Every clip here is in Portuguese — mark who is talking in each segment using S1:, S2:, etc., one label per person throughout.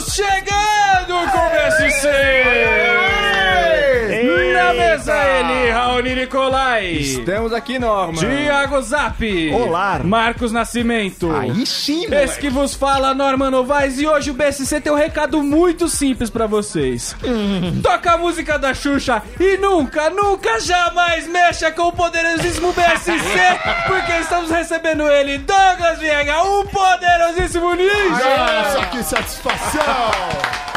S1: Chegando com SC! Na mesa ele, Raoni Nicolai.
S2: Estamos aqui, Norma.
S1: Tiago Zap.
S2: Olá.
S1: Marcos Nascimento.
S2: Aí sim,
S1: Esse que vos fala, Norma Novaes, e hoje o BSC tem um recado muito simples pra vocês.
S2: Hum.
S1: Toca a música da Xuxa e nunca, nunca, jamais mexa com o poderosíssimo BSC, porque estamos recebendo ele, Douglas Viega, o poderosíssimo ninja.
S3: Nossa, que satisfação!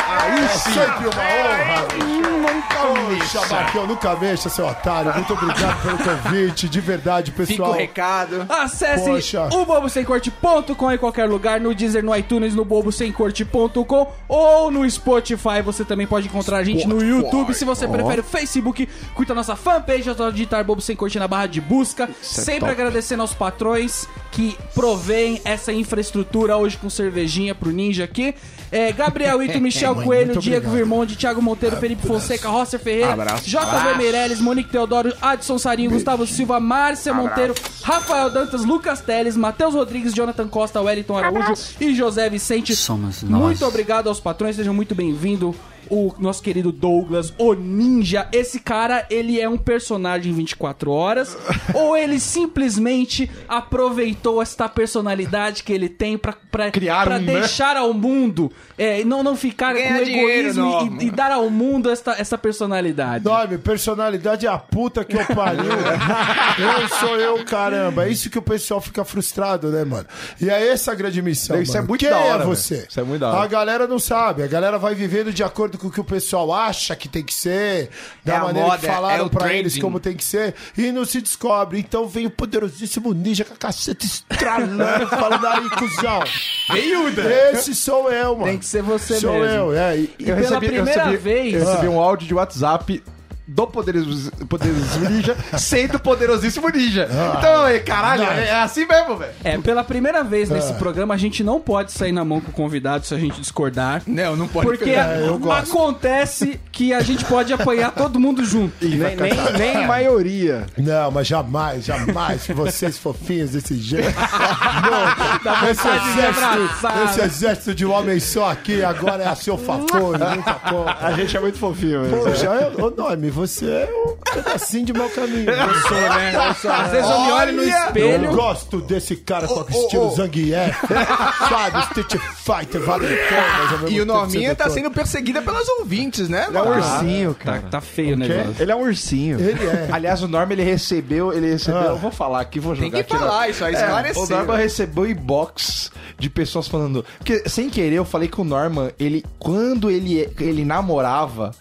S3: Aí sim. Sempre uma honra! Poxa, Marcão, nunca mexa, seu otário. Muito obrigado pelo convite, de verdade, pessoal.
S2: recado.
S1: Acesse
S3: Poxa.
S1: o bobosemcorte.com em qualquer lugar, no Deezer, no iTunes, no bobosemcorte.com ou no Spotify. Você também pode encontrar a gente no
S3: Spotify.
S1: YouTube. Se você prefere o Facebook, curta a nossa fanpage, é só digitar Bobo Sem Corte na barra de busca.
S3: é
S1: Sempre agradecendo aos patrões que provêm essa infraestrutura hoje com cervejinha pro Ninja aqui. É, Gabriel Ito, Michel Coelho, Diego Virmonde, Thiago Monteiro, Felipe Fonseca, Rosser Ferreira, JV Meirelles, Monique Teodoro, Adson Sarinho, Gustavo Silva, Márcia Monteiro, Rafael Dantas, Lucas Teles, Matheus Rodrigues, Jonathan Costa, Wellington Araújo e José Vicente.
S4: Somos nós.
S1: Muito obrigado aos patrões, sejam muito bem-vindos. O nosso querido Douglas, o Ninja. Esse cara, ele é um personagem em 24 horas. ou ele simplesmente aproveitou esta personalidade que ele tem pra, pra,
S2: Criar
S1: pra
S2: um, né?
S1: deixar ao mundo, é, não, não ficar
S4: Ganhar
S1: com
S4: dinheiro,
S1: egoísmo e-
S4: não.
S1: e, dar ao mundo esta, essa personalidade.
S3: Nome, personalidade é a puta que eu pariu. eu sou eu, caramba. É isso que o pessoal fica frustrado, né, mano? E é essa a grande missão.
S2: Isso é
S3: mano.
S2: muito
S3: Quem
S2: da hora,
S3: é
S2: velho.
S3: você?
S2: Isso é muito da hora.
S3: A galera não sabe. A galera vai vivendo de acordo com o que o pessoal acha que tem que ser, da
S4: É a
S3: maneira
S4: moda,
S3: que
S4: é
S3: falaram
S4: o
S3: pra
S4: trending.
S3: eles como tem que ser, e não se descobre. Então vem o poderosíssimo ninja com a caceta estralando, falando aí, cuzão. Esse sou eu, mano.
S1: Tem que ser você
S3: sou
S1: mesmo.
S3: eu, é. E,
S1: pela primeira vez-
S2: Eu recebi um áudio de WhatsApp do poderos- Poderosíssimo Ninja sendo Poderosíssimo Ninja. Então, é, caralho, é, é assim mesmo, velho.
S1: É, pela primeira vez nesse
S2: É.
S1: programa, a gente não pode sair na mão com o convidado se a gente discordar.
S4: Não, não pode
S1: Porque
S4: pegar.
S3: É, eu gosto.
S1: acontece que a gente pode apanhar todo mundo junto.
S2: Nem, nem, nem maioria.
S3: Não, mas jamais, jamais que vocês fofinhos desse jeito.
S1: Dá
S3: Esse
S1: vontade de
S3: exército,
S1: abraçar. né?
S3: esse exército de homens só aqui agora é a seu favor, nunca contra.
S2: A gente é muito fofinho, velho.
S3: Poxa, eu, ô nome, você é um pedacinho de mau caminho. né?
S1: Às vezes né? eu me olho no
S2: Olha!
S3: Eu
S1: espelho.
S3: gosto desse cara com estilo oh, sabe? Street Fighter, vale formas.
S5: E o Norminha tá sendo perseguida pelas ouvintes, né?
S2: Ele é um
S5: mano?
S2: ursinho,
S1: Tá,
S2: cara.
S1: tá feio o negócio.
S2: Ele é um ursinho.
S3: Ele é. Ah.
S2: Aliás, o Norma, ele recebeu, ele recebeu, eu vou falar aqui, vou jogar
S5: Tem que
S2: aqui na-
S5: falar isso aí,
S2: O
S5: esclarecer.
S2: Norman recebeu inbox de pessoas falando. Porque, sem querer, eu falei que o Norman, ele, quando ele, ele namorava,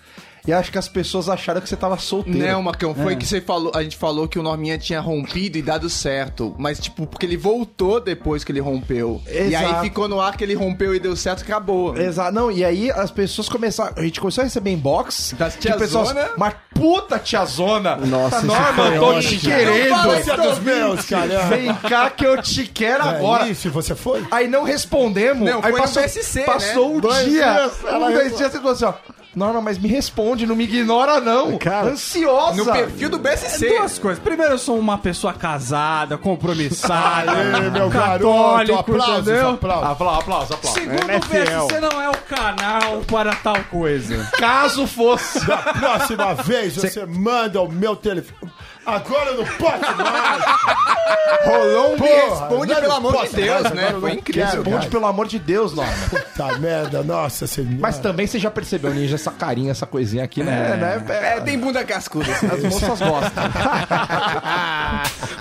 S2: e acho que as pessoas acharam que você tava solteiro.
S5: Não, Marcão, Né, foi
S3: É.
S5: que você falou, a gente falou que o Norminha tinha rompido e dado certo, mas tipo, porque ele voltou depois que ele rompeu. E
S2: Exato.
S5: aí ficou no ar que ele rompeu e deu certo,
S3: É.
S5: acabou.
S2: Exato, não, e aí as pessoas começaram. A gente começou a receber inbox
S5: Das tiazona.
S2: Mas puta tiazona! Nossa, Norma,
S3: foi
S2: tô te
S3: é ótimo.
S2: querendo!
S3: Você é dos meus, cara.
S2: Vem cá que eu te quero agora!
S3: É isso, você foi?
S2: Aí não respondemos.
S5: Não,
S2: aí
S5: foi no
S2: passou,
S5: BSC,
S2: passou
S5: né?
S2: um
S3: Dois
S2: dia.
S3: dias,
S2: um,
S3: ela
S2: dois
S3: respo-
S2: dias você falou assim, ó. Norma, mas me responde, não me ignora, não.
S3: Cara,
S2: Ansiosa. É
S5: No perfil do BSC.
S1: Duas coisas. Primeiro, eu sou uma pessoa casada, compromissada,
S3: Aê, meu garoto,
S1: católico,
S3: aplausos,
S1: entendeu?
S3: aplausos.
S2: Aplausos, aplausos, aplausos.
S1: Segundo, o
S2: NFL.
S1: PSC não é o canal para tal coisa.
S2: Caso fosse.
S3: Da próxima vez você manda o meu telefone. Agora eu não posso mais.
S5: Rolou um me
S3: Porra,
S5: responde,
S3: não
S5: pelo amor de
S3: posso
S5: Deus,
S3: mais,
S5: né?
S3: agora
S5: Foi
S3: eu não
S5: incrível.
S3: quero.
S2: Responde, pelo amor de Deus, Norma.
S3: Puta merda, nossa senhora.
S1: tá
S2: Mas também você já percebeu, Ninja, essa carinha, essa coisinha aqui, né? né?
S5: É, tem bunda cascuda.
S2: As
S3: é
S2: moças gostam.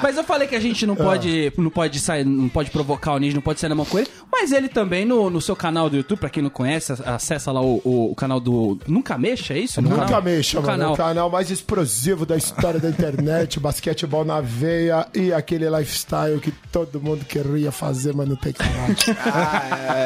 S1: Mas eu falei que a gente
S3: Ah.
S1: não pode, não pode sair, não pode provocar o Ninja, não pode sair na mão com ele. Mas ele também no, no seu canal do YouTube, pra quem não conhece, ac- acessa lá o, o- o canal do Nunca Mexa, é isso? No
S3: Nunca
S1: canal-
S3: mexa,
S1: no
S3: mano. É
S1: canal.
S3: o canal mais explosivo da história da internet, basquetebol na veia e aquele lifestyle que todo mundo queria fazer, mas não tem canal.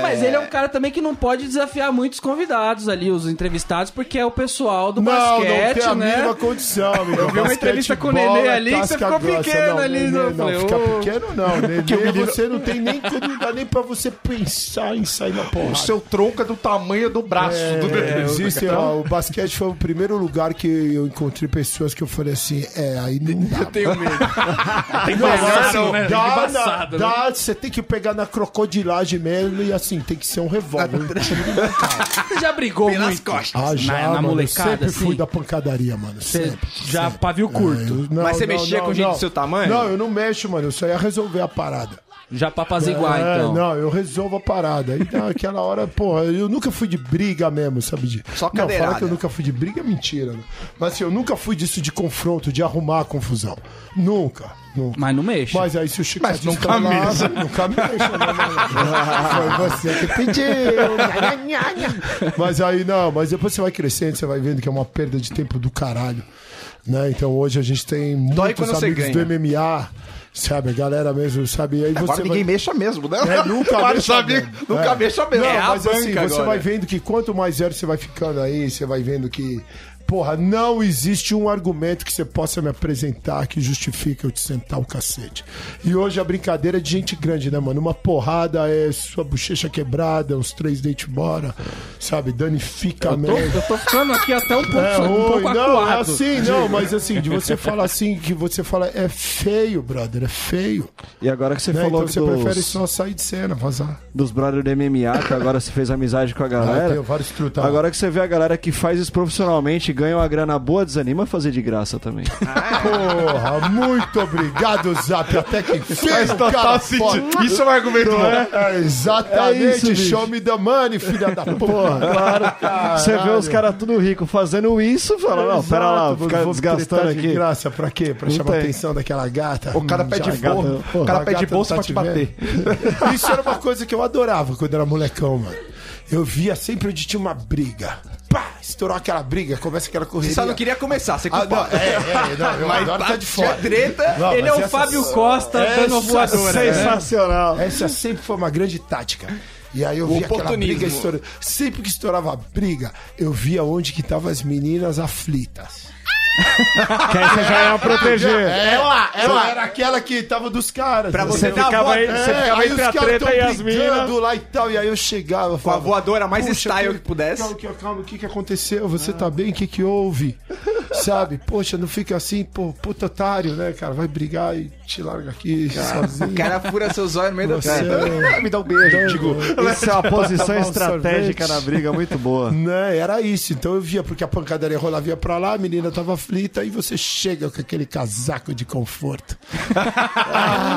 S1: Mas ele é um cara também que não pode desafiar muitos convidados ali, os entrevistados, porque é o pessoal do
S3: Não, não
S1: basquete,
S3: tem a
S1: né?
S3: mínima condição, amigo.
S1: vi uma
S3: Basquete,
S1: entrevista com o
S3: bola, é
S1: Nenê ali, que você ficou
S3: casca grossa.
S1: pequeno
S3: não,
S1: ali,
S3: Nenê,
S1: eu
S3: não,
S1: falei,
S3: fica
S1: ô.
S3: pequeno não, Nenê, você não tem nem como, não dá nem pra você pensar em sair na porrada.
S2: O seu tronco é do tamanho do braço do bebê.
S1: né,
S3: É, existe, ó, o basquete foi o primeiro lugar que eu encontrei pessoas que eu falei assim, é, aí aí não dá.
S5: Tenho medo.
S1: Ah, Tem
S3: Não,
S1: passado,
S3: assim,
S1: um né? Tem
S3: dá, na-
S1: passado, né?
S3: dá, você tem que pegar na crocodilagem mesmo e assim, tem que ser um revólver.
S1: Você já brigou
S5: Pelas
S1: muito?
S5: costas.
S3: Ah, já,
S1: Na- na
S3: mano, eu
S1: molecada,
S3: sempre
S1: assim?
S3: fui da pancadaria, mano.
S1: Você
S3: sempre.
S1: já pavio curto.
S3: Eu- não,
S5: Mas você
S3: não,
S5: mexia
S3: não,
S5: com gente
S3: não.
S5: do seu tamanho?
S3: Não, eu não mexo, mano. Eu só ia resolver a parada.
S1: Já pra apaziguar, então.
S3: É, Não, eu resolvo a parada. E naquela hora, porra, eu nunca fui de briga mesmo, sabe? De...
S5: Só
S3: não, falar
S5: cadeirada.
S3: que eu nunca fui de briga é mentira, né? Mas assim, eu nunca fui disso de confronto, de arrumar a confusão. Nunca, nunca.
S1: Mas não mexe.
S3: Mas aí se o Chico Mas
S2: nunca mesmo.
S3: Nunca mexa, né, mano? Foi você que pediu. mas aí não, mas depois você vai crescendo, você vai vendo que é uma perda de tempo do caralho. Né? Então hoje a gente tem muitos
S5: quando você
S3: amigos
S5: ganha.
S3: do MMA, sabe? A galera mesmo, sabe? E aí
S2: Agora
S3: você
S2: ninguém
S3: vai...
S2: mexa mesmo, né?
S3: É, nunca
S2: Vários
S3: mexa
S2: amigos,
S3: mesmo.
S2: Nunca
S3: É.
S2: mexa mesmo.
S3: Não,
S5: É a
S3: mas assim,
S5: banca
S3: você
S5: agora.
S3: vai vendo que quanto mais velho você vai ficando aí, você vai vendo que, porra, não existe um argumento que você possa me apresentar que justifique eu te sentar o cacete. E hoje a brincadeira é de gente grande, né, mano? Uma porrada é sua bochecha quebrada, os três dentes embora, sabe? Danifica
S1: Tô-
S3: mesmo.
S1: eu tô ficando aqui até um pouco,
S3: É,
S1: um
S3: oi,
S1: pouco
S3: não, é
S1: acuado.
S3: assim, não, mas assim, de você falar assim, que você fala, é feio, brother, é feio.
S4: E agora que você
S3: né?
S4: falou
S3: Então você
S4: dos,
S3: prefere só sair de cena, vazar.
S4: dos brothers do MMA, que agora você fez amizade com a
S3: Ah,
S4: galera.
S3: tem vários truta.
S4: Agora que você vê a galera que faz isso profissionalmente e ganha uma grana boa, desanima a fazer de graça também.
S3: Porra, muito obrigado, Zap. Até que fez
S2: Faz
S3: o
S2: total
S3: cara
S2: sentido.
S3: foda.
S2: Isso é um argumento bom.
S3: né? É,
S4: É isso,
S3: exatamente,
S4: bicho.
S3: show me the money, filha da porra.
S4: Você vê os caras tudo rico fazendo isso, fala, não, pera lá,
S3: Exato,
S4: ficar
S3: vou
S4: desgastando
S3: tretar de
S4: aqui.
S3: graça, pra quê? Pra
S4: Não
S3: chamar a
S4: tem.
S3: atenção daquela gata.
S2: O cara
S3: Hum,
S2: pede
S3: já-
S2: bolsa.
S3: Porra,
S2: O cara
S3: a
S2: pede
S3: gata
S2: bolsa
S3: não
S2: pra
S3: tá
S2: te
S3: vendo.
S2: bater.
S3: Isso era uma coisa que eu adorava quando era molecão, mano. Eu via sempre onde tinha uma briga. Pá, estourou aquela briga, começa aquela corrida.
S5: Você só não queria começar, você
S3: Ah, não,
S5: culpado.
S3: é, é, não, eu
S5: Mas
S3: adoro
S5: tá
S3: tá de fora.
S5: treta.
S3: Não,
S1: Ele é
S3: mas
S1: o
S3: essa-
S1: Fábio Costa dando
S3: Essa-
S1: voadora. né?
S4: Sensacional.
S3: Essa sempre foi uma grande tática. E aí eu via aquela
S5: oportunismo.
S3: briga estourando. Sempre que estourava a briga, eu via onde que estavam as meninas aflitas.
S4: Que aí você já ia proteger.
S3: É, ela,
S4: Ah,
S3: ela era aquela que tava dos caras. Pra
S5: você dar a
S4: ficava aí- você
S3: É,
S4: ficava entre a treta e as minas.
S3: lá e tal, e aí eu chegava.
S5: Com a voadora mais style que pudesse.
S3: Calma, calma, calma, o que que aconteceu? Você tá bem? O que que houve? Sabe? Poxa, não fica assim, pô, puta otário, né, cara? Vai brigar e te larga aqui sozinho.
S5: O cara fura seus olhos no meio da
S3: Você-
S5: treta.
S2: Me dá um beijo, digo.
S4: Isso é uma posição
S3: tomar um
S4: estratégica
S3: sorvete.
S4: na briga muito boa.
S3: Né, era isso. Então eu via, porque a pancadaria rolava ia pra lá, a menina tava aflita, e você chega com aquele casaco de conforto.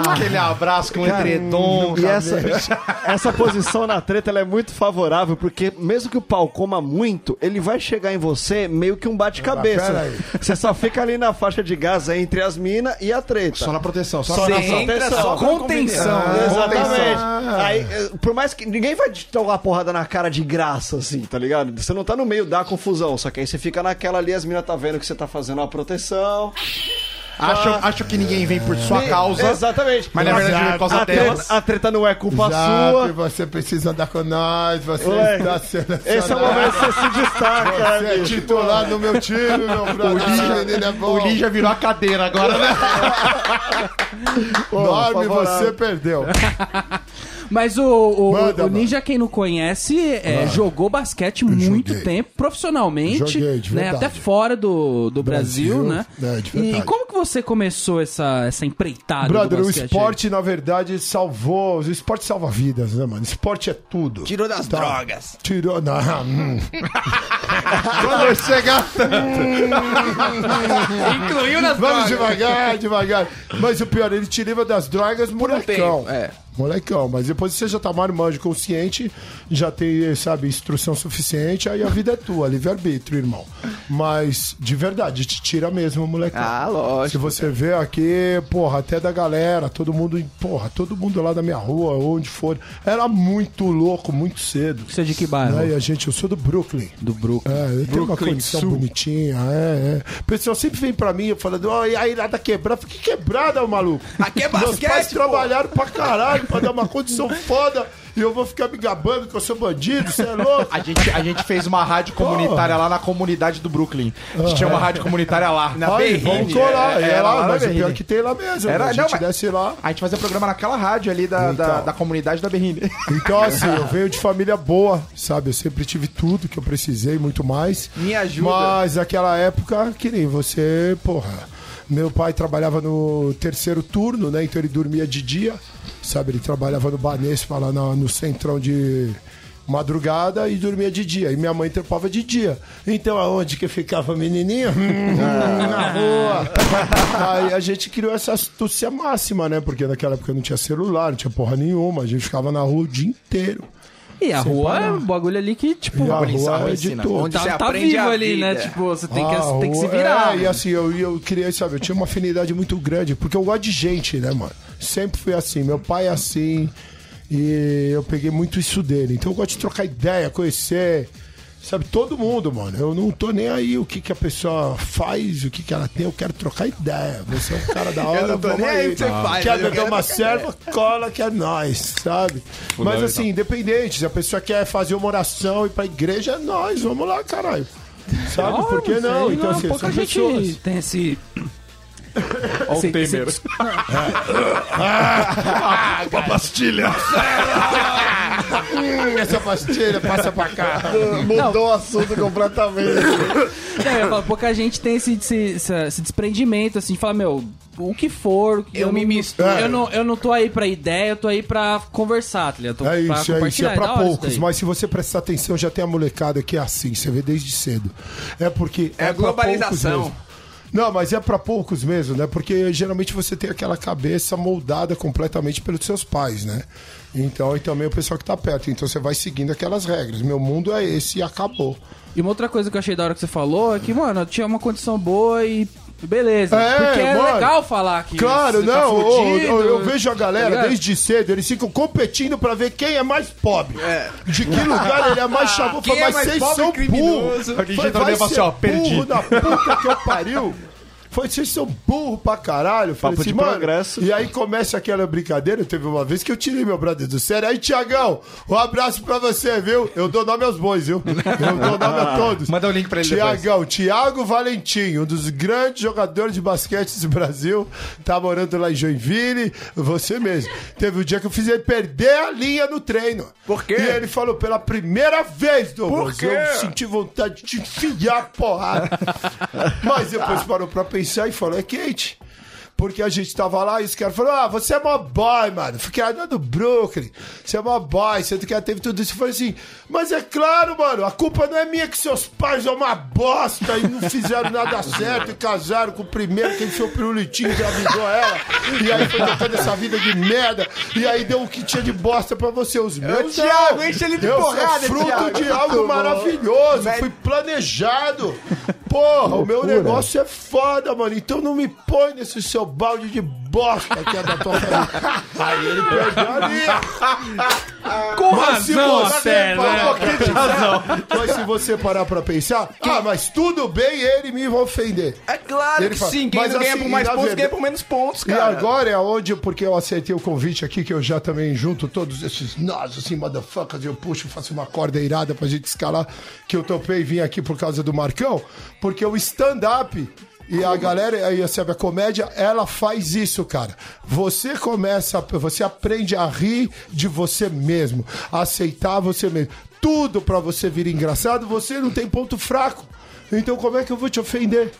S2: Aquele abraço com edredom.
S4: E essa, essa posição na treta ela é muito favorável, porque mesmo que o pau coma muito, ele vai chegar em você meio que um
S3: Ah,
S4: bate-cabeça.
S3: peraí.
S4: Você só fica ali na faixa de gás aí entre as minas e a treta.
S2: Só na proteção, só
S4: é Só
S2: na
S4: na
S5: Você entra
S4: proteção.
S5: só com
S1: Contenção.
S4: Exatamente.
S3: contenção.
S4: Aí, eh, por mais que ninguém vai te tomar porrada na cara de graça, assim, tá ligado? Você não tá no meio da confusão, só que aí você fica naquela ali, as minas tá vendo que você tá fazendo uma proteção.
S2: Acho, acho que ninguém vem por sua causa.
S4: Exatamente.
S2: Mas na verdade é por causa
S4: a treta,
S2: delas.
S4: a treta não é culpa sua.
S3: Zap, você precisa andar com nós, você
S4: Moleque,
S2: tá
S3: está selecionado.
S4: Esse é o momento que você se destaca, né,
S3: Você é
S4: amigo.
S3: titular no meu time, meu brother. Esse menino é bom.
S2: O Ninja virou a cadeira agora, né?
S4: Pô,
S3: Norme,
S4: favorável.
S3: você perdeu.
S1: Mas o, o-
S3: Manda,
S1: o
S3: mano. Ah.
S1: Ninja, quem não conhece, é, jogou basquete muito
S3: joguei.
S1: tempo, profissionalmente,
S3: Joguei, de
S1: né,
S3: verdade.
S1: até fora do, do Brasil,
S3: Brasil,
S1: né?
S3: é, de
S1: e
S3: verdade.
S1: como que você começou essa, essa empreitada
S3: Brother,
S1: do
S3: o
S1: basquete?
S3: esporte, na verdade, salvou. O esporte salva vidas, né, mano? Esporte é tudo.
S5: Tirou das drogas.
S3: Tirou. Não, hum.
S2: Quando chegar.
S5: Incluiu nas
S3: Vamos
S5: drogas.
S3: devagar, devagar. Mas o pior, ele te livra das drogas, molecão.
S5: tempo, é.
S3: Molecão, mas depois você já tá mais manjo consciente, já tem, sabe, instrução suficiente, aí a vida é tua, livre-arbítrio, irmão. Mas, de verdade, te tira mesmo, molecão.
S5: Ah,
S3: Se
S5: lógico.
S3: você vê aqui, porra, até da galera, todo mundo, porra, todo mundo lá da minha rua, onde for, era muito louco, muito cedo.
S1: Você é de que bairro?
S3: Né? E a gente, eu sou do Brooklyn.
S1: Do Brooklyn.
S3: É, eu tenho uma
S5: Brooklyn
S3: condição
S5: Sul.
S3: bonitinha, é, é. O pessoal sempre vem pra mim falando, ó, e aí lá da quebrada, Eu falei, que quebrada, ô maluco?
S5: Aqui é
S3: Meus pais
S5: basquete, pô.
S3: trabalharam pra caralho, pra dar uma condição foda, e eu vou ficar me gabando que eu sou bandido, você é louco?
S2: A gente, a gente fez uma rádio comunitária lá na comunidade do Brooklyn. A gente tinha uma rádio comunitária lá.
S5: Na
S3: Aí,
S5: Berrine,
S3: vamos colar,
S2: é,
S3: é,
S2: era
S3: lá,
S2: lá na
S3: mas o pior
S2: Berrine.
S3: que tem lá mesmo, né?
S2: Era-
S3: a gente
S2: não, mas-
S3: desce lá.
S2: A gente fazia programa naquela rádio ali da, da,
S3: Então.
S2: da comunidade da Berrine.
S3: Então, assim, eu venho de família boa, sabe? Eu sempre tive tudo que eu precisei, muito mais.
S5: Me ajuda.
S3: Mas naquela época, que nem você, porra. Meu pai trabalhava no terceiro turno, né? Então ele dormia de dia, sabe? Ele trabalhava no Banespa, lá na- no centrão de madrugada e dormia de dia. E minha mãe trampava de dia. Então aonde que ficava a menininha? Hum, na rua. Aí a gente criou essa astúcia máxima, né? Porque naquela época não tinha celular, não tinha porra nenhuma. A gente ficava na rua o dia inteiro.
S1: E a
S3: Sem
S1: rua é
S3: parar.
S1: um bagulho ali que, tipo,
S3: E a
S1: tá,
S3: rua é de
S5: ensina.
S3: tudo.
S5: Onde você
S1: tá
S5: aprende
S1: vivo
S5: a
S1: ali, né?
S5: vida.
S1: Tipo, você tem,
S3: Ah,
S1: que, tem que se
S3: o-
S1: virar. né?
S3: É, e assim, eu, eu queria, sabe, eu tinha uma afinidade muito grande, porque eu gosto de gente, né, mano? Sempre fui assim, meu pai é assim, e eu peguei muito isso dele. Então eu gosto de trocar ideia, conhecer, sabe, todo mundo, mano. Eu não tô nem aí o que, que a pessoa faz, o que, que ela tem, eu quero trocar ideia. Você é um cara da hora,
S5: não tô
S3: vamos
S5: nem aí o que você
S3: Ah.
S5: faz,
S3: Quer
S5: mas eu
S3: beber
S5: quero
S3: uma
S5: trocar
S3: serva, cola que é nós, sabe? Mas assim, independente, se a pessoa quer fazer uma oração e ir pra igreja, é nós, vamos lá, caralho. Sabe?
S1: Ah,
S3: Por que não?
S1: sei,
S3: Então, assim,
S1: pouca
S3: são
S1: gente
S3: pessoas.
S1: tem esse.
S6: Ó o
S1: Sim,
S6: Temer.
S1: sim.
S3: Hum, essa pastilha, passa pra cá.
S4: Mudou o assunto completamente.
S1: Não, eu ia falar, pouca gente tem esse, esse, esse- esse desprendimento, assim, de falar, meu, o que for. o que-
S5: Eu me
S1: não-
S5: misturo.
S3: É.
S1: Eu não, eu não tô aí pra ideia, eu tô aí pra conversar, tá ligado? Tô
S3: É
S1: pra
S3: isso, é isso.
S1: compartilhar,
S3: É pra
S1: da hora isso
S3: poucos,
S1: daí.
S3: mas se você prestar atenção, já tem a molecada que é assim, você vê desde cedo. É porque.
S5: É
S3: pra
S5: a
S3: poucos
S5: globalização.
S3: mesmo. Não, mas é pra poucos mesmo, né? Porque geralmente você tem aquela cabeça moldada completamente pelos seus pais, né? Então, e também o pessoal que tá perto. Então você vai seguindo aquelas regras. Meu mundo é esse e acabou.
S1: E uma outra coisa que eu achei da hora que você falou é que, mano, eu tinha uma condição boa e. Beleza.
S3: É,
S1: porque é
S3: mano.
S1: legal falar que.
S3: Claro,
S1: você tá
S3: não, ô,
S1: fudido,
S3: ô, eu vejo a
S1: tá
S3: galera
S1: ligado?
S3: desde cedo, eles ficam competindo pra ver quem é mais pobre. De que lugar ele é mais chamufa,
S5: Quem é
S3: mas
S5: mais
S3: vocês
S5: pobre e
S3: são burros.
S5: criminoso?
S6: Aqui já tá olhando e fala assim, ó, perdi.
S3: da puta que eu pariu. Foi, vocês são burro pra caralho. Eu Falei
S4: Papo
S3: assim,
S4: de
S3: mano,
S4: progresso.
S3: E aí começa aquela brincadeira. Teve uma vez que eu tirei meu brother do sério. Aí, Tiagão, um abraço pra você, viu? Eu dou nome aos bois, viu? Eu dou nome a todos.
S2: Manda o
S1: um
S2: link pra ele depois.
S3: Tiagão, Tiago Valentim, um dos grandes jogadores de basquete do Brasil, tá morando lá em Joinville, você mesmo. Teve um dia que eu fiz ele perder a linha no treino.
S5: Por quê?
S3: E ele falou, pela primeira vez, Douglas,
S5: quê?
S3: eu senti vontade de enfiar a porrada. Mas depois parou pra pensar e falou, é quente. Porque a gente tava lá e os caras falaram: Ah, você é mó boy, mano. Fiquei lá do Brooklyn. Você é mó boy, você que teve tudo isso. Eu falei assim: Mas é claro, mano, a culpa não é minha que seus pais é uma bosta e não fizeram nada certo e casaram com o primeiro que enfiou o pirulitinho e engravidou ela. E aí foi tocando essa vida de merda. E aí deu o que tinha de bosta pra você. Os meus. não.
S5: Thiago, enche ele de
S3: Eu sou
S5: porrada,
S3: fruto
S5: Thiago.
S3: de algo maravilhoso.
S5: Velho.
S3: Fui planejado. Porra, o meu negócio é foda, mano. Então não me põe nesse seu balde de bosta que é da tua família. Aí ele perdeu a linha.
S1: Com
S3: Mas se
S1: razão,
S3: você
S1: até, né?
S3: parar pra pensar, mas se você parar pra pensar, ah, mas tudo bem ele me ofender.
S5: É claro
S3: Ele
S5: que
S3: fala,
S5: sim. Quem
S3: mas
S5: não ganha
S3: assim,
S5: por mais
S3: na
S5: pontos, ganha
S3: verdade-
S5: por menos pontos,
S3: E
S5: cara.
S3: agora é onde, porque eu aceitei o convite aqui, que eu já também junto todos esses nós, assim, motherfuckers, eu puxo, faço uma corda irada pra gente escalar, que eu topei e vim aqui por causa do Marcão, porque o stand-up. E a galera, aí sabe, a comédia, ela faz isso, cara. Você começa, você aprende a rir de você mesmo, a aceitar você mesmo. Tudo pra você vir engraçado, você não tem ponto fraco. Então como é que eu vou te ofender?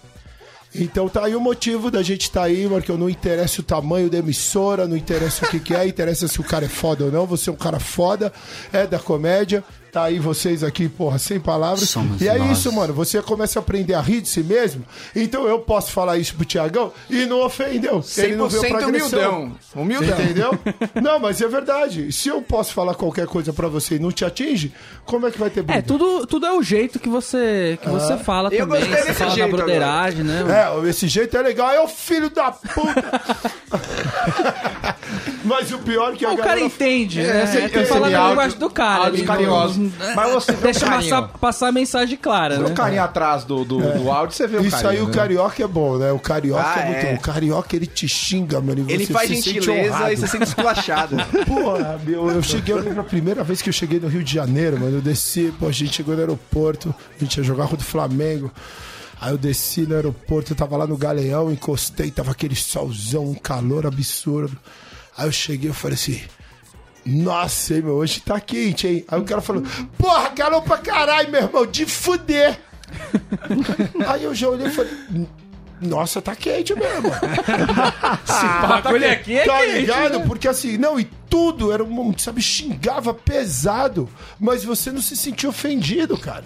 S3: Então tá aí o motivo da gente tá aí, Marcão. Não interessa o tamanho da emissora, não interessa o que, que é, interessa se o cara é foda ou não. Você é um cara foda, é da comédia. Tá aí vocês aqui, porra, sem palavras.
S1: Somos
S3: e é
S1: nós.
S3: isso, mano. Você começa a aprender a rir de si mesmo. Então eu posso falar isso pro Tiagão e não ofendeu. Ele não veio pra
S5: 100%
S3: agressão.
S5: humildão. Humildão.
S3: Entendeu? não, mas é verdade. Se eu posso falar qualquer coisa pra você e não te atinge, como é que vai ter briga?
S1: É, tudo, tudo é o jeito que você, que você fala
S5: Eu
S1: também.
S5: gostei
S1: Você
S5: desse
S1: fala
S5: jeito
S1: da
S5: agora.
S1: broderagem, né?
S3: Ah. É, esse jeito é legal, é o filho da puta! Mas o pior é
S5: Ah,
S3: que a
S1: o cara
S3: galera...
S1: entende,
S3: É,
S1: né? Você
S2: esse
S1: fala na
S2: áudio-
S1: linguagem do cara. né?
S2: áudio
S1: ele
S2: carinhoso.
S1: não-
S2: é Mas
S3: É,
S2: você vê o
S1: Deixa
S2: carinho.
S1: passar, passar a mensagem clara,
S2: O
S1: né?
S2: carinha atrás do, do, do áudio, você vê o
S3: É. Isso
S2: carinha,
S3: aí o
S2: né?
S3: carioca é bom, né? O carioca
S5: Ah,
S3: é muito
S5: é.
S3: bom. O carioca, ele te xinga, mano. e
S5: Ele
S3: você
S5: faz
S3: se sente
S5: gentileza
S3: honrado.
S5: e você sente esculachado.
S3: Porra, meu, eu cheguei, eu lembro a primeira vez que eu cheguei no Rio de Janeiro, mano, eu desci, pô, a gente chegou no aeroporto, a gente ia jogar contra o Flamengo. Aí eu desci no aeroporto, eu tava lá no Galeão, encostei, tava aquele solzão, um calor absurdo. Aí eu cheguei, eu falei assim, nossa, hein, meu, hoje tá quente, hein? Aí o cara falou, porra, calor pra caralho, meu irmão, de fuder. Aí eu já olhei e falei, Nossa, tá quente mesmo.
S1: bagulho é quente,
S3: Tá
S1: gente.
S3: ligado? Porque assim, não, e tudo era um, sabe, xingava pesado, mas você não se sentia ofendido, cara.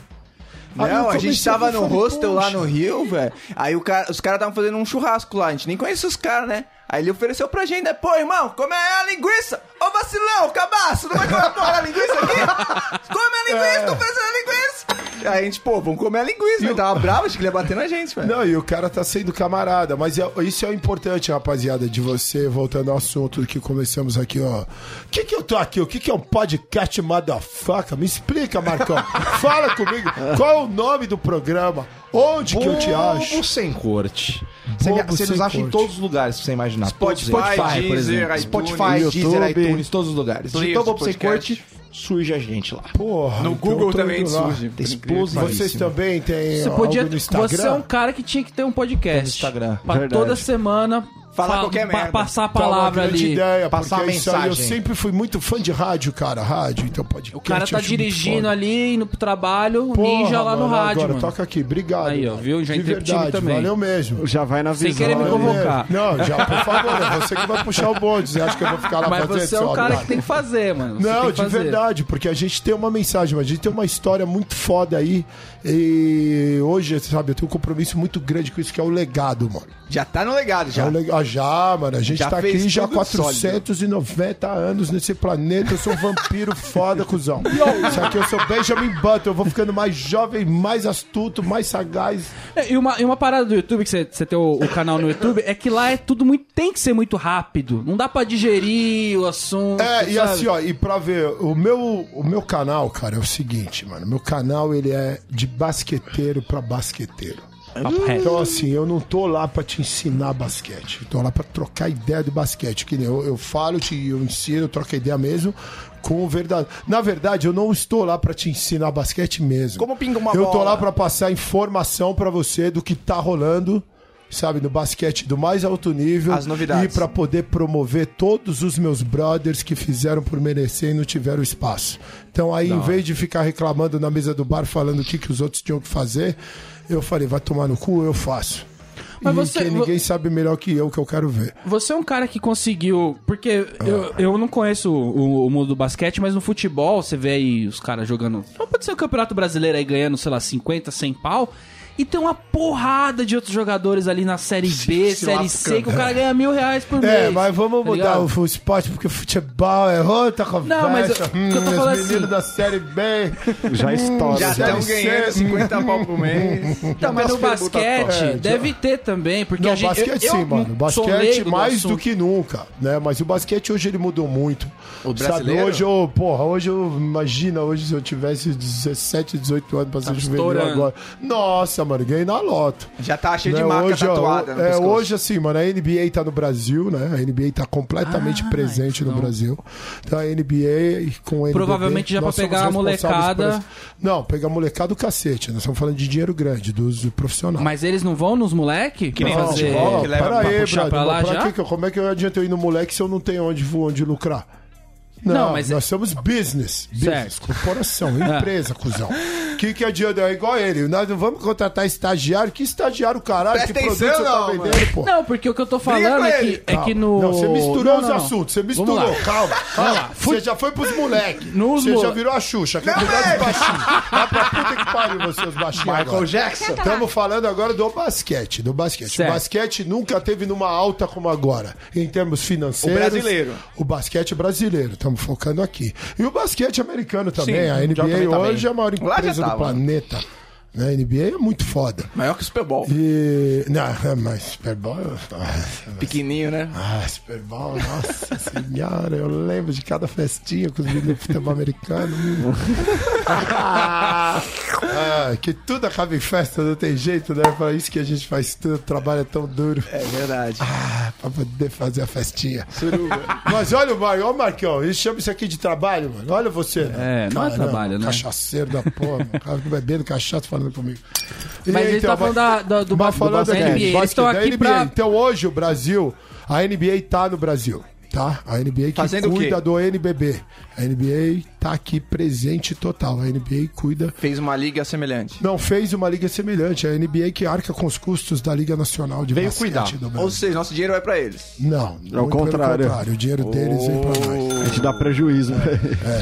S3: Aí eu
S5: Não, a gente
S3: comecei
S5: tava
S3: ver,
S5: no
S3: falei,
S5: hostel lá
S3: "Poxa".
S5: no Rio, velho. Aí o cara- os caras estavam fazendo um churrasco lá, a gente nem conhecia os caras, né? Aí ele ofereceu pra gente, né? Pô, irmão, come aí a linguiça! Ô vacilão, cabaço, não vai comer a porra da linguiça aqui? Come a linguiça, tô oferecendo a linguiça! Aí a gente, pô, vamos comer a linguiça. Ele tava bravo, acho que ele ia bater na gente, velho.
S3: Não, e o cara tá sendo camarada, mas é- isso é o importante, rapaziada, de você, voltando ao assunto que começamos aqui, ó. O que que eu tô aqui? O que que é um podcast motherfucker? Me explica, Marcão. Fala comigo. Qual é o nome do programa? Onde que eu te acho?
S2: Bobo sem corte. Você me-
S3: Bobo
S2: Você nos
S3: sem
S2: acha em
S3: corte.
S2: todos os lugares, pra você imaginar.
S5: Spotify,
S2: Todos eles.
S5: Spotify,
S2: por
S5: Deezer,
S2: exemplo.
S5: iTunes,
S2: Spotify, Deezer,
S5: YouTube,
S2: iTunes, todos os lugares.
S5: players
S2: Então,
S5: de
S2: Bobo sem
S5: podcast.
S2: corte, surge a gente lá.
S3: Porra,
S5: No
S3: então
S5: Google
S3: eu tô
S5: também
S3: indo lá.
S5: surge.
S2: Tá explosivíssimo.
S3: Vocês também têm
S1: Você
S3: algo
S1: podia.
S3: no Instagram?
S1: Você é um cara que tinha que ter um podcast.
S2: No Instagram.
S1: Pra toda semana.
S5: Falar
S1: fa-
S5: qualquer
S1: pa-
S5: merda.
S1: Passar a
S3: Tá uma
S1: palavra
S3: grande
S1: ali.
S3: Ideia,
S2: Passar
S3: porque é
S2: a
S3: isso aí Eu
S2: mensagem.
S3: sempre fui muito fã de rádio, cara. Rádio, então podcast.
S1: O cara tá dirigindo ali, indo pro trabalho, ninja lá no
S3: mano,
S1: rádio.
S3: Agora,
S1: mano.
S3: toca aqui, obrigado.
S1: Aí, ó,
S3: mano.
S1: viu? Já
S3: de
S1: interpretivo
S3: verdade,
S1: também.
S3: Valeu mesmo.
S4: Já vai na visão.
S1: Sem querer me
S4: né?
S1: provocar.
S3: Não, já, por favor, é você que vai puxar o bonde. Você acha que eu vou ficar lá
S1: Mas
S3: fazendo
S1: você é
S3: só,
S1: um cara
S3: cara?
S1: que tem que fazer, mano. Você
S3: Não,
S1: tem que
S3: de
S1: fazer.
S3: verdade, porque a gente tem uma mensagem, mas a gente tem uma história muito foda aí. E hoje, sabe, eu tenho um compromisso muito grande com isso, que é o legado, mano.
S5: Já tá no legado,
S3: É
S5: já.
S3: o leg- Ah, já, mano, a gente
S5: Já
S3: tá
S5: fez
S3: aqui já há
S5: tudo
S3: 490 anos nesse planeta. Eu sou um vampiro foda, cuzão. Só que eu sou Benjamin Button, eu vou ficando mais jovem, mais astuto, mais sagaz.
S1: É, E uma, e uma parada do YouTube, que você, você tem o, o canal no YouTube, é que lá é tudo muito. Tem que ser muito rápido. Não dá pra digerir o assunto.
S3: É, e
S1: sabe?
S3: assim, ó, e pra ver, o meu, o meu canal, cara, é o seguinte, mano. Meu canal, ele é de basqueteiro pra basqueteiro.
S1: Papo reto.
S3: Então, assim, eu não tô lá pra te ensinar basquete. Eu tô lá pra trocar ideia do basquete. Que nem eu, eu falo, te, eu ensino, eu troco ideia mesmo com o verdade. Na verdade, eu não estou lá pra te ensinar basquete mesmo.
S5: Como pinga uma
S3: Eu tô
S5: bola.
S3: lá pra passar informação pra você do que tá rolando. Sabe, no basquete do mais alto nível.
S5: As novidades.
S3: E pra poder promover todos os meus brothers que fizeram por merecer e não tiveram espaço. Então aí, em vez de ficar reclamando na mesa do bar falando o que, que os outros tinham que fazer, eu falei, vai tomar no cu, eu faço.
S1: Mas
S3: e
S1: você-
S3: que ninguém sabe melhor que eu que eu quero ver.
S1: Você é um cara que conseguiu. Porque eu,
S3: Ah.
S1: eu não conheço o, o mundo do basquete, mas no futebol você vê aí os caras jogando. Não pode ser o Campeonato Brasileiro aí ganhando, sei lá, 50, 100 pau. E tem uma porrada de outros jogadores ali na Série B, Série C, que o cara ganha mil reais por mês.
S3: É, mas vamos
S1: tá
S3: mudar
S1: ligado?
S3: o, o esporte, porque futebol é outra conversa. Hum,
S1: mas eu- que eu tô
S3: os
S1: falando
S3: meninos
S1: assim-
S3: da Série B.
S4: Já estoura.
S5: Já
S4: Já
S1: um
S5: estão
S3: deve
S5: ganhando
S3: ser.
S5: 50 pau por mês.
S3: Tá,
S1: Então, mas no basquete
S3: É,
S1: deve ter também, porque
S3: Não,
S1: a gente.
S3: basquete
S1: eu- eu
S3: sim, mano.
S1: sou
S3: Basquete
S1: leigo no
S3: mais
S1: assunto.
S3: do que nunca, né? Mas o basquete hoje ele mudou muito.
S5: O brasileiro?
S3: Hoje eu, porra, hoje eu, imagina, hoje se eu tivesse 17, 18 anos pra ser juvenil
S1: estourando.
S3: agora. Nossa, mano, ganhei na lota.
S5: Já tá cheio de
S3: Né,
S5: marca
S3: ó,
S5: tatuada no
S3: é,
S5: pescoço.
S3: hoje assim, mano, a NBA tá no Brasil, né? A NBA tá completamente
S1: Ah,
S3: presente no
S1: então.
S3: Brasil. Então a NBA com o NBB,
S1: Provavelmente já
S3: nós
S1: pra pegar
S3: somos
S1: a
S3: responsáveis
S1: molecada.
S3: por esse- Não, pegar a molecada do cacete. Nós estamos falando de dinheiro grande, dos profissionais.
S1: Mas eles não vão nos moleque? Que
S5: nem
S3: Não,
S5: fazer-
S3: ó,
S5: que leva
S3: pera
S5: pra
S3: aí,
S1: puxar
S3: brother,
S1: pra lá
S3: mas pra
S1: já?
S3: que que eu- como é que eu adianta eu ir no moleque se eu não tenho onde, vou- onde lucrar? Não,
S1: Não, mas-
S3: nós somos business. Business,
S1: Certo. É.
S3: corporação, empresa, cuzão. O que, que adianta? É igual ele. Nós não vamos contratar estagiário. Que estagiário, caralho?
S5: Presta
S3: que produto você
S5: atenção,
S3: tá
S5: não,
S3: vendendo, pô?
S1: Não, porque o que eu tô falando
S5: Briga
S1: é
S5: com
S1: que,
S5: ele.
S1: é que no.
S3: Não, você misturou
S1: Não,
S3: os
S1: não, não.
S3: assuntos. Você
S1: Vamos
S3: misturou.
S1: lá.
S3: Calma. calma.
S1: Fute-
S3: Você já foi pros moleques.
S1: Nos
S3: Você já
S1: moleque.
S3: virou a Xuxa. Quer cuidar dos baixinhos. Vai pra puta que pariu, vocês baixinhos. agora.
S5: Jackson.
S3: Estamos falando agora do basquete, do basquete.
S1: Certo.
S3: O basquete nunca teve numa alta como agora, em termos financeiros.
S5: O brasileiro.
S3: O basquete brasileiro, estamos focando aqui. E o basquete americano também,
S5: Sim,
S3: a
S5: já também
S3: NBA
S5: tá
S3: hoje
S5: bem.
S3: é a maior
S5: Lá já
S3: empresa
S5: tava.
S3: do planeta. A NBA é muito foda.
S5: Maior que o Super Bowl.
S3: E... Não, é, mas Super Bowl...
S5: Pequenininho, né?
S3: Ah, Super Bowl, nossa senhora, eu lembro de cada festinha com os meninos do futebol americano. ah, que tudo acaba em festa, não tem jeito, né? Para isso que a gente faz tudo, trabalha tão duro
S5: É verdade.
S3: ah, pra poder fazer a festinha. Mas olha o Mario, olha o Marcão, ele chama isso aqui de trabalho, mano. Olha você. né?
S1: É, não é trabalho, né?
S3: Cachaceiro da porra, mano. O cara bebendo cachaça falando comigo. E então,
S1: Mas ele tá falando da- da- do ba-
S3: mas
S1: do
S3: falando
S1: basquete.
S3: aqui,
S1: NBA, eles estão
S3: basquete da
S1: aqui
S3: NBA.
S1: pra-
S3: Então hoje o Brasil, a NBA tá no Brasil, tá? A NBA que
S5: Fazendo o
S3: cuida
S5: quê?
S3: do NBB. A NBA tá tá aqui presente total. A NBA cuida.
S5: Fez uma liga semelhante.
S3: Não fez uma liga semelhante. É A NBA que arca com os custos da Liga Nacional de
S2: Veio
S3: Basquete
S2: cuidar.
S3: do Brasil.
S5: Ou seja, nosso dinheiro vai pra eles.
S3: Não, muito pelo
S4: contrário.
S3: O dinheiro deles vem pra nós.
S4: A gente dá prejuízo.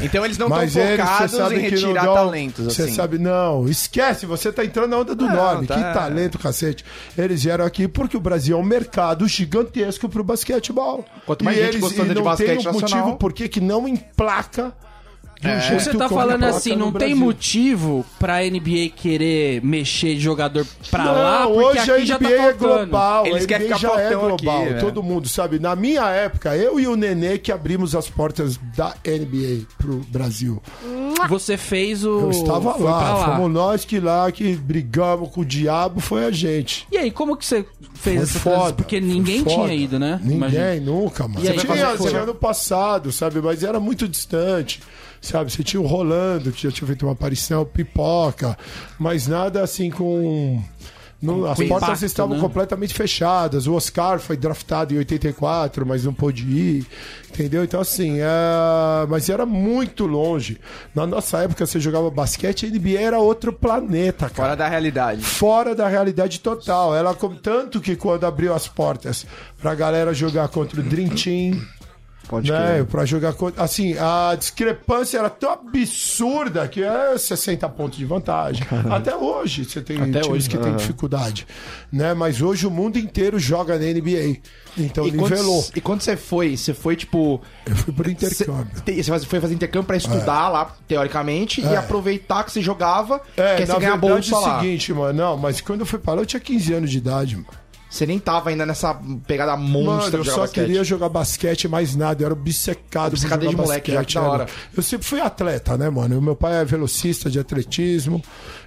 S5: Então eles não estão
S3: É. eles,
S5: focados
S3: você sabe
S5: em
S3: que não
S5: retirar
S3: dão-
S5: talentos,
S3: Você
S5: assim.
S3: sabe, não, esquece, você tá entrando na onda do nome.
S5: tá-
S3: Que talento, cacete. Eles vieram aqui porque o Brasil é um mercado gigantesco pro basquetebol.
S2: Quanto mais
S3: e
S2: gente
S3: eles,
S2: gostando de
S3: e não
S2: basquete
S3: tem um
S2: nacional.
S3: motivo por que que não emplaca do um jeito
S1: Você tá
S3: como
S1: falando
S3: emplaca
S1: assim,
S3: no
S1: não tem
S3: Brasil.
S1: motivo pra NBA querer mexer de jogador pra
S3: Não,
S1: lá, porque
S3: hoje
S1: aqui
S3: a NBA
S1: já tá
S3: é
S1: faltando.
S3: global.
S5: Eles
S3: a
S5: querem
S3: NBA
S5: ficar
S3: já é
S5: fortão aqui,
S3: global.
S5: né?
S3: Todo mundo sabe. Na minha época, eu e o Nenê que abrimos as portas da NBA pro Brasil.
S1: Você fez o...
S3: Eu estava
S1: foi pra
S3: lá, fomos nós que lá que brigamos com o diabo, foi a gente.
S1: E aí, como que você fez
S3: Foi
S1: essa
S3: foda,
S1: transição? Porque
S3: foi
S1: ninguém
S3: foda.
S1: tinha ido, né?
S3: Ninguém,
S1: Imagina.
S3: nunca, mano.
S1: E aí,
S3: Você
S1: vai
S3: tinha,
S1: fazer
S3: tinha
S1: cor.
S3: ano passado, sabe? Mas era muito distante, sabe? Você tinha o Rolando, que já tinha feito uma aparição, pipoca, mas nada assim com. não- as
S1: impacto,
S3: portas estavam
S1: né?
S3: completamente fechadas. O Oscar foi draftado em 84, mas não pôde ir. Entendeu? Então, assim, é... mas era muito longe. Na nossa época, você jogava basquete, a NBA era outro planeta, cara
S5: Fora da realidade.
S3: fora da realidade total. Ela com- tanto que quando abriu as portas pra galera jogar contra o Dream Team,
S4: Pode
S3: né, para jogar contra, assim, a discrepância era tão absurda que é 60 pontos de vantagem. Até hoje você tem times que tem dificuldade, né? Mas hoje o mundo inteiro joga na NBA. Então
S2: E
S3: nivelou.
S2: quando, e quando você foi? Você foi, tipo...
S3: Eu fui pro
S2: Você
S3: intercâmbio.
S2: te- você faz- foi fazer intercâmbio pra estudar lá, teoricamente, e
S3: É.
S2: aproveitar que você jogava,
S3: É,
S2: que aí
S3: na
S2: você ganha
S3: verdade é
S2: bolsa
S3: o
S2: lá.
S3: seguinte, mano, não, mas quando eu fui para lá eu tinha 15 anos de idade, mano.
S2: Você nem tava ainda nessa pegada monstra
S3: Mano, eu
S2: de
S3: só
S2: jogar basquete.
S3: queria jogar basquete e mais nada. Eu era obcecado. por
S2: Obcecado
S3: jogar
S2: desde moleque, já, que da
S3: né,
S2: hora.
S3: mano? Eu sempre fui atleta, né, mano? Meu pai é velocista de atletismo.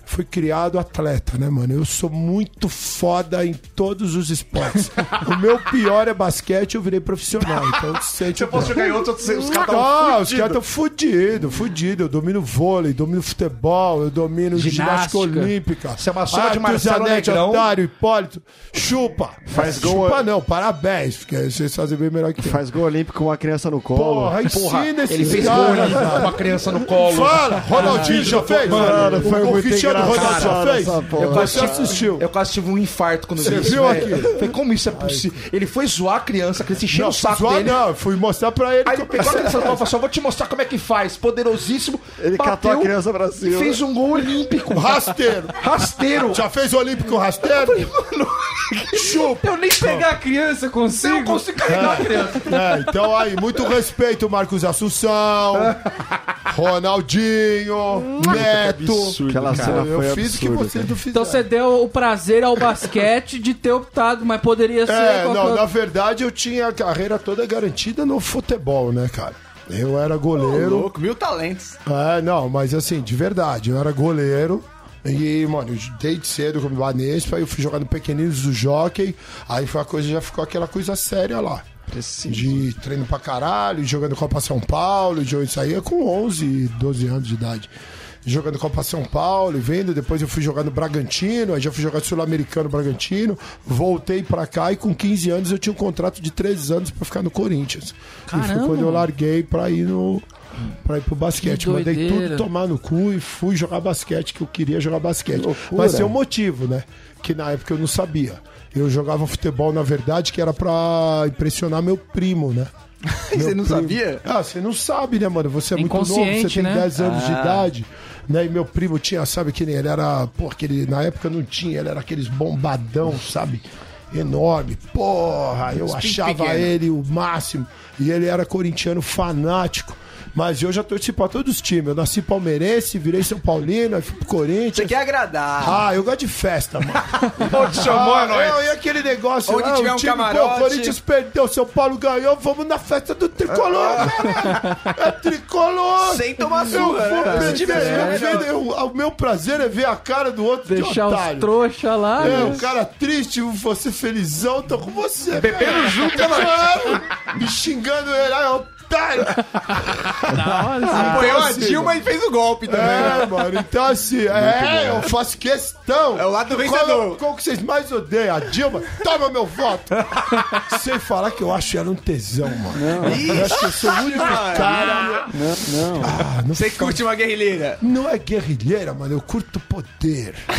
S3: Fui criado atleta, né, mano? Eu sou muito foda em todos os esportes. o meu pior é basquete, eu virei profissional. Então, eu sei, tipo,
S2: jogar em outro, os caras
S3: ah, os caras estão fudidos, fudidos. Eu domino vôlei, domino futebol, eu domino
S1: Ginástica.
S3: ginástica, olímpica.
S2: Você é uma sopa de
S3: Arthur
S2: Marcelo
S3: Zanetti,
S2: Negrão.
S3: Otário, Hipólito. Chupa.
S4: Faz gol-
S3: Chupa não, parabéns, porque vocês fazem bem melhor que eu.
S4: Faz gol olímpico com uma criança no colo.
S3: Porra,
S2: Porra,
S3: ensina
S2: ele
S3: esses
S2: fez gol né?
S3: caras.
S2: ali, uma criança no colo.
S3: Fala, Ronaldinho já fez?
S4: Mano, foi
S3: o
S4: muito
S3: Cristiano Ronaldo já
S4: engraçado
S3: fez?
S4: essa porra.
S3: Você assistiu.
S2: Eu quase tive um infarto quando eu
S3: Você
S2: vi isso,
S3: viu
S2: velho.
S3: aquilo?
S2: Eu Falei, como isso é possível? Ele foi zoar a criança, a criança encheu
S3: Não,
S2: o um saco
S3: zoar
S2: dele.
S3: não, eu fui mostrar pra
S2: Aí
S3: ele. que é
S2: ele
S3: eu
S2: pegou a
S3: pensei-
S2: criança no colo e falou assim, "Eu vou te mostrar como é que faz. Poderosíssimo.
S4: Ele catou a criança pra cima.
S2: Fez um gol olímpico.
S3: Rasteiro.
S2: Rasteiro.
S3: Já fez o Olímpico rasteiro? Chupa.
S1: Eu nem pegar a criança
S2: Eu não
S1: consigo.
S2: consigo carregar a criança.
S3: É, então aí, muito respeito, Marcos Assunção, Ronaldinho, Neto.
S4: Aquela cena
S3: eu
S4: foi
S3: fiz o que
S4: absurda,
S3: vocês
S4: cara.
S3: não fizeram.
S1: Então você deu o prazer ao basquete de ter optado, mas poderia ser
S3: É,
S1: qualquer
S3: não,
S1: outra-
S3: na verdade eu tinha a carreira toda garantida no futebol, né, cara? Eu era goleiro.
S5: Louco, mil talentos.
S3: É, não, mas assim, de verdade, eu era goleiro. E, mano, eu desde cedo como Banespa, aí eu fui jogar no Pequeninos do Jockey, aí foi a coisa, já ficou aquela coisa séria lá. De treino pra caralho, jogando Copa São Paulo, de isso aí, eu com 11, 12 anos de idade. Jogando Copa São Paulo e vendo, depois eu fui jogar no Bragantino, aí já fui jogar Sul-Americano Bragantino, voltei pra cá e com 15 anos eu tinha um contrato de 3 anos pra ficar no Corinthians. E foi
S1: Caramba,
S3: quando eu
S1: mano.
S3: larguei pra ir no pra ir pro basquete.
S1: Que
S3: Mandei
S1: doideira.
S3: tudo tomar no cu e fui jogar basquete, que eu queria jogar basquete. Mas tem um motivo, né? Que na época eu não sabia. Eu jogava futebol, na verdade, que era pra impressionar meu primo, né?
S5: Você não sabia?
S3: Ah, você não sabe, né, mano? Você é muito novo,
S1: Inconsciente,
S3: você tem
S1: né?
S3: 10 anos de idade. Né? E meu primo tinha, sabe que nem ele era, pô, aquele, na época não tinha, ele era aqueles bombadão, sabe? Enorme, porra, eu achava
S5: pequeno.
S3: ele o máximo. E ele era corintiano fanático. Mas eu já torci pra todos os times. Eu nasci palmeirense, virei São Paulino, aí fui pro
S5: Você
S3: Corinthians.
S5: quer agradar.
S3: Ah, eu gosto de festa, mano.
S5: Onde chamou
S3: Ah,
S5: a nós?
S3: não, e aquele negócio
S5: Onde
S3: ah,
S5: tiver
S3: o
S5: um
S3: time, Pô,
S5: camarote.
S3: o Corinthians perdeu, São Paulo ganhou, vamos na festa do tricolor, cara. É tricolor.
S5: Ah,
S2: Ah.
S5: Sem tomar
S3: eu vou
S5: surra, né, cara? Se
S3: perder.
S5: tiver
S3: eu
S5: surra,
S3: vendo- eu- o meu prazer é ver a cara do outro de
S1: Deixar os
S3: otário.
S1: trouxa lá.
S3: É,
S1: né?
S3: o cara triste, você felizão, tô com você. Bebendo junto, cara. Claro, Me xingando ele, aí, ó. Style!
S5: Apoiou a Dilma e fez o golpe também.
S3: É, mano, então assim, é, eu faço questão.
S5: É o lado
S3: Qual,
S5: vencedor.
S3: qual que vocês mais odeiam? A Dilma? Toma meu voto! Sem falar que eu acho ela um tesão, mano. Eu acho que eu sou o único cara. Ah, não,
S5: Você curte uma guerrilheira.
S3: não é guerrilheira, mano, eu curto poder.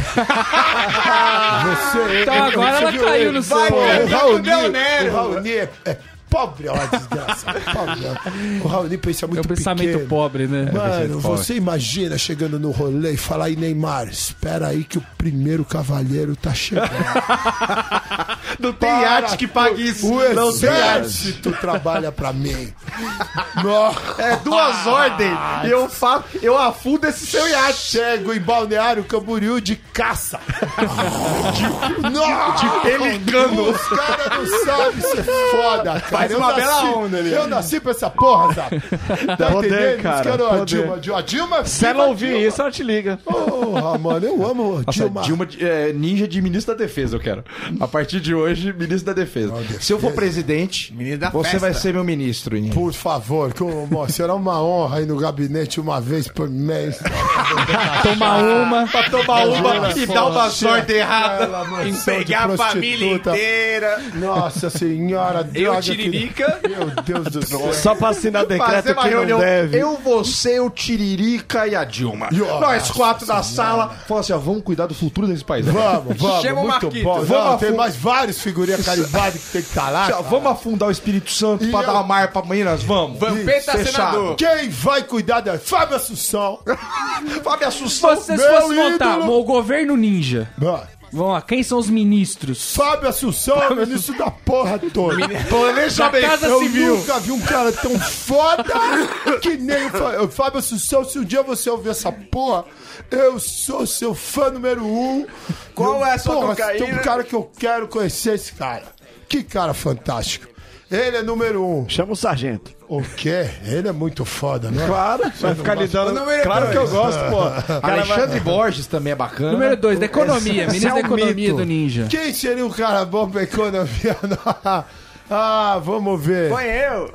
S3: Você
S1: Então agora ela caiu no seu.
S5: Vai,
S3: Pô,
S5: cara.
S3: o
S5: Cantando
S3: Raoni,
S5: Leonero.
S3: o Raoni é, é pobre, ó, desgraça. Pobre, ó. o Raoni pensa
S1: É
S3: muito
S1: um pensamento
S3: pequeno.
S1: pobre, né?
S3: Mano, você imagina chegando no rolê e falar aí, Neymar, espera aí que o primeiro cavalheiro tá chegando.
S2: Não tem arte que pague isso.
S3: O
S2: Não tem arte.
S3: exército trabalha pra mim. Nossa.
S2: É duas ordens e eu, fa... eu afundo esse seu iate.
S3: Chego em Balneário Camboriú de caça. de, Nossa.
S2: Pelicano.
S3: Os caras não sabem ser foda, cara.
S5: Faz uma bela onda ali.
S3: Eu nasci pra essa porra, sabe? Tá
S4: Poder,
S3: entendendo?
S4: cara,
S3: Os caras, ó,
S4: poder.
S3: a Dilma, Dilma, a Dilma.
S4: Se
S1: é
S4: ela ouvir isso, ela te liga.
S3: Porra, mano, eu amo a
S2: Nossa,
S3: Dilma.
S2: Dilma, é, ninja de ministro da defesa, eu quero. A partir de hoje, ministro da defesa.
S3: defesa.
S2: Se eu for presidente,
S5: Ministro da
S2: você
S5: festa.
S2: vai ser meu ministro, Ninja.
S3: Por favor, como, será é uma honra ir no gabinete uma vez por mês.
S1: Toma uma.
S2: Pra tomar
S3: uma e dar uma
S2: sorte errada.
S5: Pegar a família inteira.
S3: Nossa senhora, droga,
S5: Eu,
S3: que-
S5: Tiririca.
S3: Meu Deus do céu.
S4: Só pra assinar decreto que não deve.
S2: Eu, você, o Tiririca e a Dilma.
S3: Nossa
S2: Nós quatro da sala. Fala assim, ó, vamos cuidar do futuro desse país.
S3: Vamos, vamos,
S5: Chama o
S3: muito
S5: Marquito.
S3: bom.
S2: Vamos
S3: Não, tem
S2: afun-
S3: mais vários figurinhas carimbadas que tem que estar lá.
S2: Assim, ó, vamos afundar o Espírito Santo
S3: E
S2: pra
S3: eu-
S2: dar uma mar pra Minas? Vamos.
S5: Vampeta
S2: Fechado.
S5: senador.
S3: Quem vai cuidar da Fábio Assunção?
S2: Fábio Assunção.
S1: Se vocês
S3: Meu
S1: fossem montar
S3: ídolo.
S1: o governo ninja,
S3: Mano,
S1: vamos lá, quem são os ministros?
S3: Fábio Assunção é o ministro da porra toda.
S2: Planeja bem.
S1: Casa
S3: Eu
S1: Civil.
S3: nunca vi um cara tão foda que nem o Fá- o Fábio Assunção. Se um dia você ouvir essa porra, eu sou seu fã número um.
S5: Qual
S3: Eu-
S5: é a sua
S3: porra,
S5: cocaína?
S3: Tem um cara que eu quero conhecer esse cara. Que cara fantástico. Ele é número um.
S4: Chama o sargento.
S3: O quê? Ele é muito foda, não é?
S4: Claro, vai ficar lidando.
S5: Não, ele é
S4: Claro que eu gosto, pô. Cara, vai-
S2: Então, Alexandre Borges também é bacana.
S1: Número 2, da economia, ministro da
S4: é um
S1: economia
S4: mito.
S1: do ninja.
S3: Quem seria um cara bom pra economia? ah, vamos ver.
S5: Põe eu.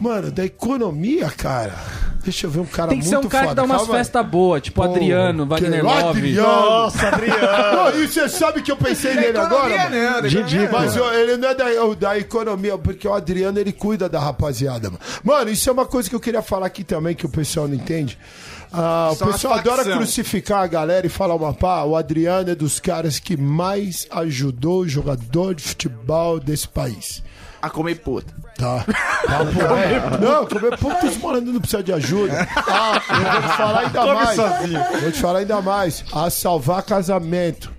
S3: Mano, da economia, cara. Deixa eu ver um cara
S1: Tem que
S3: muito
S1: ser um cara que
S3: foda.
S1: dá umas
S3: Calma aí.
S1: festas boas, tipo Adriano, Wagner
S3: que-
S1: Love.
S3: Adriano.
S4: Nossa, Adriano.
S3: Não, e você sabe que eu pensei nele agora? mano?
S5: não,
S2: né?
S5: da
S4: Didi,
S5: economia né?
S3: Mas
S5: não.
S3: eu- ele não é da, eu- da economia, porque o Adriano ele cuida da rapaziada, mano. Mano, isso é uma coisa que eu queria falar aqui também, que o pessoal não entende. Ah, o
S5: São as
S3: pessoal adora
S5: facção.
S3: crucificar a galera e falar uma pá. O Adriano é dos caras que mais ajudou o jogador de futebol desse país.
S5: A comer puta.
S3: Tá. Papo reto. Não, comer pouco os moranguinhos não precisa de ajuda. Ah, eu vou te falar ainda mais. Vou te falar ainda mais. A salvar casamento.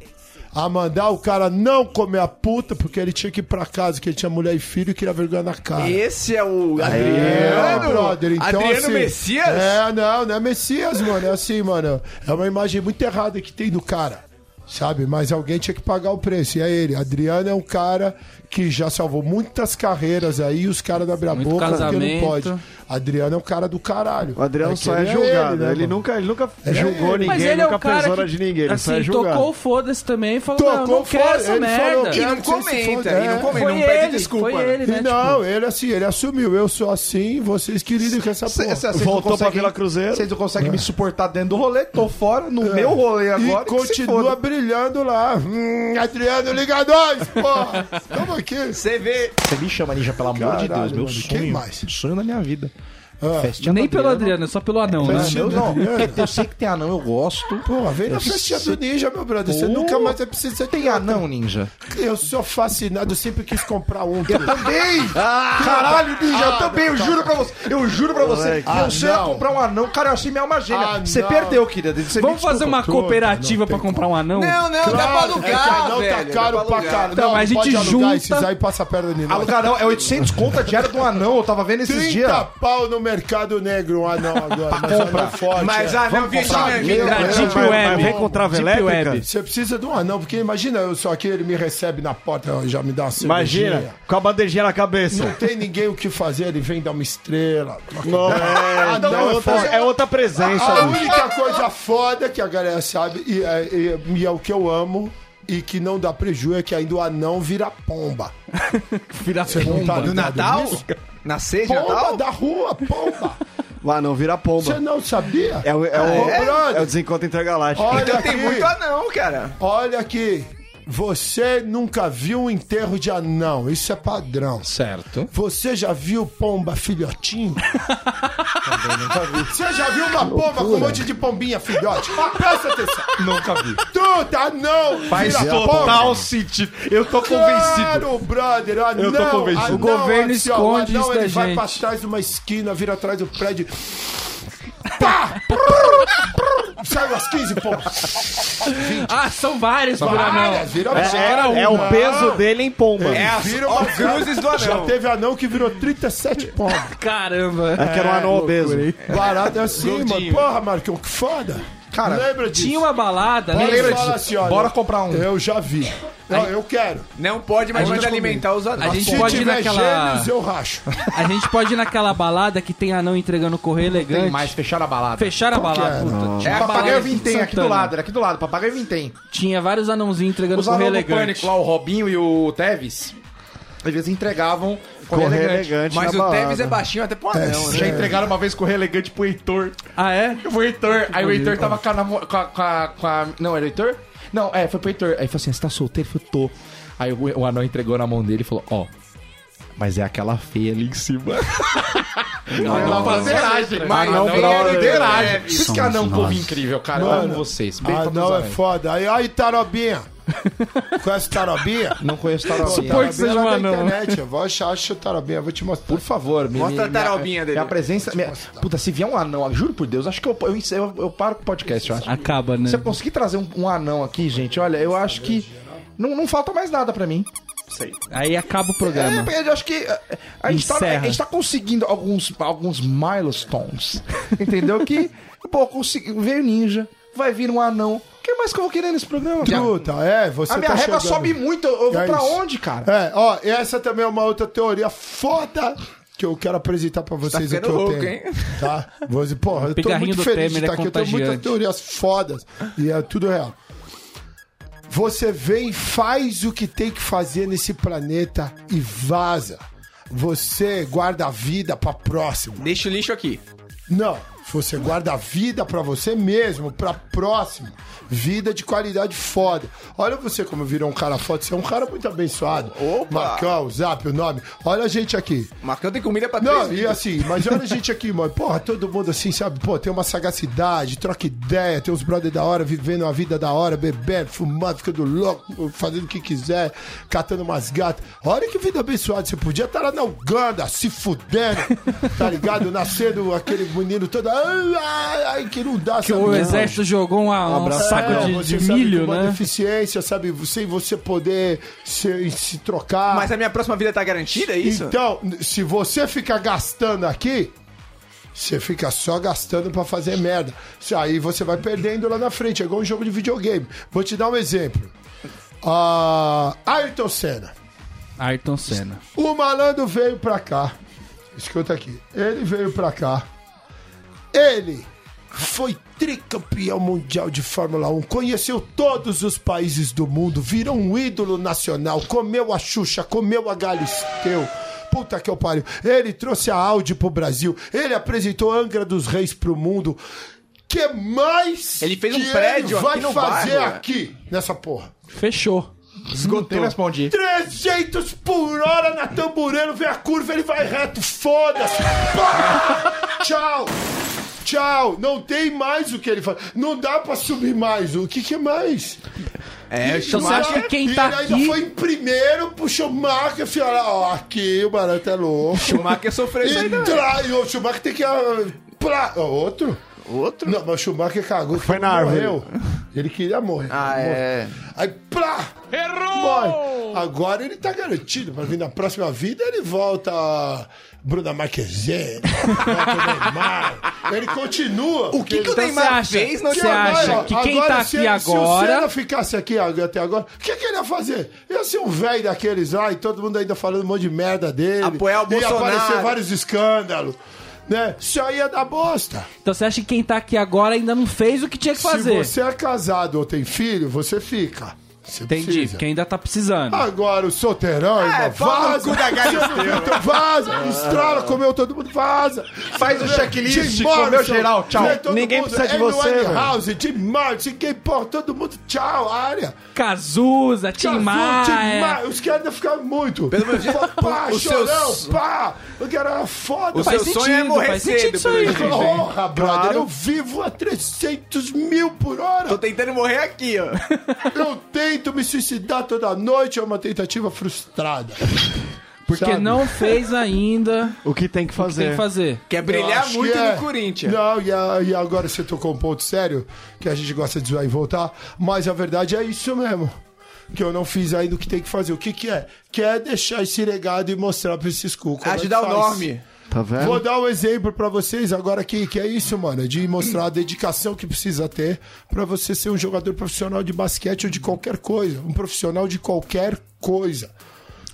S3: A mandar o cara não comer a puta porque ele tinha que ir pra casa, que ele tinha mulher e filho e queria vergonha na cara.
S5: Esse é o
S3: É,
S5: Adriano.
S3: brother. Então,
S5: Adriano
S3: assim,
S5: Messias?
S3: É, não, não é Messias, mano. É assim, mano. É uma imagem muito errada que tem do cara. Sabe? Mas alguém tinha que pagar o preço. E é ele. Adriano é um cara que já salvou muitas carreiras aí e os caras abrem a
S1: Muito
S3: boca porque
S1: casamento.
S3: não pode. Adriano é um cara do caralho.
S4: O Adriano
S3: que
S4: só é
S3: ele
S4: julgado. Ele,
S3: né, mano?
S4: nunca, ele nunca
S3: É
S4: julgou
S3: ele.
S4: ninguém,
S1: Mas ele é
S4: nunca
S1: o
S4: fez
S1: cara
S4: hora
S1: que
S4: de ninguém. Ele só é
S1: assim,
S4: julgado.
S1: tocou o foda-se também e falou, não,
S3: Tocou
S1: não quero
S3: fora,
S1: essa
S3: ele falou,
S1: merda.
S3: "Quero
S5: E não
S3: que vocês se
S5: comenta,
S3: fodam."
S5: e não
S3: É.
S5: comenta.
S1: Foi
S5: não pede
S1: ele,
S5: desculpa,
S1: foi
S5: né?
S1: ele,
S3: E
S1: né?
S3: não, ele assim, ele assumiu. Eu sou assim, vocês que lidem com essa porra.
S4: Voltou pra Vila Cruzeiro.
S2: Vocês não conseguem me suportar dentro do rolê, tô fora, no meu rolê agora.
S3: E
S2: que se
S3: continua
S2: foda.
S3: brilhando lá. Hum, Adriano, liga nós, porra. Tamo aqui.
S5: Você vê.
S2: Você me chama ninja, pelo amor de Deus, meu
S3: mano,
S2: sonho.
S3: quem mais?
S2: Sonho da minha vida.
S3: Ah.
S2: Festinha
S1: Nem
S2: do
S1: pelo Adriano, é só pelo anão, né?
S2: Não, meu não.
S3: Adriano.
S2: Eu sei que tem anão, eu gosto.
S3: Porra, vem na
S2: Eu
S3: festinha
S2: sei-
S3: do ninja, meu brother. Você
S2: Pô.
S3: nunca mais é vai precisar
S2: Tem anão, ninja?
S3: Eu sou fascinado, eu sempre quis comprar um.
S2: Também! Caralho, ninja, eu também, eu juro pra você. Eu juro pra você.
S4: Moleque.
S2: Eu sei eu ia
S3: não.
S2: comprar um anão, cara, eu achei minha alma
S3: Ah,
S2: gêmea. Você
S3: não.
S2: perdeu, querida. Você me
S1: Vamos fazer
S2: desculpa.
S1: uma cooperativa pra comprar um anão?
S5: Não, não, dá pra alugar,
S3: não
S5: velho.
S3: tá caro
S5: dá
S3: pra
S5: alugar.
S3: caralho.
S1: Então,
S3: não,
S1: mas a
S3: pode
S1: gente
S3: alugar
S1: junta-
S3: esses aí passa a perna de nós.
S2: Alugar não, é 800 conto a diária do anão, eu tava vendo esses
S3: 30
S2: dias.
S3: pau no mercado negro, um anão agora. Mas anão forte.
S5: Mas
S3: é.
S5: ah, não, Virgínia,
S1: Na
S5: Virgínia.
S1: Deep
S4: mas- mas
S1: Web.
S4: vem com trava
S1: Deep
S4: elétrica?
S1: Web.
S3: Você precisa de um anão, porque imagina eu só aqui, ele me recebe na porta, já me dá uma cervejinha.
S4: Imagina, com a bandejinha na cabeça.
S3: Não tem ninguém o que fazer, ele vem dar uma estrela.
S4: Não, é,
S2: Então
S3: Não,
S4: não, é,
S3: é
S4: outra,
S3: foda.
S4: é outra
S2: Ah,
S4: presença.
S3: A
S4: bicho.
S3: única coisa foda que a galera sabe, e, é- e- e é o que eu amo, e que não dá prejuízo é que ainda o anão vira pomba.
S1: vira
S3: pomba.
S5: No Natal?
S3: Na ceia pomba
S5: Natal?
S3: da rua, pomba.
S4: Lá não vira
S3: Você
S4: pomba.
S3: não sabia?
S4: É, o- é, o,
S3: Ô, brother,
S4: é o desencontro intergaláctico.
S3: Olha
S5: Então tem
S3: aqui.
S5: muito anão, cara.
S3: Olha aqui. Você nunca viu um enterro de anão. Isso é padrão.
S2: Certo.
S3: Você já viu pomba filhotinho? Você já viu uma pomba com um monte de pombinha filhote? Presta atenção.
S2: Nunca vi.
S3: Tudo anão
S2: Faz
S3: vira
S2: total sentido. Eu tô convencido.
S3: Claro, brother. Anão,
S2: Eu tô convencido.
S3: anão,
S2: O
S1: governo
S3: assim, ó,
S1: esconde
S3: o anão,
S1: isso da
S3: ele vai
S1: gente.
S3: pra trás de uma esquina, vira atrás do prédio. Pá! Sai umas 15 pontos.
S1: Ah, são vários por anão.
S3: vira
S4: É, é o peso dele em pomba.
S5: É as
S3: Vira uma
S5: cruzes do
S3: Já
S5: anão.
S3: teve anão que virou 37 pontos.
S1: Caramba.
S4: É que era um anão obeso.
S3: Barato é assim, mano.
S1: Gordinho.
S3: Porra, Marcão, que foda.
S2: Cara,
S3: lembra disso.
S1: Tinha uma balada,
S3: Bora
S1: lembra?
S3: falar assim, olha,
S2: Bora comprar um.
S3: Eu já vi. Não, eu quero.
S5: Não pode mais pode alimentar os anões.
S1: A gente
S3: Se
S1: pode ir
S3: tiver
S1: naquela-
S3: gêmeos, eu racho. Ah,
S1: A gente pode ir naquela balada que tem anão entregando correio elegante.
S2: Tem mais, fecharam a balada.
S1: Fecharam a balada,
S3: é?
S1: puta.
S2: É
S1: Tinha
S2: a
S1: uma
S2: Papagaio
S1: balada em
S2: Vintém, aqui do
S1: Santana.
S2: lado, era aqui do lado, Papagaio Vintém.
S1: Tinha vários anãozinhos entregando
S2: Os
S1: correio
S2: alunos do
S1: elegante.
S2: Pânico lá, o Robinho e o Tevis, eles entregavam correio
S4: Correr
S2: elegante.
S4: elegante
S5: Mas
S4: na
S5: o Tevez
S4: balada.
S5: é baixinho até pro anão,
S2: Já
S5: né?
S2: entregaram uma vez correio elegante pro Heitor.
S1: Ah, é?
S2: O Heitor, aí o Heitor tava com a, namo- com a- com a- com a- Não, era o Heitor? Não, é, foi pro Heitor. Aí ele falou assim: você tá solteiro? Ele falou, tô. Aí o, o anão entregou na mão dele e falou: ó. Mas é aquela feia ali em cima. Não, não, não,
S5: Mas não, brother.
S2: broderagem. é Por isso que anão, é um povo incrível, cara. Eu
S3: Mano,
S2: amo vocês. Beijo pra
S3: Ah,
S2: todos os
S3: não, é
S2: anões.
S3: foda. Aí, aí, tarobinha. Conhece tarobinha?
S2: Não conheço tarobinha. é
S1: Suponho que seja um
S3: Tarobinha
S1: anão.
S3: na internet. Eu vou achar, acho tarobinha. Eu vou te mostrar.
S2: Por favor, me
S5: Mostra a
S2: me-
S5: tarobinha
S2: minha,
S5: dele.
S2: Minha presença. minha- Puta, se vier um anão, juro por Deus, acho que eu, eu, encerro- eu paro com o podcast, eu acho.
S1: Acaba, né?
S2: Se eu conseguir trazer um, um anão aqui, gente, olha, eu acho que. Não, não falta mais nada pra mim.
S1: Aí acaba o
S2: É,
S1: programa.
S2: porque eu acho que a, a gente, tá,
S1: Encerra.
S2: a gente tá conseguindo alguns, alguns milestones. entendeu? Que, pô, consegui, veio ninja, vai vir um anão. O que mais que eu vou querer nesse programa? cara?
S3: Truta, é, você
S2: a minha
S3: tá
S2: régua
S3: chegando.
S2: sobe muito. Eu eu vou
S3: É
S2: pra
S3: isso.
S2: onde, cara?
S3: É, ó, essa também é uma outra teoria foda que eu quero apresentar
S1: Tá
S3: pra vocês
S5: ficando
S3: aqui. eu
S5: louco,
S3: tenho,
S5: hein?
S3: Tá? Vou dizer, porra, eu tô
S1: Pigarrinho
S3: muito
S1: do
S3: feliz de
S1: Temer
S3: estar
S1: é
S3: aqui. Eu tenho muitas
S1: contagiante.
S3: teorias fodas e é tudo real. Você vem, faz o que tem que fazer nesse planeta e vaza. Você guarda a vida pra próximo.
S5: Deixa o lixo aqui.
S3: Não, você guarda a vida pra você mesmo, pra próxima. Vida de qualidade foda. Olha você como virou um cara foda. Você é um cara muito abençoado.
S5: Opa!
S3: Marcão, Zap, o nome. Olha a gente aqui.
S5: Marcão tem comida pra três.
S3: Não, e assim, mas olha a gente aqui, mano. Porra, todo mundo assim, sabe? Pô, tem uma sagacidade, troca ideia, tem uns brother da hora, vivendo uma vida da hora, bebendo, fumando, ficando louco, fazendo o que quiser, catando umas gatas. Olha que vida abençoada. Você podia estar lá na Uganda, se fudendo, tá ligado? Nascendo aquele menino todo. Ai, ai, ai, que não dá,
S1: Que o
S3: Não.
S1: exército jogou uma- um saco
S3: É,
S1: de-
S3: você
S1: de,
S3: sabe,
S1: milho,
S3: uma
S1: né?
S3: deficiência, sabe? Sem você poder se, se trocar.
S5: Mas a minha próxima vida tá garantida, é isso?
S3: Então, n- se você ficar gastando aqui, você fica só gastando pra fazer merda. Se- Aí você vai perdendo lá na frente. É igual um jogo de videogame. Vou te dar um exemplo. Ah, Ayrton Senna.
S1: Ayrton Senna.
S3: O malandro veio pra cá. Escuta aqui. Ele veio pra cá. Ele foi tricampeão mundial de Fórmula 1, conheceu todos os países do mundo, virou um ídolo nacional, comeu a Xuxa, comeu a Galisteu. Puta que eu pariu. Ele trouxe a Audi pro Brasil, ele apresentou Angra dos Reis pro mundo. Que mais
S5: Ele fez um
S3: que
S5: prédio
S3: ele vai
S5: aqui no
S3: fazer
S5: bairro, é.
S3: aqui nessa porra?
S1: Fechou.
S2: Esgotei, respondi.
S3: 300 por hora na tambureiro, vem a curva, ele vai reto, foda-se. Pá! Tchau. Tchau. Não tem mais o que ele faz. Não dá pra subir mais. O que que é mais?
S5: É,
S1: Então você acha que quem
S3: E
S1: tá
S3: ele ainda
S1: aqui...
S3: foi em primeiro, puxou marca e falou, ó, aqui o barato é louco.
S5: o Schumacher sofreu isso aí
S3: E
S5: também.
S3: trai, o Schumacher tem que. ah, Pra... Ó, Outro? Outro? Não, mas o Schumacher cagou. Foi
S4: na árvore.
S3: Ele queria morrer.
S5: Ah,
S3: Morrer.
S5: é.
S3: Aí, plá! Errou! Morre. Agora ele tá garantido. Pra vir na próxima vida, ele volta. a Bruna Marquezine, volta o Neymar. Ele continua. tá
S5: O que, que o
S1: Então você
S5: Neymar
S1: acha,
S5: fez? Não
S1: você
S5: sei.
S1: acha que quem tá
S3: se,
S1: aqui
S3: se o Senna
S1: agora...
S3: ficasse aqui ag- até agora, o que, que ele ia fazer? Ia ser um velho daqueles lá e todo mundo ainda falando um monte de merda dele.
S5: Apoiar o
S3: Ia
S5: Bolsonaro.
S3: aparecer vários escândalos. Né? Isso aí ia dar bosta.
S1: Então você acha que quem tá aqui agora ainda não fez o que tinha que fazer?
S3: Se você é casado ou tem filho, você fica. Você
S1: Entendi,
S3: precisa.
S1: porque ainda tá precisando.
S3: Agora o solteirão, irmão,
S5: fala no
S3: vaza.
S5: cu da galha
S3: Então vaza, estrala, comeu todo mundo, vaza.
S2: Faz o checklist, comeu geral, tchau.
S4: Ninguém precisa de você,
S3: Amy
S4: velho.
S3: É House, Jim Martin, quem importa, todo mundo, tchau, área.
S1: Cazuza, Tim
S3: Azul,
S1: Maia.
S3: Maia. Os caras ainda ficaram muito. Pelo menos, pá,
S5: os
S3: chorão,
S5: seus-
S3: pá. O cara era foda.
S5: Seu sonho é morrer
S1: faz
S5: cedo,
S1: sentido isso
S5: pelo
S1: aí.
S5: jeito.
S3: Porra, brother, eu vivo a 300 mil por hora.
S5: Tô tentando morrer aqui, ó.
S3: Eu tento me suicidar toda noite, é uma tentativa frustrada.
S1: Porque
S3: Sabe?
S1: não fez ainda
S4: O que tem que
S1: o que tem
S4: fazer?
S1: que fazer.
S5: Quer
S3: Eu
S5: brilhar
S3: acho que
S5: muito
S3: é.
S5: no Corinthians.
S3: Não, e, a- e agora você tocou um ponto sério, que a gente gosta de zoar e voltar, mas a verdade é isso mesmo. Que eu não fiz ainda o que tem que fazer. O que que é? Quer deixar esse legado e mostrar pra esses cu. como é que
S5: Ajudar o
S3: faz.
S5: Norme.
S4: Tá
S1: É.
S4: vendo?
S3: Vou dar um exemplo pra vocês agora aqui, que é isso, mano, de mostrar a dedicação que precisa ter pra você ser um jogador profissional de basquete ou de qualquer coisa, um profissional de qualquer coisa.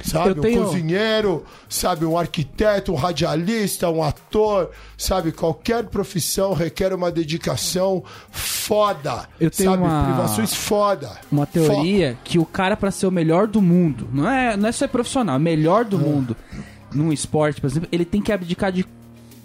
S3: Sabe,
S1: Eu tenho-
S3: um cozinheiro, sabe, um arquiteto, um radialista, um ator, sabe, qualquer profissão requer uma dedicação foda.
S1: Eu tenho
S3: sabe,
S1: uma-
S3: privações foda.
S1: Uma
S3: Foda.
S1: teoria que o cara, pra ser o melhor do mundo, não é, não é ser profissional, é melhor do mundo num esporte, por exemplo, ele tem que abdicar de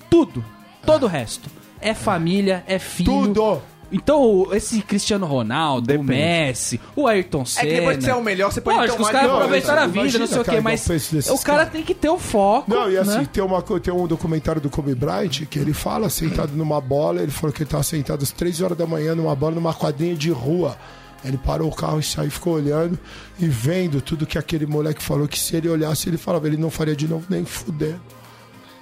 S1: tudo, todo o resto. É família, é filho.
S3: Tudo.
S1: Então, o- esse Cristiano Ronaldo,
S4: Depende.
S1: o Messi, o Ayrton
S5: É
S1: Senna.
S5: que depois que você é o melhor, você pode
S1: Lógico,
S5: tomar
S1: os caras
S5: de
S3: Não,
S1: aproveitaram a
S3: imagina,
S1: vida, não sei o
S3: cara,
S1: quê,
S3: igual
S1: mas
S3: fez desses
S1: o cara tem que ter o foco.
S3: Não, e assim,
S1: né?
S3: tem, uma, co- tem um documentário do Kobe Bryant que ele fala, sentado numa bola, ele falou que ele tava sentado às 3 horas da manhã numa bola, numa quadrinha de rua. Ele parou o carro e saiu, ficou olhando e vendo tudo que aquele moleque falou, que se ele olhasse, ele falava, ele não faria de novo nem fuder.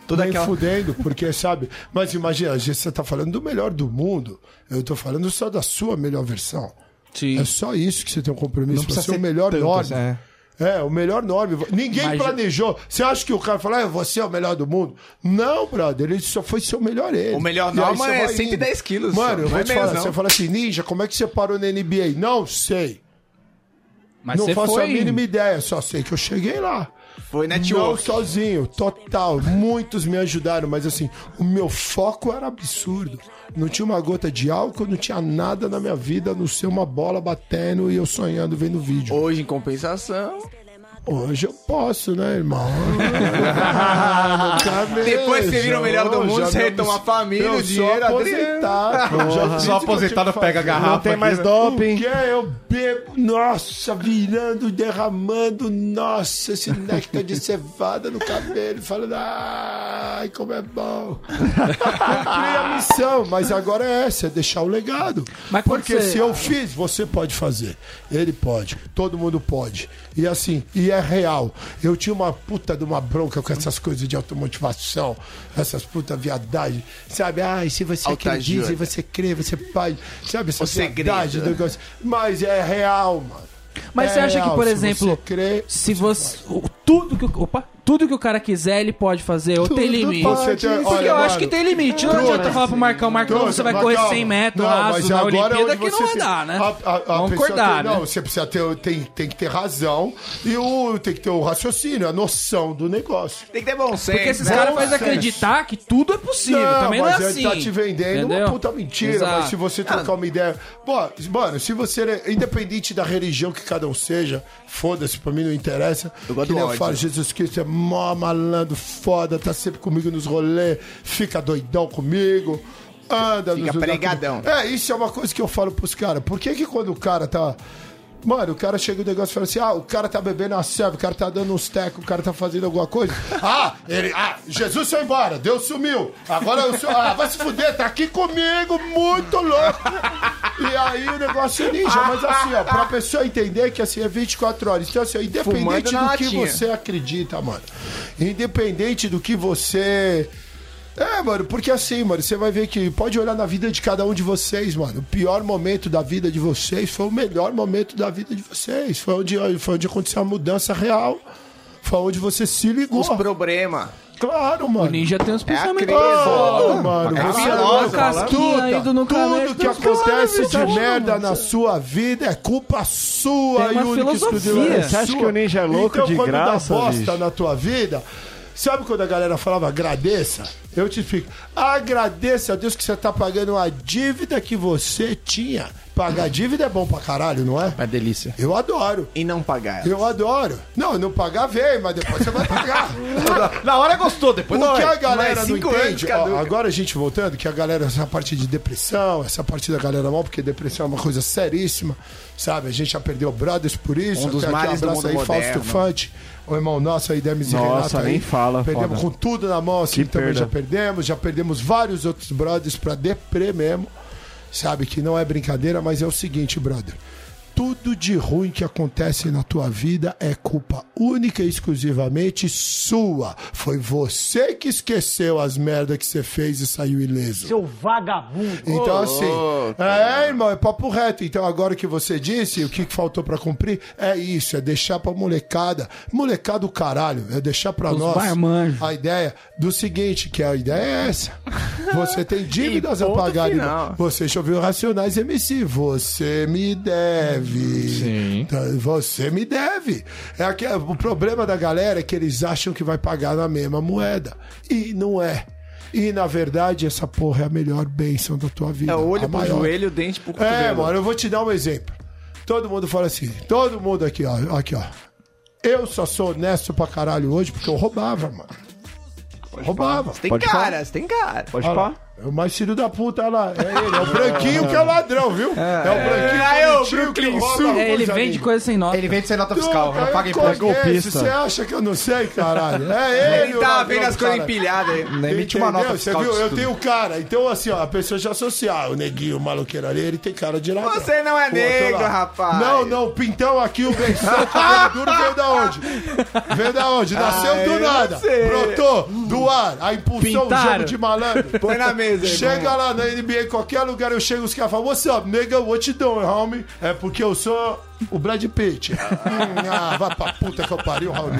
S5: Toda
S3: nem
S5: aquela-
S3: fudendo, porque, sabe? Mas imagina, a gente- você tá falando do melhor do mundo, eu tô falando só da sua melhor versão.
S1: Sim.
S3: É só isso que você tem um compromisso,
S6: Não
S3: pra
S6: precisa
S3: ser o
S6: ser
S3: melhor
S6: tanto,
S3: Norm.
S6: assim, é.
S3: É, o melhor nome. Ninguém
S1: Mas-
S3: planejou. Você acha que o cara fala, ah, você é o melhor do mundo? Não, brother, ele só foi seu melhor ele.
S5: O
S3: E
S5: melhor
S3: aí
S5: Norman
S3: você
S5: é
S3: vai
S5: 110 quilos,
S3: Mano, eu
S5: não
S3: vou
S5: é
S3: te falar,
S5: mesmo,
S3: você
S5: não.
S3: fala assim, Ninja, como é que você parou na NBA? Não sei.
S1: Mas
S3: não
S1: você
S3: faço
S1: foi...
S3: a mínima ideia, só sei que eu cheguei lá.
S5: Foi
S3: Eu
S5: network.
S3: sozinho, total. Muitos me ajudaram, mas assim, o meu foco era absurdo. Não tinha uma gota de álcool, não tinha nada na minha vida, a não ser uma bola batendo e eu sonhando vendo vídeo.
S5: Hoje, em compensação.
S3: Hoje eu posso, né, irmão?
S5: Depois que você vira o melhor do mundo, você retoma a família, o dinheiro, a
S3: aposentado.
S6: Só aposentado pega a garrafa.
S4: Não tem mais
S6: aqui, né?
S4: doping.
S3: Porque é? eu bebo, nossa, virando, derramando, nossa, esse néctar de cevada no cabelo, falando, ai, como é bom. Cumpri a missão, mas agora é essa, é deixar o legado.
S1: Mas quando
S3: Porque
S1: você-
S3: se eu fiz, você pode fazer. Ele pode, todo mundo pode. E assim, e é real. Eu tinha uma puta de uma bronca com essas coisas de automotivação, essas puta viadagem, sabe? Ai, se você
S5: Autoajuda.
S3: acredita, você crê, você pode, sabe? Essa
S5: O segredo,
S3: verdade do
S5: né?
S3: negócio. Mas é real, mano.
S1: Mas
S3: É
S1: você acha que,
S3: real,
S1: por
S3: se
S1: exemplo,
S3: você crê,
S1: se você. o- Tudo que, o- opa, tudo que o cara quiser, ele pode fazer. Ou tem
S3: Tudo
S1: limite.
S3: pode. Você tem-
S1: Porque
S3: olha,
S1: eu acho
S3: mano,
S1: que tem limite. Não
S3: trouxa,
S1: adianta falar pro Marcão, Marcão,
S3: Trouxa,
S1: você vai
S3: mas
S1: correr
S3: calma.
S1: 100 metros
S3: Não,
S1: raso
S3: mas
S1: na
S3: agora é onde
S1: Olimpíada que não
S3: você
S1: vai
S3: tem-
S1: dar, né?
S3: a- a- a
S1: Vamos
S3: pessoa
S1: acordar,
S3: tem- Não,
S1: né?
S3: você precisa ter, tem, tem que ter razão e o, tem que ter o raciocínio, a noção do negócio.
S5: Tem que ter bom senso.
S1: Porque esses
S5: né?
S1: caras fazem
S3: Não,
S1: acreditar que tudo é possível. Também não é
S3: mas ele
S1: assim.
S3: tá te vendendo
S1: entendeu?
S3: uma puta mentira. Mas
S1: Exato.
S3: se você trocar
S5: Ah.
S3: uma ideia. Pô, mano, se você. né, Independente da religião que cada um seja, foda-se, pra mim não interessa. Eu
S5: gosto
S3: que
S5: do
S3: nem eu
S5: ódio.
S3: falo, Jesus Cristo é mó malandro, foda, tá sempre comigo nos rolês, fica doidão comigo. Anda
S5: Fica
S3: nos lugares-
S5: pregadão.
S3: É, isso é uma coisa que eu falo pros caras. Por que que quando o cara tá. Mano, o cara chega no negócio e fala assim: ah, o cara tá bebendo a serva, o cara tá dando uns tecos, o cara tá fazendo alguma coisa. Ah, ele. Ah, Jesus foi embora, Deus sumiu. Agora eu sou. Ah, vai se fuder, tá aqui comigo, muito louco. E aí o negócio é ninja. Mas assim, ó, pra pessoa entender que assim é 24 horas. Então, assim, ó, independente
S5: Fumando na
S3: do que
S5: latinha.
S3: você acredita, mano. Independente do que você. É, mano, porque assim, mano, você vai ver que pode olhar na vida de cada um de vocês, mano. O pior momento da vida de vocês foi o melhor momento da vida de vocês. Foi onde, foi onde aconteceu a mudança real. Foi onde você se ligou.
S5: Os problemas.
S3: Claro, mano.
S1: O ninja tem uns pensamentos.
S5: crise.
S1: foda.
S3: Ô, mano,
S5: É
S3: você
S5: filósofo,
S3: é
S1: casquinha aí do
S3: tudo,
S1: nunca
S3: tudo
S1: mais,
S3: que
S1: dos caras,
S3: acontece de
S1: bicho.
S3: merda na sua vida é culpa sua
S1: Tem uma
S3: e única e exclusiva
S1: filosofia.
S3: é
S1: Você
S4: acha
S3: sua.
S4: que o ninja é louco
S3: então,
S4: de
S3: quando
S4: graça,
S3: dá bosta
S4: bicho?
S3: na tua vida, sabe quando a galera falava agradeça? Eu te explico. Agradeça a Deus que você tá pagando uma dívida que você tinha. Pagar dívida é bom pra caralho, não é?
S2: É delícia.
S3: Eu adoro.
S5: E não pagar.
S3: Eu adoro. Não, não pagar vem, mas depois você vai pagar.
S2: Na hora gostou, depois
S3: o que a galera
S5: mas
S3: não é,
S5: cinco anos,
S3: entende, ó,
S5: caduca.
S3: agora a gente voltando, que a galera, essa parte de depressão, essa parte da galera mal, porque depressão é uma coisa seríssima, sabe? A gente já perdeu brothers por isso.
S5: Um dos
S3: até aqui,
S5: males do
S3: abraço
S5: mundo
S3: aí, Fausto
S5: moderno.
S3: Fante, o irmão nosso aí, Demis e
S5: Nossa,
S3: Renato.
S5: nem
S3: aí.
S5: fala,
S3: Perdemos
S5: foda.
S3: com tudo na mão, assim,
S5: Que
S3: também
S5: perda.
S3: já perdemos, já perdemos vários outros brothers pra deprê mesmo, sabe? Que não é brincadeira, mas é o seguinte, brother. Tudo de ruim que acontece na tua vida é culpa única e exclusivamente sua. Foi você que esqueceu as merdas que você fez e saiu ileso.
S7: Seu vagabundo.
S3: Então, assim, é, irmão, é papo reto. Então, agora que você disse, o que que faltou pra cumprir é isso: é deixar pra molecada. Molecada o caralho, é deixar pra nós
S1: marmanjos.
S3: a ideia do seguinte: que a ideia é essa. Você tem dívidas a pagar.
S5: final.
S3: irmão. Você já ouviu Racionais MC. Você me deve.
S2: Sim.
S3: Tá, Você me deve. É que, o problema da galera é que eles acham que vai pagar na mesma moeda. E não é. E na verdade, essa porra é a melhor bênção da tua vida.
S5: É o olho
S3: a
S5: pro
S3: maior.
S5: joelho, o dente pro cotovelo.
S3: É, mano, eu vou te dar um exemplo. Todo mundo fala assim, todo mundo aqui, ó, aqui, ó. Eu só sou honesto pra caralho hoje porque eu roubava, mano. roubava.
S5: Tem
S4: Pode
S5: cara,
S4: falar?
S5: você tem cara.
S4: Pode
S3: Olha lá,
S4: pá?
S3: é o mais filho da puta olha lá. É ele, é o branquinho que é ladrão, viu? É, o branquinho
S5: Aí, ô,
S3: bonitinho que
S5: Brooklyn
S3: rouba
S5: Sul.
S3: a
S1: É, ele
S3: coisa
S1: vende
S3: dele.
S1: coisa sem nota.
S6: Ele vem de ser nota
S3: Puta,
S6: fiscal, não
S3: eu
S6: paga
S3: conheço,
S6: imposto.
S3: Você acha que eu não sei, caralho? É ele,
S5: Ele
S3: o
S5: tá
S3: ladrão
S5: vendo as
S3: do
S5: coisas
S3: caralho.
S5: empilhadas aí.
S6: Né? Emite uma
S3: Entendeu?
S6: nota
S3: Você
S6: fiscal
S3: viu?
S6: disso
S3: Eu
S6: tudo.
S3: tenho cara. Então, assim, ó, a pessoa já associa. Ah, o neguinho, o maloqueiro ali, ele tem cara de ladrão.
S5: Você não é
S3: O outro
S5: negro,
S3: lá.
S5: rapaz.
S3: Não, não. o Pintão aqui, o Benção, o cabelo duro, veio da onde? Veio da onde? Nasceu do nada.
S5: Ah, sei.
S3: Brotou do ar. A impulsão, o jogo
S1: Pintaram.
S3: de malandro.
S5: Põe na mesa aí,
S3: Chega lá na NBA, em qualquer lugar eu chego, os caras falam, what's up, nigga, what you doing, homie? É porque eu sou o Brad Pitt. Hum, ah, vai pra puta que eu pariu, Raoni.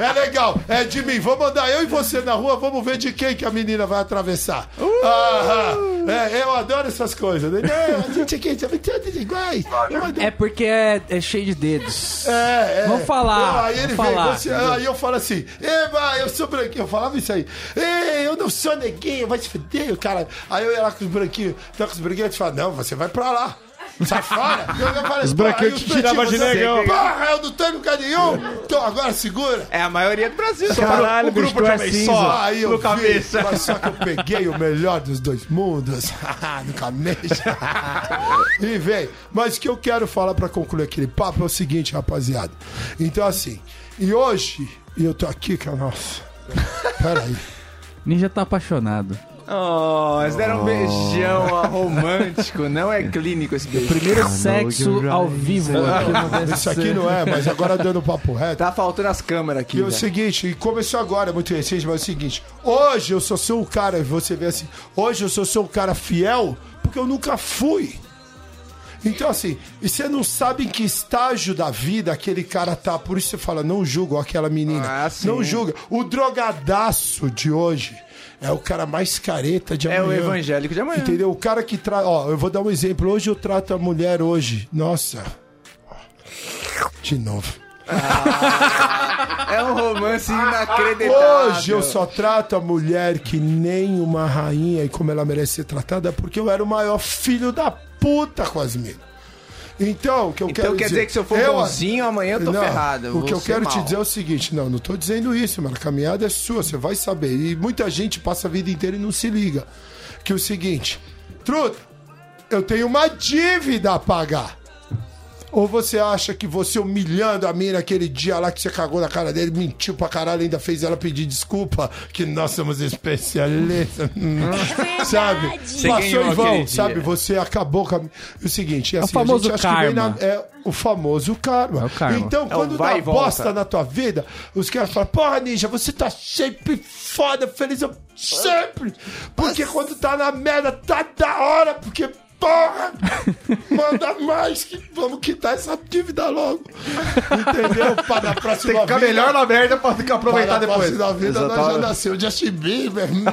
S3: É, é legal, é de mim. Vamos andar eu e você na rua, vamos ver de quem que a menina vai atravessar.
S4: Uh!
S3: Aham. É, eu adoro essas coisas. né? É, a gente aqui sabe todos iguais. Eu adoro.
S1: É porque é, é cheio de dedos.
S3: É, é.
S1: Vamos falar,
S3: Não, aí ele
S1: vamos falar.
S3: vem, você- aí eu falo assim, Eba, eu sou branquinho. Eu falava isso aí. Ei, eu não sou neguinho, vai se fuder, cara. Aí eu ia lá com os branquinhos, tá com os branquinhos, e falava, não, você vai pra lá. Sai fora! Eu ia falar,
S4: Os branquinhos
S3: aí os
S4: te tiravam de
S3: branquinhos,
S4: negão.
S3: Porra, eu não tenho lugar nenhum! Então agora segura!
S5: É a maioria do Brasil. só
S4: Caralho,
S6: o grupo
S4: bicho, tu
S6: de
S4: é
S6: vez
S4: cinza.
S6: só.
S3: Ah, Aí eu
S6: no
S3: vi,
S6: cabeça.
S3: mas só que eu peguei o melhor dos dois mundos. no cabeça. e vem. Mas o que eu quero falar pra concluir aquele papo é o seguinte, rapaziada. Então, assim, e hoje, e eu tô aqui, cara, nossa. Peraí.
S1: Ninja tá apaixonado.
S5: Oh, eles deram um beijão ó, romântico. Não é clínico esse beijo.
S1: Primeiro sexo ao vivo aqui no DSC.
S3: Isso aqui não é, mas agora dando papo reto.
S5: Tá faltando as câmeras aqui.
S3: E é o
S5: velho.
S3: seguinte, e começou agora, é muito recente, mas é o seguinte: hoje eu só sou o cara, você vê assim, hoje eu só sou o cara fiel, porque eu nunca fui. Então, assim, e você não sabe em que estágio da vida aquele cara tá, por isso você fala, não julgo aquela menina.
S5: Ah, sim.
S3: não julga. O drogadaço de hoje é o cara mais careta de
S5: É
S3: amanhã.
S5: o evangélico de amanhã.
S3: Entendeu? O cara que traz. Ó, eu vou dar um exemplo. Hoje eu trato a mulher hoje. Nossa. De novo.
S5: É um romance inacreditável.
S3: Hoje eu só trato a mulher que nem uma rainha e como ela merece ser tratada, porque eu era o maior filho da puta com as minas. Então, o que eu quero
S5: Então quer dizer que se eu for bonzinho, amanhã eu tô
S3: Não,
S5: ferrado. eu
S3: O que eu
S5: vou ser
S3: quero te
S5: mal.
S3: dizer é o seguinte: não, não tô dizendo isso, mano. A caminhada é sua, você vai saber. E muita gente passa a vida inteira e não se liga. Que é o seguinte, truta, eu tenho uma dívida a pagar. Ou você acha que você humilhando a mina aquele dia lá que você cagou na cara dele, mentiu pra caralho, ainda fez ela pedir desculpa, que nós somos especialistas, hum, sabe? Passou
S5: ganhou
S3: em
S5: aquele
S3: vão,
S5: dia.
S3: sabe? Você acabou com a... O seguinte, assim, a
S1: famoso
S3: gente acha que vem na...
S1: karma.
S3: É o famoso karma.
S1: É o karma.
S3: Então,
S5: É o
S3: quando
S5: vai
S3: dá
S5: e volta.
S3: bosta na tua vida, os caras falam, porra, Ninja, você tá sempre foda, feliz eu- sempre. Porque quando tá na merda, tá da hora, porque, porra, manda mais, que vamos quitar essa dívida logo. Entendeu? Para a próxima
S6: Tem que ficar
S3: vida-
S6: melhor na merda pra ficar aproveitar
S3: para a
S6: depois.
S3: próxima vida, nós já
S4: Exatamente.
S3: nasceu o Justin Bieber. hum.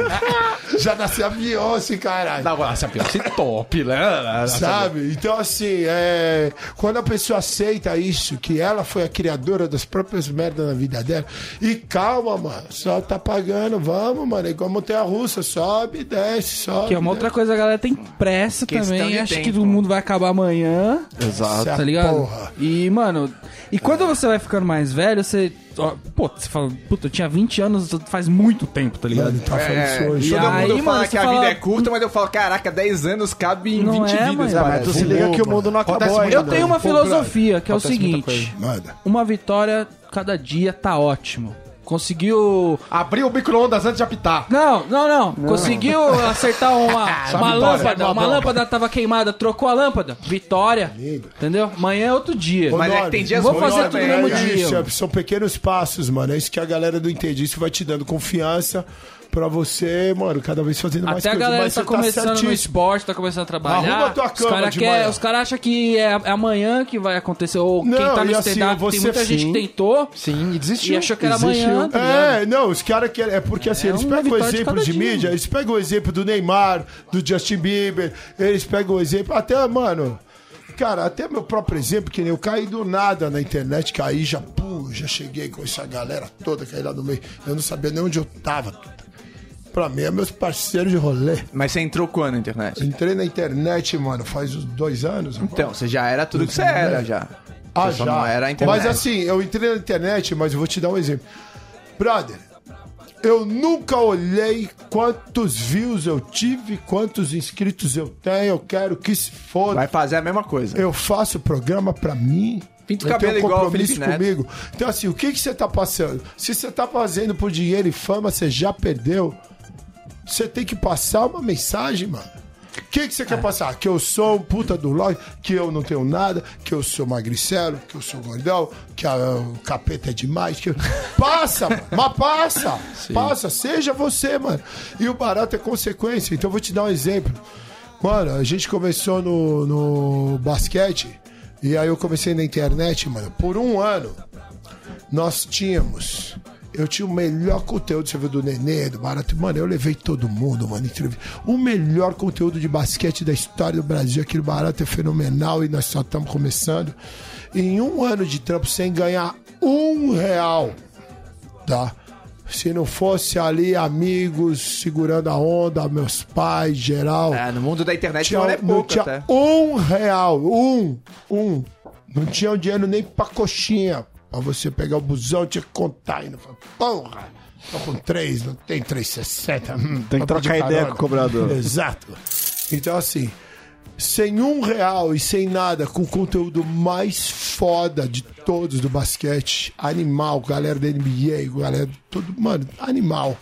S3: já nasceu a Beyoncé, caralho.
S2: Não, essa Beyoncé é top, né?
S5: Ah, tá
S3: Sabe? Então, assim, é... quando a pessoa aceita isso, que ela foi a criadora das próprias merdas na vida dela, e calma, mano, só tá pagando, vamos, mano, é igual montanha russa, sobe, desce, sobe.
S1: Que é uma outra coisa
S3: desce.
S1: coisa, a galera tem pressa
S5: Questão
S1: também.
S5: de
S1: Acha
S5: tempo.
S1: que o mundo vai acabar amanhã.
S4: Exato.
S1: Tá ligado?
S3: Porra.
S1: E, mano, e quando você vai ficando mais velho, você. ó, Pô, você fala, puta, eu tinha 20 anos faz muito tempo, tá ligado?
S3: Mano, tá
S5: É,
S3: falando isso hoje.
S1: e
S5: Todo
S1: aí,
S5: mundo
S1: mano,
S5: fala
S1: você
S5: que a
S1: fala-
S5: vida é curta, mas eu falo, caraca, 10 anos cabe em
S1: Não
S5: 20
S1: é,
S5: vidas.
S1: mano.
S5: mano.
S4: Mas tu se liga que o mundo não acabou ainda.
S1: Eu
S6: né?
S1: tenho
S2: um
S1: uma filosofia que é o seguinte:
S3: Manda.
S1: uma vitória cada dia tá ótimo. Conseguiu.
S2: Abriu o micro-ondas antes de apitar.
S1: Não, não, não. Conseguiu acertar uma, uma
S2: vitória,
S1: lâmpada.
S2: uma
S1: Uma
S2: bronca.
S1: lâmpada tava queimada, trocou a lâmpada. Vitória.
S3: Lindo.
S1: Entendeu? Amanhã é outro dia.
S5: Mas é que tem dias
S1: Vou
S5: ruins
S1: fazer tudo
S5: também,
S1: no
S5: né,
S1: mesmo
S5: cara?
S1: dia.
S3: Isso, é- são pequenos passos, mano. É isso que a galera não entende. Isso vai te dando confiança pra você, mano, cada vez fazendo mais
S1: Até a
S3: coisa.
S1: galera
S3: mas
S1: tá
S3: você
S1: começando no
S3: certíssimo.
S1: esporte, tá começando a trabalhar.
S3: Arruma tua cama
S1: os cara
S3: de
S1: quer-
S3: manhã.
S1: os caras acham que é, é amanhã que vai acontecer. Ou
S3: Não,
S1: quem tá no
S3: e assim,
S1: stand-up,
S3: você-
S1: tem muita gente que
S3: sim.
S1: tentou
S2: Sim, e desistiu.
S1: e achou que era amanhã. tá ligado?
S3: É, não, os caras querem. É porque assim,
S1: É
S3: eles
S1: uma
S3: pegam o
S1: vitória de
S3: exemplo
S1: cada
S3: de,
S1: dia,
S3: mídia,
S1: mano.
S3: eles pegam o exemplo do Neymar, do Justin Bieber, eles pegam o exemplo. Até, mano. Cara, até meu próprio exemplo, que nem eu caí do nada na internet, caí, já, pum, já cheguei com essa galera toda, caí lá no meio. Eu não sabia nem onde eu tava. Pra mim, é meus parceiros de rolê.
S5: Mas você entrou quando na internet?
S3: Entrei na internet, mano, faz uns dois anos. agora.
S5: Então, você já era tudo que você era, já.
S3: Ah,
S5: Você só
S3: já.
S5: não era a internet.
S3: Mas assim, eu entrei na internet, mas eu vou te dar um exemplo. Brother, eu nunca olhei quantos views eu tive, quantos inscritos eu tenho, eu quero que se foda.
S5: Vai fazer a mesma coisa.
S3: Eu faço programa pra mim.
S5: Pinta o
S3: eu
S5: cabelo
S3: tenho um
S5: igual o
S3: compromisso
S5: Felipe Neto.
S3: comigo. Então, assim, o que, que você tá passando? Se você tá fazendo por dinheiro e fama, você já perdeu. Você tem que passar uma mensagem, mano. O que, que você quer passar? Que eu sou um puta do log, que eu não tenho nada, que eu sou magricelo, que eu sou gordão, que a- o capeta é demais. Que... eu- Passa, mano, mas passa! Passa, seja você, mano. E o barato é consequência. Então eu vou te dar um exemplo. Mano, a gente começou no, no basquete, e aí eu comecei na internet, mano, por um ano nós tínhamos. Eu tinha o melhor conteúdo, você viu, do Nenê, do Barato. Mano, eu levei todo mundo, mano, entrevista. O melhor conteúdo de basquete da história do Brasil. Aquele Barato é fenomenal e nós só estamos começando. Em um ano de trampo, sem ganhar um real, tá? Se não fosse ali amigos segurando a onda, meus pais, geral.
S5: Ah, no mundo da internet
S3: Tinha,
S5: não é
S3: não
S5: pouco
S3: tinha
S5: até.
S3: um real. Um. Um. Não tinha um dinheiro nem pra coxinha. Pra você pegar o busão, tinha que contar ainda. Falei, Porra! Tô com três, não tem 360. Hum,
S4: Tem que
S3: pra pedir
S4: trocar ideia
S3: carona.
S4: com o cobrador.
S3: Exato. Então, assim, sem um real e sem nada, com o conteúdo mais foda de todos do basquete, animal, galera da NBA, galera, tudo, mano, animal.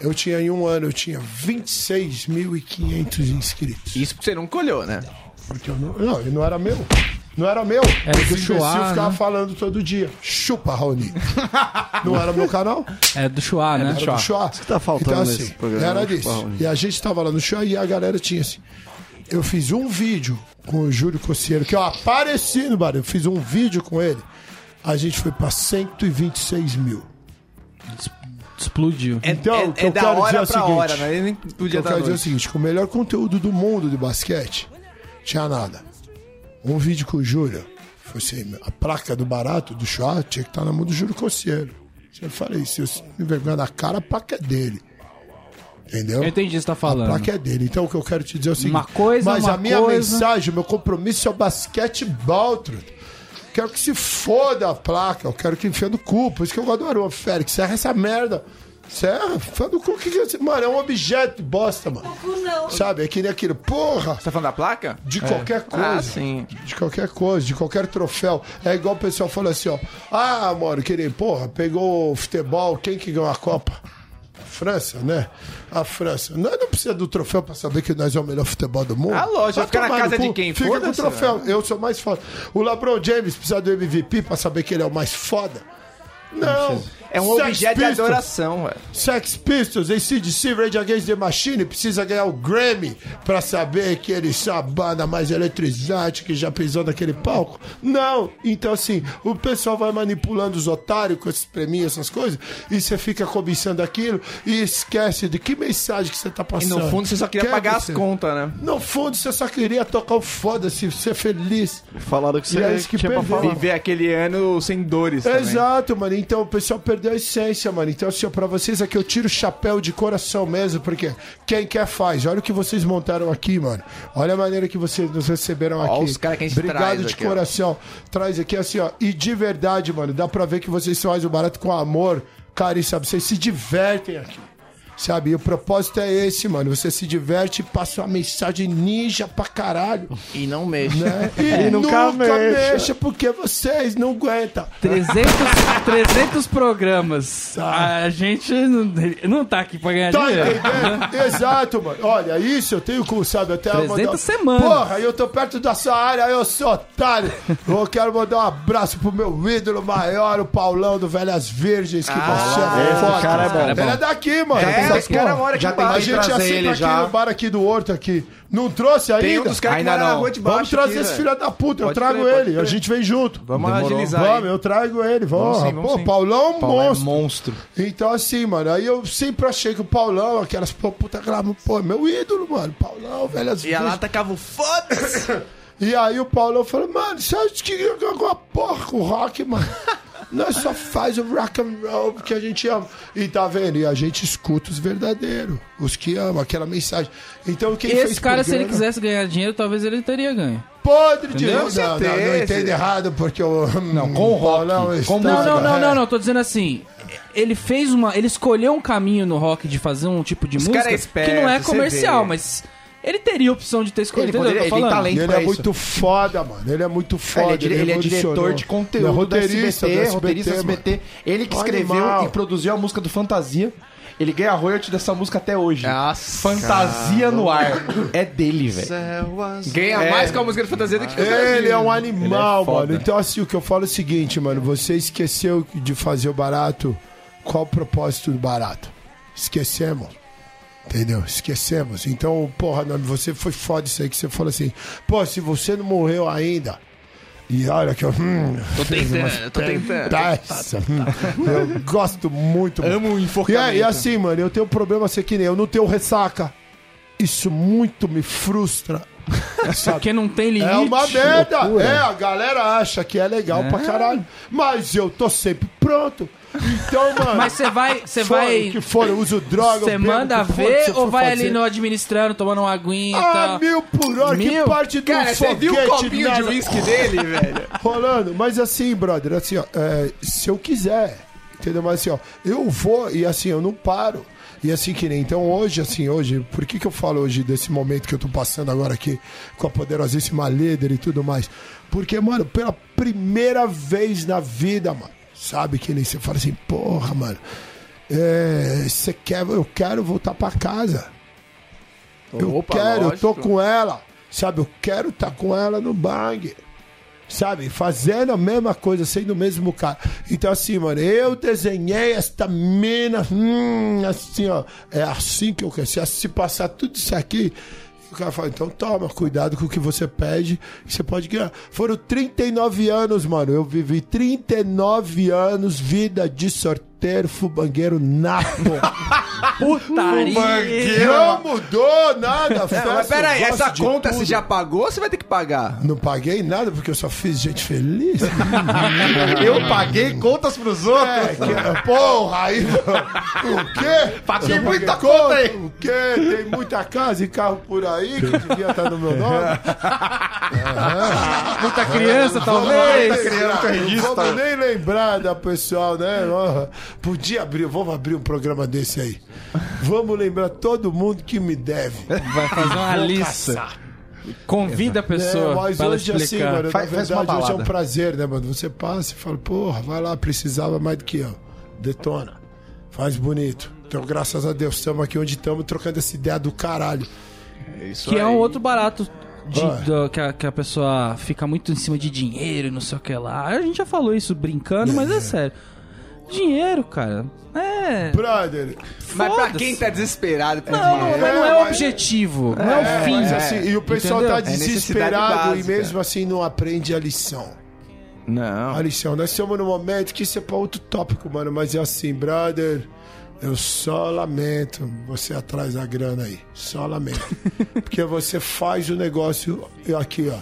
S3: Eu tinha em um ano, eu tinha 26.500 inscritos.
S5: Isso porque você nunca olhou, né?
S3: Porque eu não, não, ele não era meu. Não era meu.
S1: Era do
S3: Esse imbecil
S1: Chua,
S3: ficava
S1: né?
S3: falando todo dia. Chupa, Raoni. não era meu canal?
S1: É do Chua, né?
S3: Era do Chua.
S4: que tá faltando
S3: então,
S4: nesse
S3: assim,
S4: programa,
S3: Era
S4: Chua,
S3: disso.
S4: Raoni.
S3: E a gente tava lá no Chua e a galera tinha assim. Eu fiz um vídeo com o Júlio Cossiero, que eu apareci no bar. Eu fiz um vídeo com ele. A gente foi pra 126 mil.
S1: Explodiu.
S5: É,
S3: Então,
S5: é-
S3: o que
S5: é
S3: eu
S5: da
S3: quero dizer é
S5: hora
S3: o
S5: pra
S3: seguinte.
S5: hora, né? Ele nem podia
S3: Eu
S5: dar
S3: quero dizer é o
S5: noite.
S3: seguinte: com o melhor conteúdo do mundo de basquete, tinha nada. Um vídeo com o Júlio, foi assim, a placa do barato, do chá, tinha que estar na mão do Júlio Conselho. Eu falei, se eu me envergonhar na cara, a placa é dele. Entendeu?
S1: Eu entendi o que você tá
S3: A
S1: falando.
S3: placa é dele. Então o que eu quero te dizer é o seguinte:
S1: Uma coisa,
S3: mas
S1: uma
S3: a minha
S1: coisa.
S3: mensagem, o meu compromisso é o basquete Baltruth. Quero que se foda a placa, eu quero que enfia no cu. Por isso que eu gosto do Aruan Félix. Serra essa merda. Serra, fã do cu. Que que é esse- Mano, é um objeto, bosta, mano. Sabe? É que nem aquilo. Porra!
S5: Você tá falando da placa?
S3: De qualquer coisa.
S5: Ah, sim.
S3: De qualquer coisa, de qualquer troféu. É igual o pessoal fala assim, ó. Ah, mano, que nem, porra, pegou o futebol, quem que ganhou a Copa? A França, né? A França. Nós não precisa do troféu pra saber que nós é o melhor futebol do mundo.
S5: Ah, lógico,
S3: Vai
S5: fica na
S3: tomar no
S5: casa
S3: cu.
S5: de quem?
S3: Fica com o
S5: Foda-se,
S3: troféu. Eu sou mais foda. O LeBron James precisa do MVP pra saber que ele é o mais foda. Não.
S5: É um
S3: Sex
S5: objeto de
S3: Pistols.
S5: adoração, velho.
S3: Sex Pistols, ACDC, Rage Against the Machine precisa ganhar o Grammy pra saber que eles são a banda mais eletrizante que já pisou naquele palco? Não! Então, assim, o pessoal vai manipulando os otários com esses preminhos, essas coisas, e você fica cobiçando aquilo e esquece de que mensagem que você tá
S5: E
S3: passando.
S5: no fundo você só queria
S3: Quer
S5: pagar as
S3: você-
S5: contas, né?
S3: No fundo, você só queria tocar o foda-se, ser feliz.
S4: Falaram que
S3: E
S4: você
S3: é isso que
S4: tinha pra
S3: perdeu.
S4: falar.
S5: Viver aquele ano sem dores também.
S3: Exato, mano. Então o pessoal per- perdeu a essência, mano. Então, assim, ó, pra vocês aqui eu tiro o chapéu de coração mesmo, porque quem quer faz. Olha o que vocês montaram aqui, mano. Olha a maneira que vocês nos receberam aqui.
S5: os cara que a gente
S3: Obrigado
S5: traz
S3: de
S5: aqui, ó.
S3: coração. Traz aqui, assim, ó. E de verdade, mano, dá pra ver que vocês fazem o barato com amor, cara, e sabe? Vocês se divertem aqui. Sabe, e o propósito é esse, mano. Você se diverte e passa uma mensagem ninja pra caralho.
S5: E não mexe.
S3: Né? E
S4: É.
S3: nunca,
S4: Nunca mexa.
S3: mexa. porque vocês não aguentam.
S1: 300, 300 programas. A gente não, não tá aqui pra ganhar
S3: Tá
S1: dinheiro.
S3: entendendo? Exato, mano. Olha, isso eu tenho com, sabe, até
S1: 300
S3: mandar-
S1: semanas.
S3: Porra, eu tô perto da sua área, eu sou otário. Eu quero mandar um abraço pro meu ídolo maior, o Paulão do Velhas Virgens,
S5: Ah,
S3: que você é
S4: esse
S3: foda.
S4: cara é bom.
S3: Ele é daqui, mano.
S5: É,
S3: Essa
S5: esse cara
S3: porra.
S5: mora aqui
S3: já tem
S5: embaixo.
S3: A gente
S5: Trazer
S3: assina
S5: ele
S3: aqui
S5: já.
S3: no bar aqui do Horto aqui. Não trouxe ainda?
S5: Tem um dos caras que
S2: Ainda
S5: mora na
S2: não.
S5: rua de baixo.
S3: Vamos trazer
S5: aqui,
S3: esse
S5: velho.
S3: filho da puta, eu
S5: Pode
S3: trago
S5: crer, pode
S3: ele, a
S5: crer.
S3: gente vem junto.
S5: Vamos agilizar
S3: Vamos,
S5: aí.
S3: eu trago ele, vamos.
S2: sim, vamos
S3: Pô,
S2: sim.
S3: Paulão é um
S2: Paulo
S3: monstro.
S2: é monstro.
S3: Então, assim, mano, aí eu sempre achei que o Paulão, aquelas pô, puta glamour, pô, é meu ídolo, mano. Paulão, velhas
S5: E a
S3: virgens.
S5: lata cava o foda-se.
S3: E aí o Paulão falou, mano, você acha que eu jogo uma porra com o rock, mano? Nós só faz o rock and roll porque a gente ama. E tá vendo? E a gente escuta os verdadeiros, os que amam, aquela mensagem. Então, quem fez
S1: Esse cara, se ele
S3: programa-
S1: quisesse ganhar dinheiro, talvez ele teria ganho.
S3: podre de não, não,
S5: certeza.
S3: não entendo errado, porque o. Não,
S2: com o rock,
S3: Então,
S2: com
S1: Não, não, não,
S3: é.
S1: não, não. Tô dizendo assim. Ele fez uma. Ele escolheu um caminho no rock de fazer um tipo de música
S5: cara é esperto,
S1: que não é
S5: você
S1: comercial,
S5: vê.
S1: mas ele teria a opção de ter escolhido.
S2: Ele
S1: entendeu o que eu
S2: poderia-
S1: tô
S2: ele tem
S1: falando?
S2: talento.
S3: Ele
S2: pra
S3: é
S2: isso.
S3: muito foda, mano. Ele é muito foda.
S2: Ele é, dire- ele é diretor
S3: evolucionou.
S2: de
S3: Ele é
S2: conteúdo do
S3: roteirista,
S2: SBT,
S3: do
S2: roteirista do
S3: SBT, mano.
S2: SBT. Ele que
S3: Olha
S2: escreveu
S3: mal.
S2: e produziu a música do Fantasia. Ele ganha royalty dessa música até hoje.
S5: Nossa.
S2: Fantasia no ar. É dele, velho.
S5: Ganha mais com a música de fantasia do que
S3: Ele é um animal,
S2: foda.
S3: mano. Então, assim, o que eu falo é o seguinte, mano. Você esqueceu de fazer o barato. Qual o propósito do barato? Esquecemos. Entendeu? Esquecemos. Então, porra, Nami, você foi foda isso aí que você falou assim. Pô, se você não morreu ainda. E olha que eu. Hum,
S5: Tô tentando, tô tentando.
S3: tá essa, hum, eu gosto muito. mano.
S2: Amo o
S3: E, é-
S2: enfocamento.
S1: né?
S3: e assim, mano, eu tenho um problema assim que nem eu não tenho ressaca. Isso muito me frustra. Sabe?
S1: Porque não tem limite.
S3: É uma merda. É, a galera acha que é legal pra caralho. Mas eu tô sempre pronto. Então, mano.
S1: Mas você vai. Você
S3: fora
S1: vai.
S3: o que for, eu uso droga.
S1: Você
S3: eu bebo,
S1: manda
S3: o que for que
S1: ver
S3: você
S1: ou
S3: for
S1: vai
S3: fazer.
S1: ali no administrando, tomando uma aguinha e
S3: Ah,
S1: tal?
S3: mil por hora,
S1: Mil?
S3: que parte do
S5: Cara, você viu o
S3: foguete
S5: copinho de
S3: nada
S5: uísque dele, velho?
S3: rolando. Mas assim, brother, assim, ó, é, se eu quiser, entendeu? Mas assim, ó, eu vou e assim, eu não paro. E assim que nem, então hoje, assim, hoje, por que que eu falo hoje desse momento que eu tô passando agora aqui com a poderosíssima líder e tudo mais? Porque, mano, pela primeira vez na vida, mano, sabe que nem você fala assim, porra, mano, é, você quer, eu quero voltar pra casa. Eu
S5: Opa,
S3: quero, eu tô
S5: lógico.
S3: com ela. Sabe, eu quero estar com ela no bang. Sabe, fazendo a mesma coisa, sendo o mesmo cara. Então, assim, mano, eu desenhei esta mina, hum, assim, ó. É assim que eu quero. Se- Se passar tudo isso aqui, o cara fala, então toma, cuidado com o que você pede, que você pode ganhar. Foram 39 anos, mano. Eu vivi 39 anos, vida de sorteiro, fubangueiro nato.
S1: Putaria.
S3: Não mudou nada,
S5: Não, mas
S3: festa,
S5: pera aí,
S3: eu
S5: essa
S3: gosto de
S5: conta
S3: tudo.
S5: você já pagou ou você vai ter que pagar?
S3: Não paguei nada porque eu só fiz gente feliz.
S2: Eu paguei contas pros outros.
S3: É, que- porra, aí. O quê?
S2: Paguei
S3: Eu
S2: muita
S3: paguei
S2: conta aí.
S3: O quê? Tem muita casa e carro por aí que devia estar no meu nome.
S1: Muita criança,
S2: tá
S3: Vou
S1: talvez.
S3: nem lembrar,
S2: registro.
S3: não vamos nem lembrar da pessoal, né? Ó, Podia abrir, vamos abrir um programa desse aí. Vamos lembrar todo mundo que me deve.
S1: Vai fazer uma lista. Convida a pessoa
S3: É, mas
S1: pra ela
S3: hoje assim,
S1: explicar.
S3: mano,
S2: Faz-
S3: na
S2: faz uma
S3: verdade hoje é um
S2: balada.
S3: prazer, né, mano? Você passa e fala, porra, vai lá, precisava mais do que eu. Detona. Faz bonito. Então, graças a Deus, estamos aqui onde estamos, trocando essa ideia do caralho.
S1: Que é um outro barato de-
S3: Ah.
S1: do- que, a, que a pessoa fica muito em cima de dinheiro e não sei o que lá. A gente já falou isso brincando, mas é sério. Dinheiro, cara, é.
S3: Brother,
S5: Mas pra
S1: Foda-se.
S5: quem tá desesperado por
S1: Não, não,
S5: dinheiro,
S1: mas não é
S3: É,
S1: o
S3: mas-
S1: objetivo, não é o fim.
S3: mas assim, e o pessoal
S1: entendeu?
S3: tá
S5: É necessidade
S3: desesperado e
S5: básica.
S3: mesmo assim não aprende a lição.
S5: Não.
S3: A lição, nós estamos num momento que isso é pra outro tópico, mano, mas é assim, brother. Eu só lamento você atrás da grana aí. Só lamento. Porque você faz o negócio aqui, ó.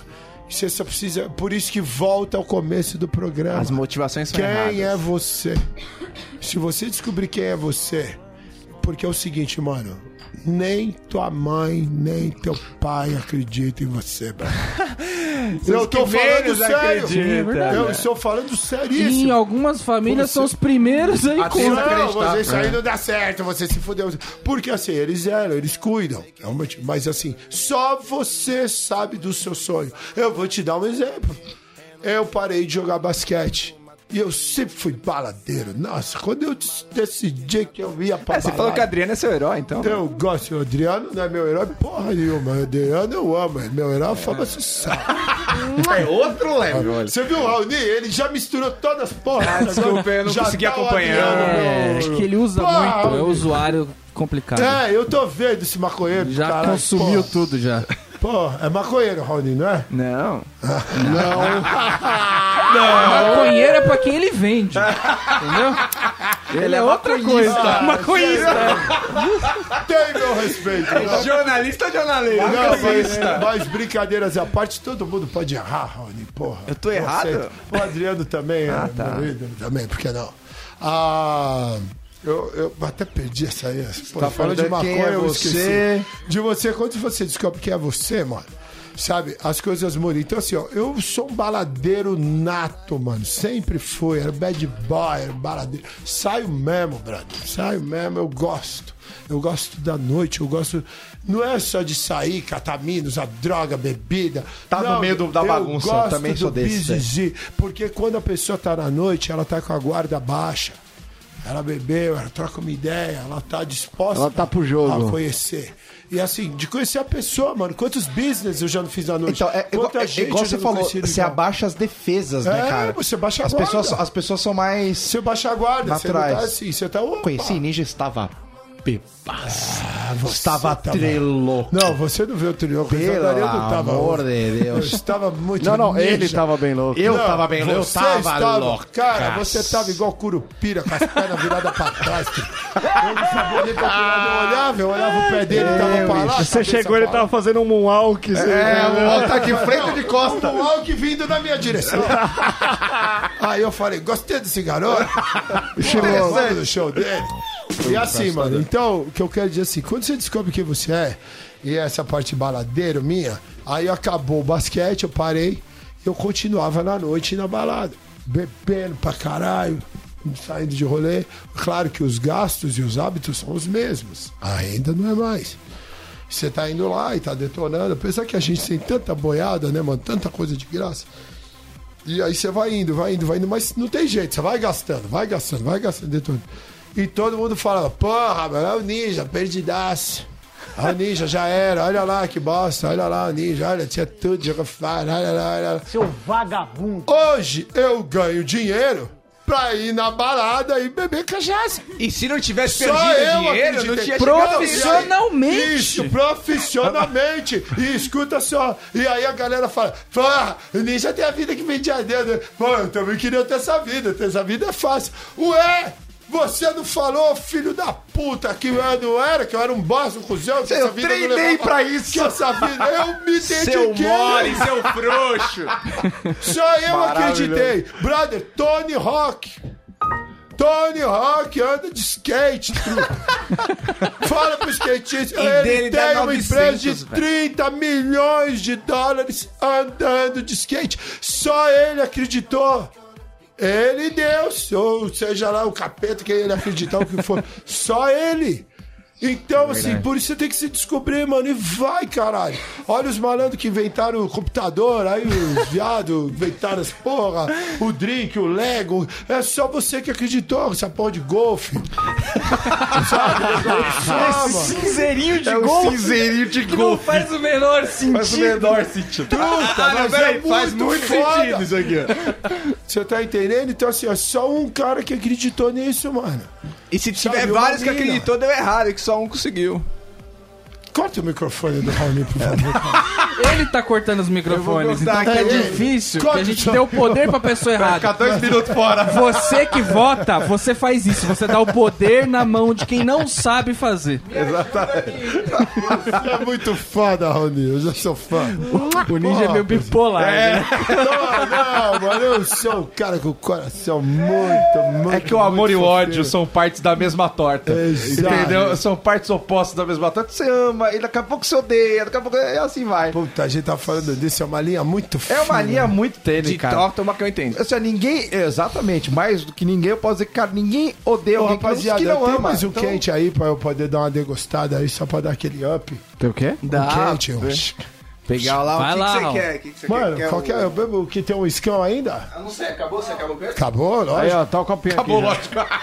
S3: Isso é só precisa, por isso que volta ao começo do programa.
S5: As motivações são
S3: Quem
S5: erradas.
S3: é você? Se você descobrir quem é você, porque é o seguinte, mano, nem tua mãe, nem teu pai acreditam em você, velho. Eu tô falando
S5: velhos
S3: sério.
S5: acreditam,
S3: Eu
S5: né?
S3: estou falando
S1: Em
S3: seríssimo.
S1: algumas famílias
S3: Você-
S1: são os primeiros a encontrar.
S3: Não,
S2: acreditar,
S3: você isso aí
S5: né?
S2: é.
S3: não dá certo, você se fudeu. Porque assim, eles eram, eles cuidam, realmente. Mas assim, só você sabe do seu sonho. Eu vou te dar um exemplo. Eu parei de jogar basquete. E eu sempre fui baladeiro. Nossa, quando eu des- decidi que eu ia pra
S5: É, você falou que o
S3: balada,
S5: Adriano é seu herói, então.
S3: eu gosto, o Adriano não é meu herói porra nenhuma. O Adriano eu amo, é meu herói é fama social.
S5: É outro level.
S3: Você viu o Raoni? Ele já misturou todas as porras.
S5: Ah, desculpa, eu não
S3: Já
S5: consegui
S3: tá o
S5: acompanhar.
S3: Adriano,
S1: É,
S3: meu-
S1: que ele usa
S3: Pô,
S1: muito, é um usuário complicado.
S3: É, eu tô vendo esse maconheiro.
S1: já
S3: caralho.
S1: consumiu
S3: Pô,
S1: tudo já.
S3: Pô, é maconheiro, Raoni, não é?
S5: Não.
S1: Maconheiro é pra quem ele vende. Entendeu? Ele é outra coisa. Maconheiro.
S3: Tem meu respeito. não.
S5: Ah, Jornalista ou jornalista?
S3: Não, mas, mas brincadeiras à parte, todo mundo pode errar, Raoni, porra. Eu
S5: tô errado? Ah, tá.
S3: O Adriano também é meu ídolo, também, por que não? Ah, eu, eu até perdi essa aí. Pô,
S4: tá
S3: falou de
S4: falando
S3: maconha,
S4: quem é
S3: eu
S4: você.
S3: esqueci. De você, quando você descobre quem é você, mano, sabe, as coisas mudam. Então, assim, ó, eu sou um baladeiro nato, mano. Sempre fui, era bad boy, era baladeiro. Saio mesmo, brother. Saio mesmo, eu gosto. Eu gosto da noite, eu gosto. Não é só de sair, cataminos, a droga, bebida.
S4: Tá
S3: Não,
S4: no meio do- da
S3: eu
S4: bagunça,
S3: gosto
S4: também
S3: do
S4: sou desse,
S3: business exigir, Porque quando a pessoa tá na noite, ela tá com a guarda baixa. Ela bebeu, ela troca uma ideia, ela tá disposta
S4: Ela tá pro jogo.
S3: a conhecer. E assim, de conhecer a pessoa, mano. Quantos business eu já não fiz na noite?
S6: Então, é, igual,
S3: Quanta
S6: é- é
S3: gente
S6: igual
S3: eu já
S6: você
S3: não
S6: falou,
S3: conheci no
S6: você
S3: jogo?
S6: abaixa as defesas, né,
S3: É,
S6: cara?
S3: você baixa a
S6: as pessoas,
S3: guarda.
S6: as pessoas são mais.
S3: Você baixa a guarda, você não
S6: Naturais.
S3: tá assim, você tá... opa,
S6: Conheci Ninja, estava bebaço. estava
S3: tá
S6: trelo.
S3: Não, você não viu o trilhão. porque o
S6: Pelo
S3: Dario não tava,
S6: amor de
S3: Eu
S6: Deus.
S3: estava muito
S4: Não, não,
S3: ninja.
S4: ele tava bem louco.
S6: Eu
S3: Não,
S6: tava bem louco, eu
S3: você
S6: tava
S3: estava-
S6: louco.
S3: Cara, você tava igual curupira, com as pernas viradas pra trás. Eu não sabia nem pra que lado eu olhava, eu olhava o pé dele, tava pra lá.
S4: Ah, Você chegou, ele tava fazendo um moonwalk.
S6: É, o Walt tá aqui, frente de
S3: costa.
S6: costa.
S3: Um walk vindo na minha direção. Aí eu falei, gostei desse garoto. Interessante do show dele. E assim, mano, então, o que eu quero dizer assim, quando você descobre quem você é, e essa parte baladeiro minha, aí acabou o basquete, eu parei, eu continuava na noite na balada, bebendo pra caralho, saindo de rolê. Claro que os gastos e os hábitos são os mesmos, ainda não é mais. Você tá indo lá e tá detonando. Apesar que a gente tem tanta boiada, né, mano? Tanta coisa de graça. E aí você vai indo, vai indo, vai indo, mas não tem jeito, você vai gastando, vai gastando, vai gastando, detonando. E todo mundo fala, porra, mano, é o ninja, perdidaço. Olha o ninja, já era, olha lá que bosta, olha lá o ninja, olha, tinha tudo, joga fora, olha lá, olha lá.
S7: Seu vagabundo.
S3: Hoje eu ganho dinheiro pra ir na balada e beber cachaça.
S5: E se não
S3: Só
S5: tivesse
S3: eu é
S5: perdido dinheiro, não
S3: acreditei.
S5: tinha
S1: Pro-
S5: chegado.
S1: Profissionalmente.
S3: Isso, profissionalmente. E escuta só. E aí a galera fala: Porra, o Ninja tem a vida que vende a dedo. Pô, eu também queria ter essa vida. Ter essa vida é fácil. Ué! Você não falou, filho da puta, que eu não era, que eu era um boss, um cuzão, que essa vida eu treinei pra isso. Que essa vida, eu me dediquei.
S5: Seu mole, seu frouxo.
S3: Só eu acreditei. Brother, Tony Hawk. Tony Hawk anda de skate. truta. Fala pro skatista. Ele
S5: dele dá
S3: tem uma
S5: 900,
S3: empresa de
S5: velho.
S3: 30 milhões de dólares andando de skate. Só ele acreditou. Ele e Deus, ou seja lá o capeta, quem ele acreditar, o que for. Só ele. Então, assim, por isso você tem que se descobrir, mano, e vai, caralho. Olha os malandros que inventaram o computador, aí os viados inventaram as porra, o drink, o Lego. É só você que acreditou, essa porra de golfe. Sabe? Só, mano.
S5: Cinzeirinho de
S6: É o cinzeirinho de gol.
S1: Faz o menor sentido.
S6: Faz o menor sentido.
S5: Ah, não,
S6: Mas
S5: peraí,
S6: é
S5: faz
S3: muito foda.
S6: sentido isso aqui, ó.
S3: Você tá entendendo? Então, assim, é só um cara que acreditou nisso, mano.
S5: E se tiver
S3: Sabe,
S5: vários que
S3: uma mina.
S5: acreditou, deu errado, e que só um conseguiu.
S3: Corta o microfone do Raoni, por favor.
S1: Ele tá cortando os microfones, então que é difícil que
S3: Corta
S1: a
S3: o
S1: gente
S3: seu-
S1: deu o poder pra pessoa
S6: Ficar
S1: errada.
S6: dois minutos fora.
S1: Você que vota, você faz isso. Você dá o poder na mão de quem não sabe fazer.
S3: Você é muito fã da Raoni, eu já sou fã.
S1: O ninja é meio bipolar. né?
S3: Não, não, mano, eu sou um cara com o coração muito, muito.
S2: É que o amor e o
S3: muito
S2: ódio
S3: sofrido.
S2: são partes da mesma torta.
S3: Exato.
S2: Entendeu? São partes opostas da mesma torta. Você ama, e daqui a pouco você odeia, daqui a pouco é assim vai.
S3: Puta, a gente tá falando disso, é uma linha muito fina.
S2: É uma linha muito tênue,
S5: De
S2: cara.
S5: torta, uma que eu entendo.
S2: Assim, ó, ninguém, exatamente, mais do que ninguém, eu posso dizer que, cara, ninguém odeia
S3: Ô,
S2: alguém
S3: rapaziada,
S2: que não
S3: tem
S2: ama.
S3: mais um
S2: Então,
S3: quente aí pra eu poder dar uma degostada aí, só pra dar aquele up.
S2: Tem o quê?
S3: um
S5: Dá,
S3: quente, eu acho.
S5: Pegar lá
S1: Vai
S5: o que,
S1: lá,
S5: que você
S1: Raul.
S5: quer. O que, que você
S3: Mano,
S5: quer? Quer
S3: qualquer.
S5: o-
S3: Eu bebo o que tem um escão ainda?
S5: Ah, não sei, acabou? Você acabou com ele?
S3: Acabou,
S4: Aí,
S3: lógico.
S4: ó, tá o copinho
S2: Acabou,
S4: aqui. já.
S2: lógico.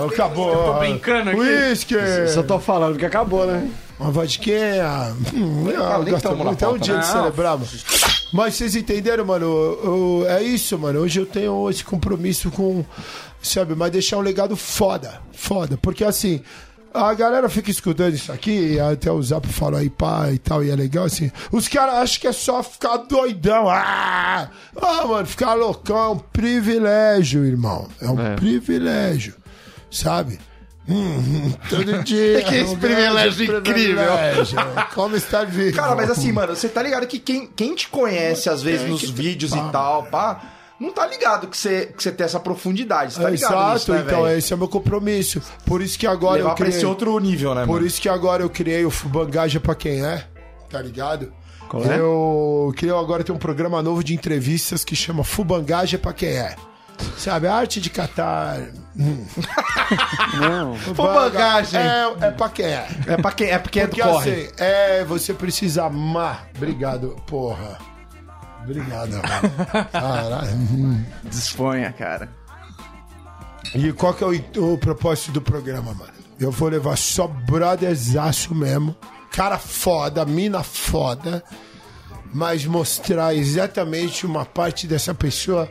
S3: Pô, acabou. Eu tô
S1: brincando aqui.
S3: Whisky!
S4: Só tô falando que acabou, né?
S3: Uma vodquinha. Hum, eu
S2: nem
S3: gosto
S2: tamo na
S3: muito. É um
S2: pauta,
S3: dia de
S1: não.
S3: celebrar, mano. Mas vocês entenderam, mano? Eu- eu- é isso, mano. Hoje eu tenho esse compromisso com. Sabe, mas deixar um legado foda. Foda. Porque assim. A galera fica escutando isso aqui, até o Zap fala aí, pá, e tal, e é legal, assim. Os caras acham que é só ficar doidão. Ah, ah mano, ficar loucão é um privilégio, irmão. É um privilégio, sabe? Hum, todo dia. é um
S6: que esse privilégio incrível.
S3: privilégio. Como estar vivo.
S5: Cara, mas assim, mano, você tá ligado que quem, quem te conhece, às vezes, nos vídeos e tal, pá, não tá ligado que você, que você tem essa profundidade, você tá ligado
S3: Exato,
S5: nisso, né,
S3: então
S5: velho?
S3: esse é meu compromisso. Por isso que agora
S5: Levar
S3: eu
S5: pra
S3: criei...
S5: esse outro nível, né,
S3: Por
S5: mano?
S3: isso que agora eu criei o Fubangaja pra quem é, tá ligado?
S5: é?
S3: Eu criei agora tem um programa novo de entrevistas que chama Fubangaja pra quem é. Sabe, a arte de catar. Hum.
S6: Fubangagem.
S3: É, é pra quem é.
S5: É pra quem é, porque é do
S3: Porque
S5: corre.
S3: assim, é, você precisa amar. Obrigado, porra. Obrigado, mano. Caralho.
S5: Disponha, cara.
S3: E qual que é o, o propósito do programa, mano? Eu vou levar só brotherzaço mesmo. Cara foda, mina foda. Mas mostrar exatamente uma parte dessa pessoa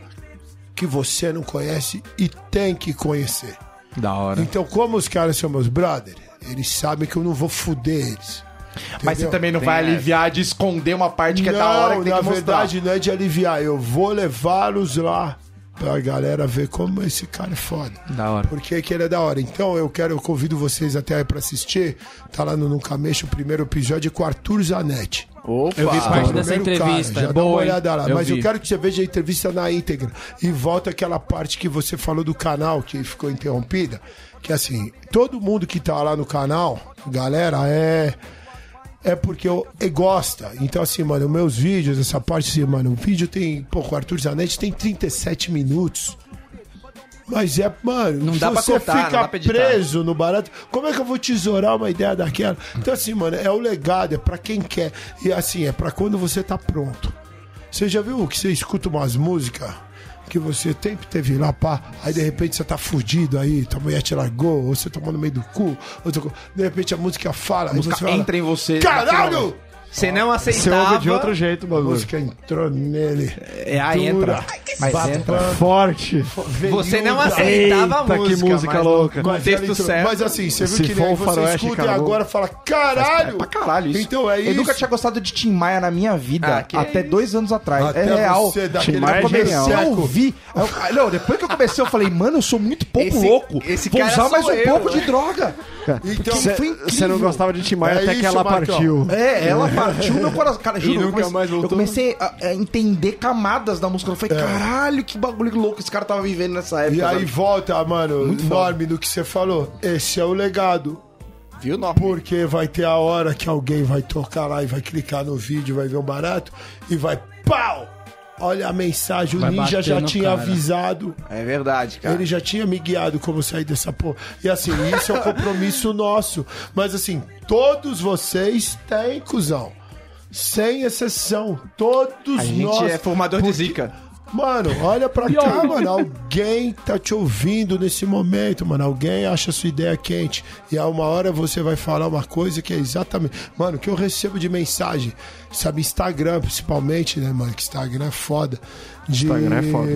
S3: que você não conhece e tem que conhecer.
S1: Da hora.
S3: Então, como os caras são meus brother, eles sabem que eu não vou fuder eles.
S2: Mas você
S3: Entendeu?
S2: também não vai
S5: né?
S2: aliviar de esconder uma parte que é da
S3: Não,
S2: hora que tem
S3: na
S2: que mostrar.
S3: verdade não é de aliviar. Eu vou levá-los lá pra galera ver como esse cara é foda.
S1: Da hora.
S3: Porque que ele é da hora. Então eu quero, eu convido vocês até aí pra assistir. Tá lá no Nunca Mexa o primeiro episódio com Arthur Zanetti.
S1: Eu vi parte dessa
S3: Primeiro
S1: entrevista.
S3: Cara, já
S1: é
S3: dá uma
S1: boa, hein?
S3: olhada lá. Mas
S1: vi.
S3: eu quero que você veja a entrevista na íntegra. E volta aquela parte que você falou do canal, que ficou interrompida. Que assim, todo mundo que tá lá no canal, galera, é. É porque eu, eu gosta. Então, assim, mano, meus vídeos, essa parte, assim, mano, o vídeo tem. Pô, com o Arthur Zanetti tem 37 minutos. Mas é, mano,
S5: Não
S3: se
S5: dá pra
S3: você
S5: cortar, não
S3: fica
S5: dá pra editar.
S3: preso no barato, como é que eu vou tesourar uma ideia daquela? Então, assim, mano, é o legado, é pra quem quer. E assim, é pra quando você tá pronto. Você já viu que você escuta umas músicas que você tempo teve lá, pá, aí de repente você tá fudido aí, tua mulher te largou, ou você tomou no meio do cu, ou tu- de repente a música fala, a música você fala,
S2: entra em você.
S3: Caralho!
S5: Você não aceitava...
S4: Você ouve de outro jeito,
S3: A
S4: bagulho.
S3: música entrou nele.
S5: É, aí entra.
S3: Mas entra.
S4: Forte.
S5: Você não aceitava
S4: Eita,
S5: a música,
S4: que música
S5: mas
S4: louca.
S5: No texto certo.
S3: Mas assim, você viu
S4: Se
S3: que
S4: for
S3: nem
S4: o
S3: você
S4: faroeste,
S3: escuta e
S4: acabou.
S3: agora fala, caralho!
S2: Pra caralho isso.
S3: Então é
S2: eu
S3: isso.
S2: nunca tinha gostado de Tim Maia na minha vida.
S5: Ah, que
S2: até
S5: isso.
S2: dois anos atrás.
S3: Até
S2: é real.
S3: você dá
S4: aquele
S2: eu comecei a
S3: é genial.
S2: ouvir. Aí eu- ah, não, depois que eu comecei, eu falei, mano, eu sou muito pouco
S5: Esse-
S2: louco.
S5: esse
S2: Vou
S5: cara
S2: usar
S5: sou
S2: mais um
S5: eu,
S2: pouco
S5: né?
S2: de droga.
S3: Então, foi incrível.
S4: Você não gostava de Timar
S3: É
S4: até que
S3: isso,
S4: ela
S3: Marcão.
S4: partiu.
S2: É, ela partiu meu coração. Cara, juro, eu
S4: nunca
S2: comecei,
S4: mais voltou.
S2: eu comecei a, a entender camadas da música. Eu falei, caralho, que bagulho louco esse cara tava vivendo nessa época.
S3: E aí
S2: sabe?
S3: volta, mano, enorme do que você falou. Esse é o legado.
S5: Viu, não?
S3: Porque vai ter a hora que alguém vai tocar lá e vai clicar no vídeo, vai ver um barato e vai pau! Olha a mensagem, o
S1: Vai
S3: Ninja
S1: bater
S3: já
S1: no
S3: tinha
S1: cara.
S3: avisado.
S5: É verdade, cara.
S3: Ele já tinha me guiado como sair dessa porra. E assim, isso é um compromisso nosso. Mas assim, todos vocês têm, cuzão. Sem exceção. Todos
S5: A gente
S3: nós.
S5: é formador de zica.
S3: Mano, olha pra cá, mano. Alguém tá te ouvindo nesse momento, mano. Alguém acha sua ideia quente. E a uma hora você vai falar uma coisa que é exatamente. Mano, o que eu recebo de mensagem, sabe? Instagram, principalmente, né, mano? Que Instagram é foda. De... Instagram é foda.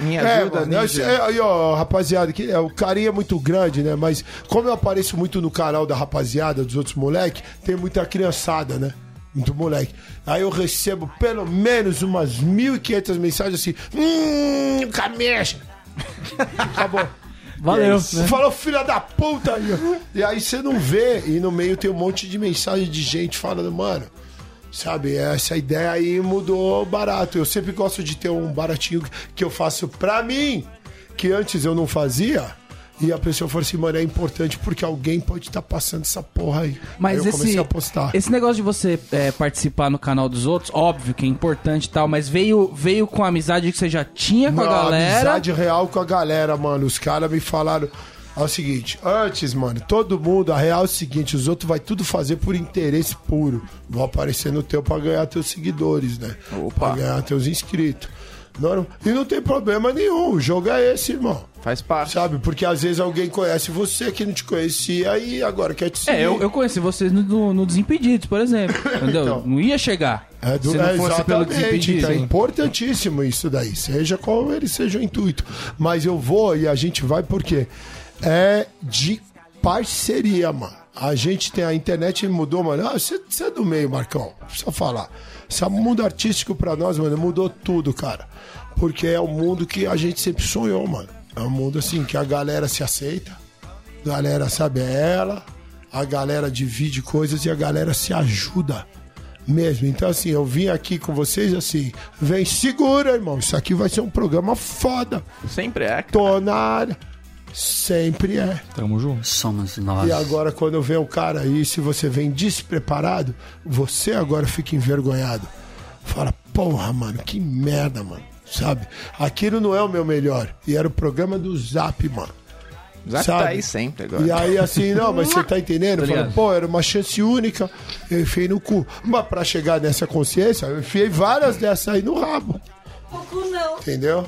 S5: Me ajuda, né,
S3: mano, eu-
S5: ninja.
S3: é, aí, ó, rapaziada, que, é, o carinho é muito grande, né? Mas como eu apareço muito no canal da rapaziada, dos outros moleques, tem muita criançada, né? Muito moleque. Aí eu recebo pelo menos umas 1.500 mensagens assim. Hum, nunca mexe. Acabou.
S1: Valeu.
S3: Você falou, filha da puta! aí, ó. E aí você não vê, e no meio tem um monte de mensagem de gente falando, mano. Sabe, essa ideia aí mudou barato. Eu sempre gosto de ter um baratinho que eu faço pra mim, que antes eu não fazia. E a pessoa falou assim, mano, é importante porque alguém pode estar passando essa porra aí.
S1: Mas
S3: aí eu
S1: esse,
S3: comecei a postar.
S1: esse negócio de você é, participar no canal dos outros, óbvio que é importante e tal, mas veio, veio com a amizade que você já tinha com
S3: Mano,
S1: a galera.
S3: Amizade real com a galera, mano. Os caras me falaram é o seguinte: antes, mano, todo mundo, a real é o seguinte: os outros vai tudo fazer por interesse puro. Vão aparecer no teu pra ganhar teus seguidores, né? Pra ganhar teus inscritos. Não- e não tem problema nenhum, o jogo é esse, irmão.
S5: Faz parte.
S3: Sabe? Porque às vezes alguém conhece você que não te conhecia e agora quer te seguir.
S1: É, eu, eu conheci vocês no, no- no Desimpedidos, por exemplo. entendeu?
S3: Então.
S1: Não ia chegar.
S3: É, do,
S1: se não
S3: é,
S1: fosse pelo
S3: exatamente, então,
S1: Desimpedidos.
S3: é
S1: hein?
S3: importantíssimo isso daí, seja qual ele seja o intuito. Mas eu vou e a gente vai porque é de parceria, mano. A gente tem a internet mudou, mano. Ah, você você é do meio, Marcão. Não Precisa falar. Esse é um mundo artístico pra nós, mano, mudou tudo, cara. Porque é o mundo que a gente sempre sonhou, mano. É um mundo assim que a galera se aceita galera sabe é ela, a galera divide coisas e a galera se ajuda mesmo. Então, assim, eu vim aqui com vocês assim, vem segura, irmão. Isso aqui vai ser um programa foda.
S5: Sempre é.
S3: Tô na área. Sempre é.
S7: Somos nós.
S3: E agora, quando vem o cara aí, se você vem despreparado, você agora fica envergonhado. Fala, porra, mano, que merda, mano. Sabe? Aquilo não é o meu melhor. E era o programa do Zap, mano.
S5: Zap
S3: Sabe?
S5: tá aí sempre agora.
S3: E aí, assim, não, mas você tá entendendo? Falando,
S1: ligado.
S3: pô, era uma chance única, eu enfiei no cu. Mas pra chegar nessa consciência, eu enfiei várias dessas aí no rabo,
S8: Pouco não.
S3: entendeu?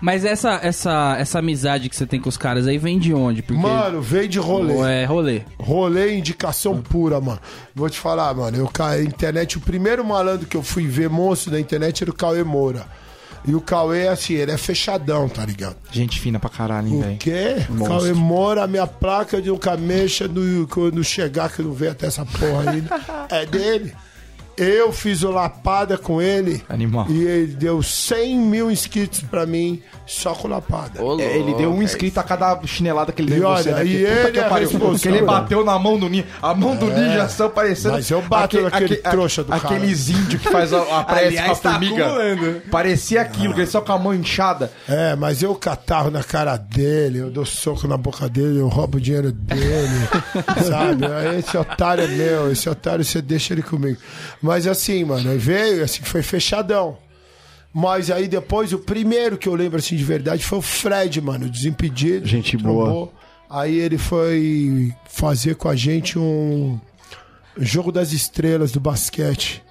S1: Mas essa, essa, essa amizade que você tem com os caras aí vem de onde? Porque
S3: Mano, veio de rolê.
S1: é rolê.
S3: Rolê é indicação pura, mano. Vou te falar, mano. Eu caí na internet. O primeiro malandro que eu fui ver moço na internet era o Cauê Moura. E o Cauê, assim, ele é fechadão, tá ligado?
S2: Gente fina pra caralho, hein,
S3: O
S2: velho.
S3: quê? Cauê Moura, minha placa de um camecha do, quando chegar, que eu não veio até essa porra ainda. é dele. Eu fiz o lapada com ele.
S2: Animal.
S3: E ele deu 100 mil inscritos pra mim só com lapada.
S5: Ô,
S2: É, Ele
S5: louco,
S2: deu um
S5: é
S2: inscrito a cada chinelada que ele
S3: E
S2: deu em você, né?
S3: olha, e
S2: Porque puta
S3: ele é responsável.
S2: Porque ele bateu na mão do ninja. A mão do ninja só parecendo...
S3: Mas eu bato naquele trouxa do cara.
S2: Aqueles índios que faz a, a prece
S5: Aliás,
S2: com a
S5: tá
S2: formiga.
S5: acumulando.
S2: Parecia aquilo, que ele só com a mão inchada.
S3: É, mas eu catarro na cara dele, eu dou soco na boca dele, eu roubo o dinheiro dele, sabe? Esse otário é meu, esse otário você deixa ele comigo. Mas assim, mano, aí veio, assim, foi fechadão. Mas aí depois, o primeiro que eu lembro, assim, de verdade, foi o Fred, mano, o Desimpedido.
S4: Gente boa.
S3: Aí ele foi fazer com a gente um jogo das estrelas do basquete.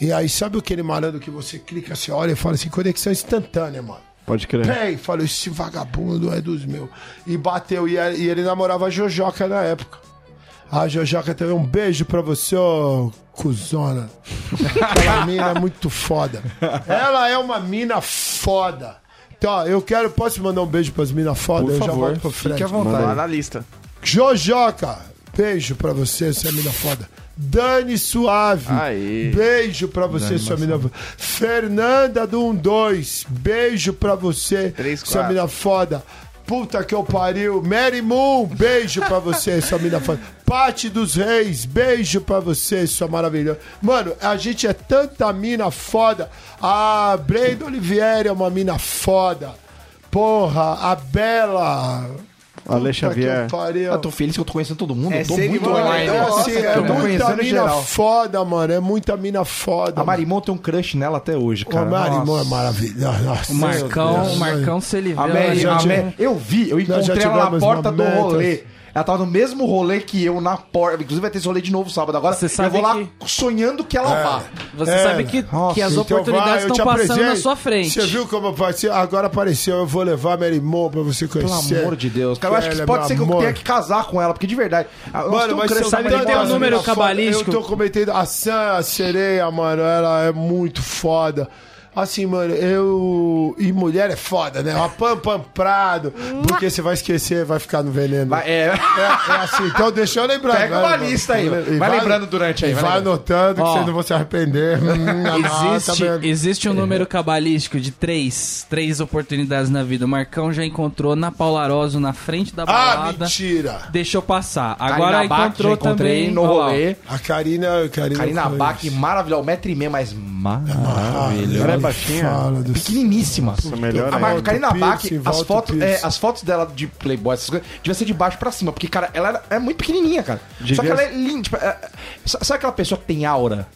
S3: E aí, sabe aquele malandro que você clica, você olha e fala assim, conexão instantânea, mano.
S4: Pode crer.
S3: Pei, falou, esse vagabundo é dos meus. E bateu, e ele, e ele namorava a Jojoca na época. A Jojoca também, um beijo pra você, ô cuzona. Aquela mina é muito foda. Ela é uma mina foda. Então, ó, eu quero, posso mandar um beijo pras minas foda? eu já volto pro Fred.
S2: Fique à
S5: Tá lá
S2: vontade.
S5: na lista.
S3: Jojoca, beijo pra você, sua mina foda. Dani Suave,
S5: Aí.
S3: beijo pra você, sua mina foda. Fernanda do 12, beijo pra você,
S5: Três,
S3: sua
S5: quatro.
S3: mina foda. Puta que eu pariu. Mary Moon, beijo pra você, sua mina foda. Pati dos Reis, beijo pra você, sua maravilhosa. Mano, a gente é tanta mina foda. A Brenda Olivieri é uma mina foda. Porra, a Bela.
S4: Ale
S3: Puta
S4: Xavier.
S3: que eu pariu.
S2: Eu Ah, tô feliz que eu tô conhecendo todo mundo.
S5: É
S2: eu tô
S5: sempre
S2: muito
S5: bom,
S2: online.
S5: né?
S3: É, assim,
S5: Nossa,
S3: é
S5: cara,
S2: eu tô
S3: muita
S2: conhecendo
S3: mina
S2: geral.
S3: foda, mano. É muita mina foda.
S2: A
S3: mano.
S2: Marimon tem um crush nela até hoje,
S3: Ô,
S2: cara.
S3: Marimon
S2: Nossa.
S3: é maravilhosa. Nossa,
S1: O Marcão,
S3: meu Deus.
S1: o Marcão, se ele vê.
S2: A Mary,
S3: já
S2: a
S3: tive-
S2: Mary- eu vi, eu
S3: já
S2: encontrei ela na
S3: tivemos assim.
S2: porta do
S3: momentos.
S2: rolê. Ela tava no mesmo rolê que eu na porta. Inclusive vai ter esse rolê de novo sábado agora.
S1: Você
S2: eu
S1: sabe
S2: vou lá
S1: que-
S2: sonhando que ela vá.
S1: Você
S3: É,
S1: sabe que, que as
S3: Então vai,
S1: oportunidades
S3: eu te
S1: estão passando na
S3: apresento.
S1: sua frente.
S3: Você viu como apareceu? Agora apareceu. Eu vou levar Mary Mon pra você
S2: Pelo
S3: conhecer.
S2: amor de Deus. Cara, eu acho que
S3: Ela é
S2: pode ser que
S3: meu
S2: eu
S3: amor.
S2: tenha que casar com ela, porque de verdade.
S3: Mano, mas
S1: sabe que tem um
S3: uma
S1: número
S3: mina foda.
S1: cabalístico?
S3: é Eu tô comentando. A Sam, a sereia, mano, ela é muito foda. Assim, mano, eu. E mulher é foda, né? Uma pam pam prado. Porque você vai esquecer, vai ficar no veneno.
S2: É,
S3: É, é assim, então deixa eu lembrar.
S2: Pega uma lista aí, vai lembrando durante aí,
S3: e
S2: vai
S3: Vai,
S2: lembrando.
S3: anotando que
S1: Ó.
S3: vocês não vão se arrepender. Hum, anota,
S1: Existe,
S3: mano.
S1: existe um número cabalístico de três, três oportunidades na vida. O Marcão já encontrou na Paularoso, na frente da
S3: Ah,
S1: balada.
S3: mentira! Tá
S1: deixou passar. Agora encontrou também
S2: no
S1: ó lá,
S2: rolê.
S3: A Karina. a Karina,
S2: Karina
S3: foi-
S2: Bach, maravilhosa. Um metro e meio, mas maravilhosa.
S4: Ela é baixinha.
S3: Fala do
S2: Pequeniníssima.
S4: melhor
S2: A Mar-
S3: ainda.
S2: Karina
S3: Walter
S2: Bach,
S3: Pierce,
S2: as
S3: Walter
S2: fotos, é,
S3: Pierce.
S2: as fotos dela de Playboy, essas coisas, devia ser de baixo pra cima, porque, cara, ela era- é muito pequenininha, cara. Só que ela é linda. Tipo, é- é- sa- sabe aquela pessoa que tem aura?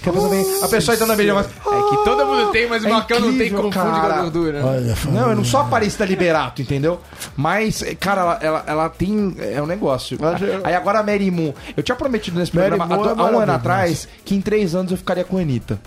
S2: Que a pessoa, tem, a pessoa entra na beira, mas.
S5: É que todo mundo tem, mas o
S2: É
S5: Macão não tem
S2: incrível,
S5: confunde com
S2: cara.
S5: a gordura.
S3: Olha, fala.
S2: Não, eu não sou a Aparecida Liberato, entendeu? Mas, é, cara, ela, ela, ela tem. É um negócio. Aí agora a Mary Moon. Eu tinha prometido nesse
S3: Mary
S2: programa há
S3: Moon
S2: do-
S3: é
S2: há um ano
S3: maravilhosa.
S2: atrás que em três anos eu ficaria com a Anitta.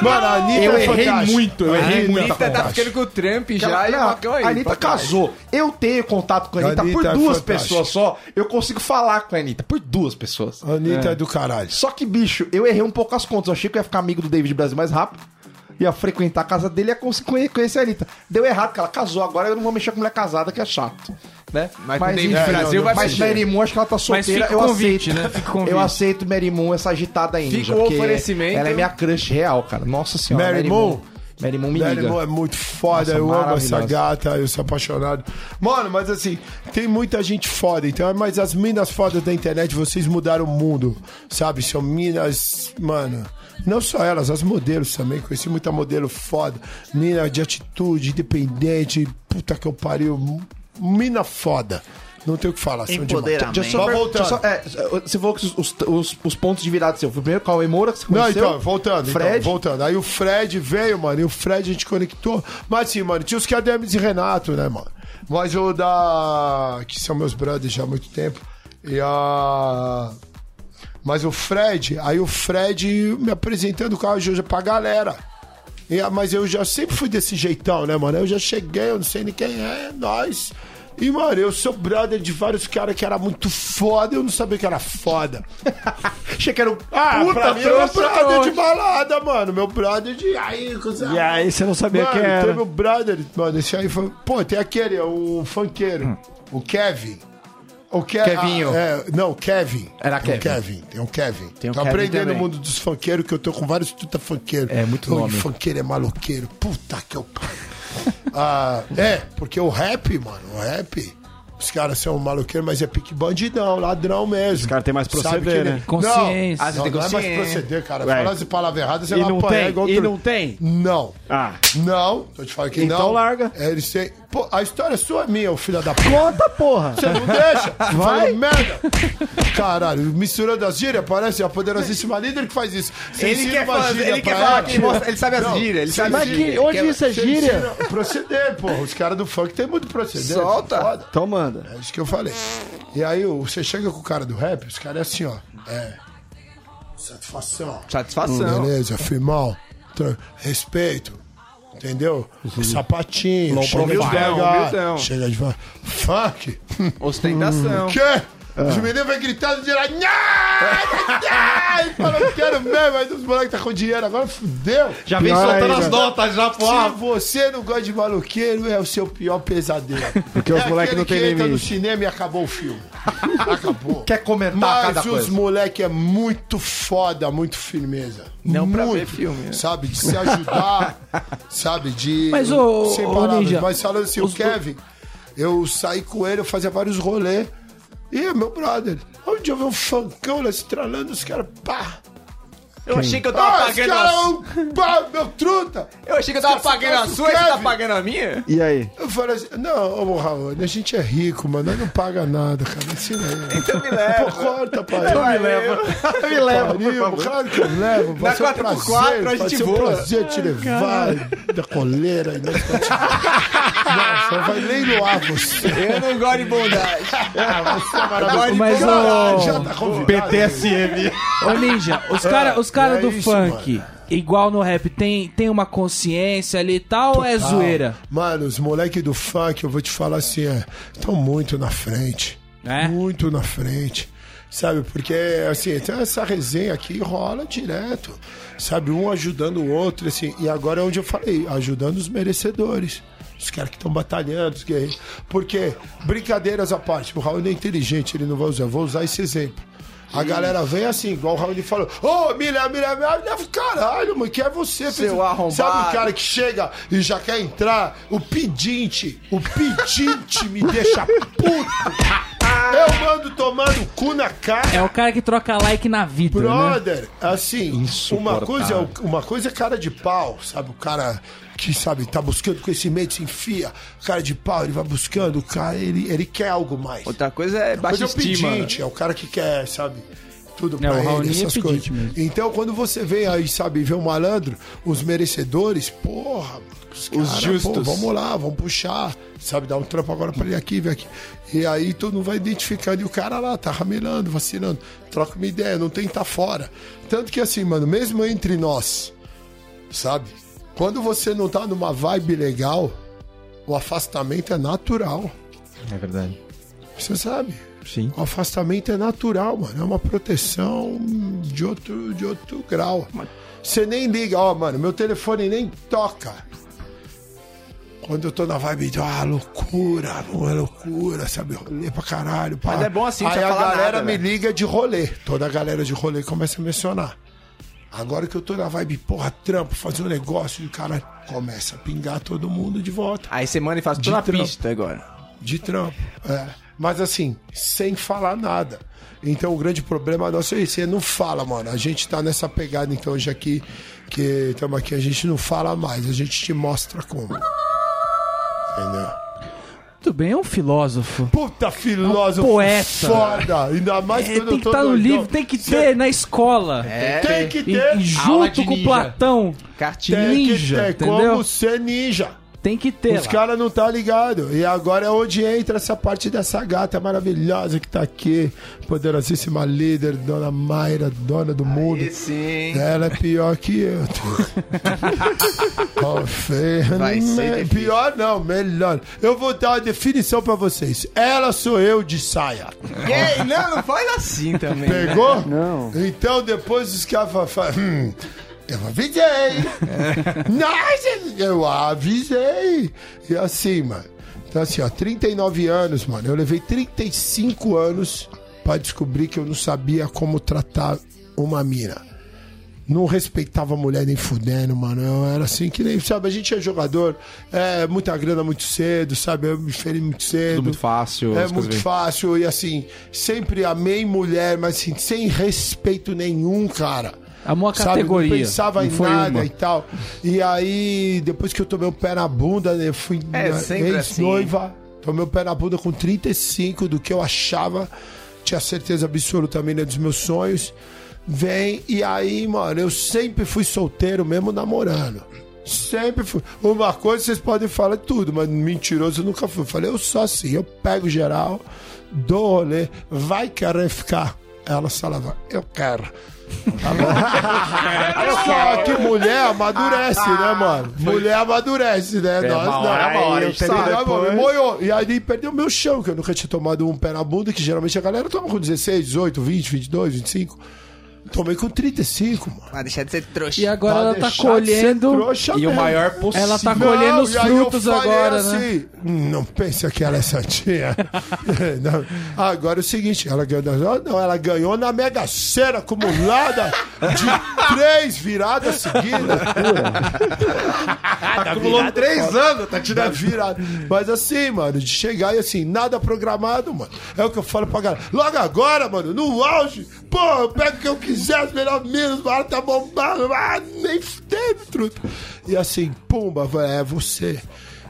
S3: Mano, a Anitta
S2: Eu
S3: é
S2: errei
S3: fantástica.
S2: muito, eu
S3: A
S2: errei
S3: Anitta
S2: muito.
S3: é
S5: Anitta tá
S3: fantástica.
S5: ficando com o Trump já
S3: é
S2: Ela-
S5: e o
S2: não,
S5: Macão aí.
S2: a Anitta
S5: papai.
S2: casou. Eu tenho contato com a Anitta,
S3: Anitta
S2: por
S3: é
S2: duas
S3: fantástica.
S2: pessoas só. Eu consigo falar com a Anitta por duas pessoas.
S3: A Anitta é. do caralho.
S2: Só que, bicho, eu errei um pouco as contas. Eu achei que eu ia ficar amigo do David Brasil mais rápido. Ia frequentar a casa dele e ia cons- conhe- conhecer a Anitta. Deu errado, porque ela casou. Agora eu não vou mexer com mulher casada, que é chato. Né?
S5: Mas com o David
S2: enfim,
S5: Brasil vai
S2: Mas
S5: mexer.
S2: Mary Moon, acho que ela tá solteira.
S1: fica o
S2: eu
S1: convite,
S2: aceito,
S1: né? Fica o convite.
S2: Eu aceito Mary Moon, essa agitada ainda.
S5: Fica o
S2: porque
S5: oferecimento.
S2: Ela é minha crush real, cara. Nossa senhora.
S3: Mary Moon?
S2: Mary Moon me
S3: Mary
S2: liga.
S3: Moon é muito
S2: Nossa,
S3: foda, eu amo essa
S2: maravilhosa.
S3: gata, eu sou apaixonado. Mano, mas assim, tem muita gente foda, então, mas as minas fodas da internet, vocês mudaram o mundo, sabe? São minas, mano. Não só elas, as modelos também. Conheci muita modelo foda. Mina de atitude, independente. Puta que eu pariu. Mina foda. Não tem o que falar. São demais.
S6: Empoderamento.
S2: Deixa eu só,
S3: Vai
S2: per-
S3: voltando.
S2: deixa eu só- é, você falou que os, os- os- os pontos de virada seu. Foi primeiro Cauê Moura que você
S3: Não,
S2: conheceu.
S3: então, voltando, então,
S2: Fred.
S3: voltando. Aí o Fred veio, mano, e o Fred a gente conectou. Mas assim, mano, tinha os KDMs e Renato, né, mano? Mas o da. que são meus brothers já há muito tempo. E a. Mas o Fred, aí o Fred me apresentando o carro de hoje pra galera. E, ah, mas eu já sempre fui desse jeitão, né, mano? Eu já cheguei, eu não sei nem quem é, nós. E, mano, eu sou brother de vários caras que era muito foda, eu não sabia que era foda.
S2: Achei que era um
S3: Ah,
S2: puta
S3: pra mim é meu
S2: trouxa.
S3: brother de balada, mano. Meu brother de. Aí, cuzão.
S4: E aí você não sabia
S3: mano,
S4: quem era.
S3: teve o brother, mano, esse aí foi. Pô, tem aquele, é o funkeiro.
S4: Hum.
S3: O Kevin. O Ke
S2: Kevinho.
S3: Ah, é, não, o Kevin.
S2: Era
S3: Tem o
S2: Kevin.
S3: Kevin. Tem o Kevin.
S2: Tem o
S3: tô
S2: Kevin
S3: aprendendo
S2: também.
S3: o mundo dos funkeiros, que eu tô com vários tuta funkeiros.
S2: É, muito
S3: Pô,
S2: nome.
S3: Funkeiro é maloqueiro. Puta que eu. ah, é, porque o rap, mano, o rap. Os caras são maloqueiros, mas é pique bandidão, ladrão mesmo. Os
S4: caras têm mais proceder, né?
S1: Consciência.
S3: Não, não, não é mais proceder, cara.
S4: Ué.
S3: Falar as palavras erradas, você
S4: E
S3: vai
S4: não
S3: apanhar
S4: tem?
S3: igual
S4: E
S3: outro-
S4: não tem?
S3: Não.
S4: Ah,
S3: Não, tô te falando que
S4: Então
S3: não.
S4: larga.
S3: É, Eles têm... Pô, a história é sua minha, ô filho da puta.
S4: conta, porra!
S3: Você não deixa? Vai. merda. Caralho, misturando as gírias, parece a poderosíssima líder que faz isso. Você
S5: Ele
S3: ensina
S5: quer
S3: uma
S5: fazer,
S3: gíria
S5: ele quer
S3: pra
S5: falar
S3: ela.
S5: que ele mostra- ele sabe as gírias, ele sabe as
S4: Mas
S5: gírias.
S4: que
S5: ele quer-
S4: hoje isso é
S3: Você
S4: gíria?
S3: ensina proceder, porra. Os caras do funk tem muito proceder.
S5: Solta.
S3: Foda.
S4: Então manda.
S3: É isso que eu falei. E aí, o- você chega com o cara do rap, os caras é assim, ó. É. Satisfação.
S5: Satisfação.
S3: Beleza, firmão. Tra- Respeito. Entendeu? Sapatinho. chega
S5: profile.
S3: devagar.
S5: Humildão.
S3: Chega devagar. Funk.
S5: Ostentação.
S3: Quê?
S2: Ah.
S3: Os meninos vão gritando geral. "Nhá! Nhá!" E Fala, eu quero mesmo, mas os moleques tá com dinheiro agora, fudeu.
S2: Já vem
S4: Pior
S2: soltando
S4: ainda.
S2: as notas já,
S3: Se
S2: porra.
S3: você não gosta de maloqueiro, é o seu pior pesadelo.
S4: Porque os
S3: É
S4: moleque
S3: aquele
S4: não tem
S3: que entra no
S4: limite.
S3: cinema e acabou o filme. Acabou.
S2: Quer comentar cada
S3: Mas os
S2: coisa?
S3: moleque é muito foda, muito firmeza.
S5: Não
S3: muito,
S5: pra ver filme, né?
S3: Sabe, de se ajudar, sabe, de...
S1: Mas, ô,
S3: Sem
S1: ô,
S3: palavras.
S1: Ninja,
S3: Mas falando assim,
S1: os
S3: o Kevin, eu saí com ele, eu fazia vários rolês. E é meu brother. Onde eu vi um funkão lá se tralando, os caras, pá.
S5: Eu achei que eu tava
S3: Ah, os
S5: pagando
S3: caras, um
S5: a...
S3: pá, meu truta.
S5: Eu achei que eu tava
S3: Os caras
S5: pagando a
S3: são
S5: sua e você tá
S3: Kevin.
S5: pagando a minha?
S4: E aí?
S3: Eu falei assim, não, ô Raul, a gente é rico, mano, nós não paga nada, cara, ensina aí.
S5: Então me leva.
S3: Pô, corta, pai. Então
S5: me leva.
S3: me leva, por favor. Claro que eu levo. Vai
S5: Na
S3: ser um
S5: 4x4
S3: prazer,
S5: é, então, a
S3: vai
S5: gente
S3: ser um
S5: voa.
S3: prazer te levar da coleira. E nós continuamos. Nossa, vai leiloar você.
S5: Eu não gosto de bondade.
S1: Mas,
S3: Caralho,
S1: ô,
S3: já tá convidado.
S2: PTSM.
S1: ô Ninja, os caras os cara
S3: é
S1: do
S3: isso,
S1: funk, igual no rap, tem, tem uma consciência ali e tal ou é zoeira?
S3: Mano, os moleque do funk, eu vou te falar assim, estão muito na frente.
S1: É?
S5: né?
S3: Muito na frente. Sabe, porque assim, tem essa resenha aqui rola direto. Sabe, um ajudando o outro, assim, e agora é onde eu falei, ajudando os merecedores. Os caras que estão batalhando, os guerreiros. Porque, brincadeiras à parte, o Raul não é inteligente, ele não vai usar. Vou usar esse exemplo. A galera vem assim, igual o Raul falou: Ô, Milha, Milha, Milha, caralho, mano, que é você,
S5: Seu arrombado.
S3: Sabe o cara que chega e já quer entrar? O pedinte, o pedinte me deixa puto. Eu mando tomando cu na cara.
S1: É o cara que troca like na vida, né?
S3: Brother, assim, uma coisa, é o- uma coisa é cara de pau, sabe? O cara que, sabe, tá buscando conhecimento, se enfia. O cara de pau, ele vai buscando, o cara, ele, ele quer algo mais.
S5: Outra coisa é
S3: Mas
S5: baixa
S3: é o
S5: estima.
S3: pedinte, é o cara que quer, sabe? Tudo
S1: o
S3: pra ele,
S1: Raoni é
S3: essas
S1: pedinte
S3: coisas.
S1: mesmo.
S3: Então, quando você vem aí, sabe, vê o malandro, os merecedores, porra, os, cara,
S5: justos.
S3: pô, vamos lá, vamos puxar, sabe, dá um trampo agora pra ele aqui, vem aqui. E aí tu não vai identificando, e o cara lá tá ramelando, vacilando, troca uma ideia, não tem que tá fora. Tanto que assim, mano, mesmo entre nós, sabe, quando você não tá numa vibe legal, o afastamento é natural.
S2: É verdade.
S3: Você sabe.
S2: Sim.
S3: O afastamento é natural, mano. É uma proteção de outro, de outro grau. Você nem liga, ó, mano, meu telefone nem toca. Quando eu tô na vibe de, ah, loucura, não é loucura, sabe? Rolê pra caralho. Pá.
S5: Mas é bom assim, não
S3: Aí
S5: precisa
S3: a
S5: falar
S3: galera
S5: nada,
S3: me
S5: velho.
S3: liga de rolê. Toda a galera de rolê começa a mencionar. Agora que eu tô na vibe, porra, trampo, fazer um negócio, e o cara começa a pingar todo mundo de volta
S5: Aí você manda e faz toda a
S3: Dito não.
S5: pista agora.
S3: de trampo. É. Mas assim, sem falar nada. Então o grande problema nosso é esse, é não fala, mano. A gente tá nessa pegada então hoje aqui, que estamos aqui, a gente não fala mais, a gente te mostra como. Entendeu?
S1: Muito bem, é um filósofo.
S3: Puta filósofo
S1: É um poeta.
S3: foda! Ainda mais
S1: É,
S3: quando
S1: tem
S3: eu
S1: que
S3: tô
S1: estar no
S3: doidão.
S1: livro, tem que
S3: Cê-
S1: ter na escola.
S3: Tem que
S1: E,
S3: ter.
S1: e
S2: É. Aula de
S1: junto com
S2: ninja.
S1: Platão,
S5: Cartilha.
S3: Tem que
S1: ninja,
S3: ter
S1: entendeu?
S3: como ser ninja.
S1: tem que ter.
S3: Os
S1: lá.
S3: caras não tá ligado. E agora é onde entra essa parte dessa gata maravilhosa que tá aqui. Poderosíssima líder, dona Mayra, dona do mundo.
S5: sim.
S3: Ela é pior que eu.
S5: Vai ser
S3: Confirme.
S5: difícil.
S3: Pior não, melhor. Eu vou dar uma definição pra vocês. Ela sou eu de saia.
S5: Ei, não, não faz assim
S2: É
S5: também.
S2: né?
S3: Pegou? Não. Então depois os caras falam. Hum, eu avisei! Nossa, eu avisei! E assim, mano. Então, assim, ó, 39 anos, mano. Eu levei 35 anos pra descobrir que eu não sabia como tratar uma mina. Não respeitava a mulher nem fudendo, mano. Eu era assim que nem, sabe? A gente é jogador, é muita grana muito cedo, sabe? Eu me feri muito cedo.
S2: Tudo muito fácil.
S3: É
S2: as coisas
S3: muito
S2: vêm.
S3: fácil e assim, sempre amei mulher, mas assim, sem respeito nenhum, cara.
S1: Amou a categoria,
S3: Sabe, não pensava
S1: não
S3: em
S1: foi
S3: nada
S1: uma.
S3: e tal. E aí, depois que eu tomei o pé na bunda, né, eu fui
S5: É,
S3: na-
S5: sempre assim.
S3: ex-noiva, tomei o pé na bunda com 35 do que eu achava, tinha certeza absoluta também né, dos meus sonhos. Vem, e aí, mano, eu sempre fui solteiro, mesmo namorando. Sempre fui. Uma coisa vocês podem falar tudo, mas mentiroso eu nunca fui. Eu Falei, eu sou assim, eu pego geral, dou rolê, vai querer ficar. Ela falava, eu quero. Tá Só que mulher amadurece, né, mano? Mulher amadurece, né? Nós
S2: Ah, uma hora,
S3: não.
S2: uma hora,
S3: Aí,
S2: entendeu?
S3: sabe,
S4: Depois-
S3: moiou. E aí perdeu meu chão, que eu nunca tinha tomado um pé na bunda, que geralmente a galera toma com 16, 18, 20, 22, 25. Tomei com 35, mano.
S5: Vai deixar de ser trouxa.
S1: E agora
S3: Pra
S1: ela tá
S3: deixar de ser
S1: colhendo.
S3: trouxa
S2: E o
S3: mesmo.
S2: maior possível.
S1: Ela tá
S3: Não,
S1: colhendo os
S3: e aí eu
S1: frutos
S3: falei
S1: agora, né?
S3: assim, Não pensa que ela é santinha. Não. Agora é o seguinte, ela ganhou, na- não, ela ganhou na Mega Sena acumulada de três viradas seguidas.
S6: Acumulou três anos, tá tirando.
S3: Da virada. Mas assim, mano, de chegar e assim, nada programado, mano. É o que eu falo pra galera. Logo agora, mano, no auge, pô, eu pego o que eu quiser, as melhores minas, o tá bombado, ah, nem fudendo, truta. E assim, pumba, vai, é você.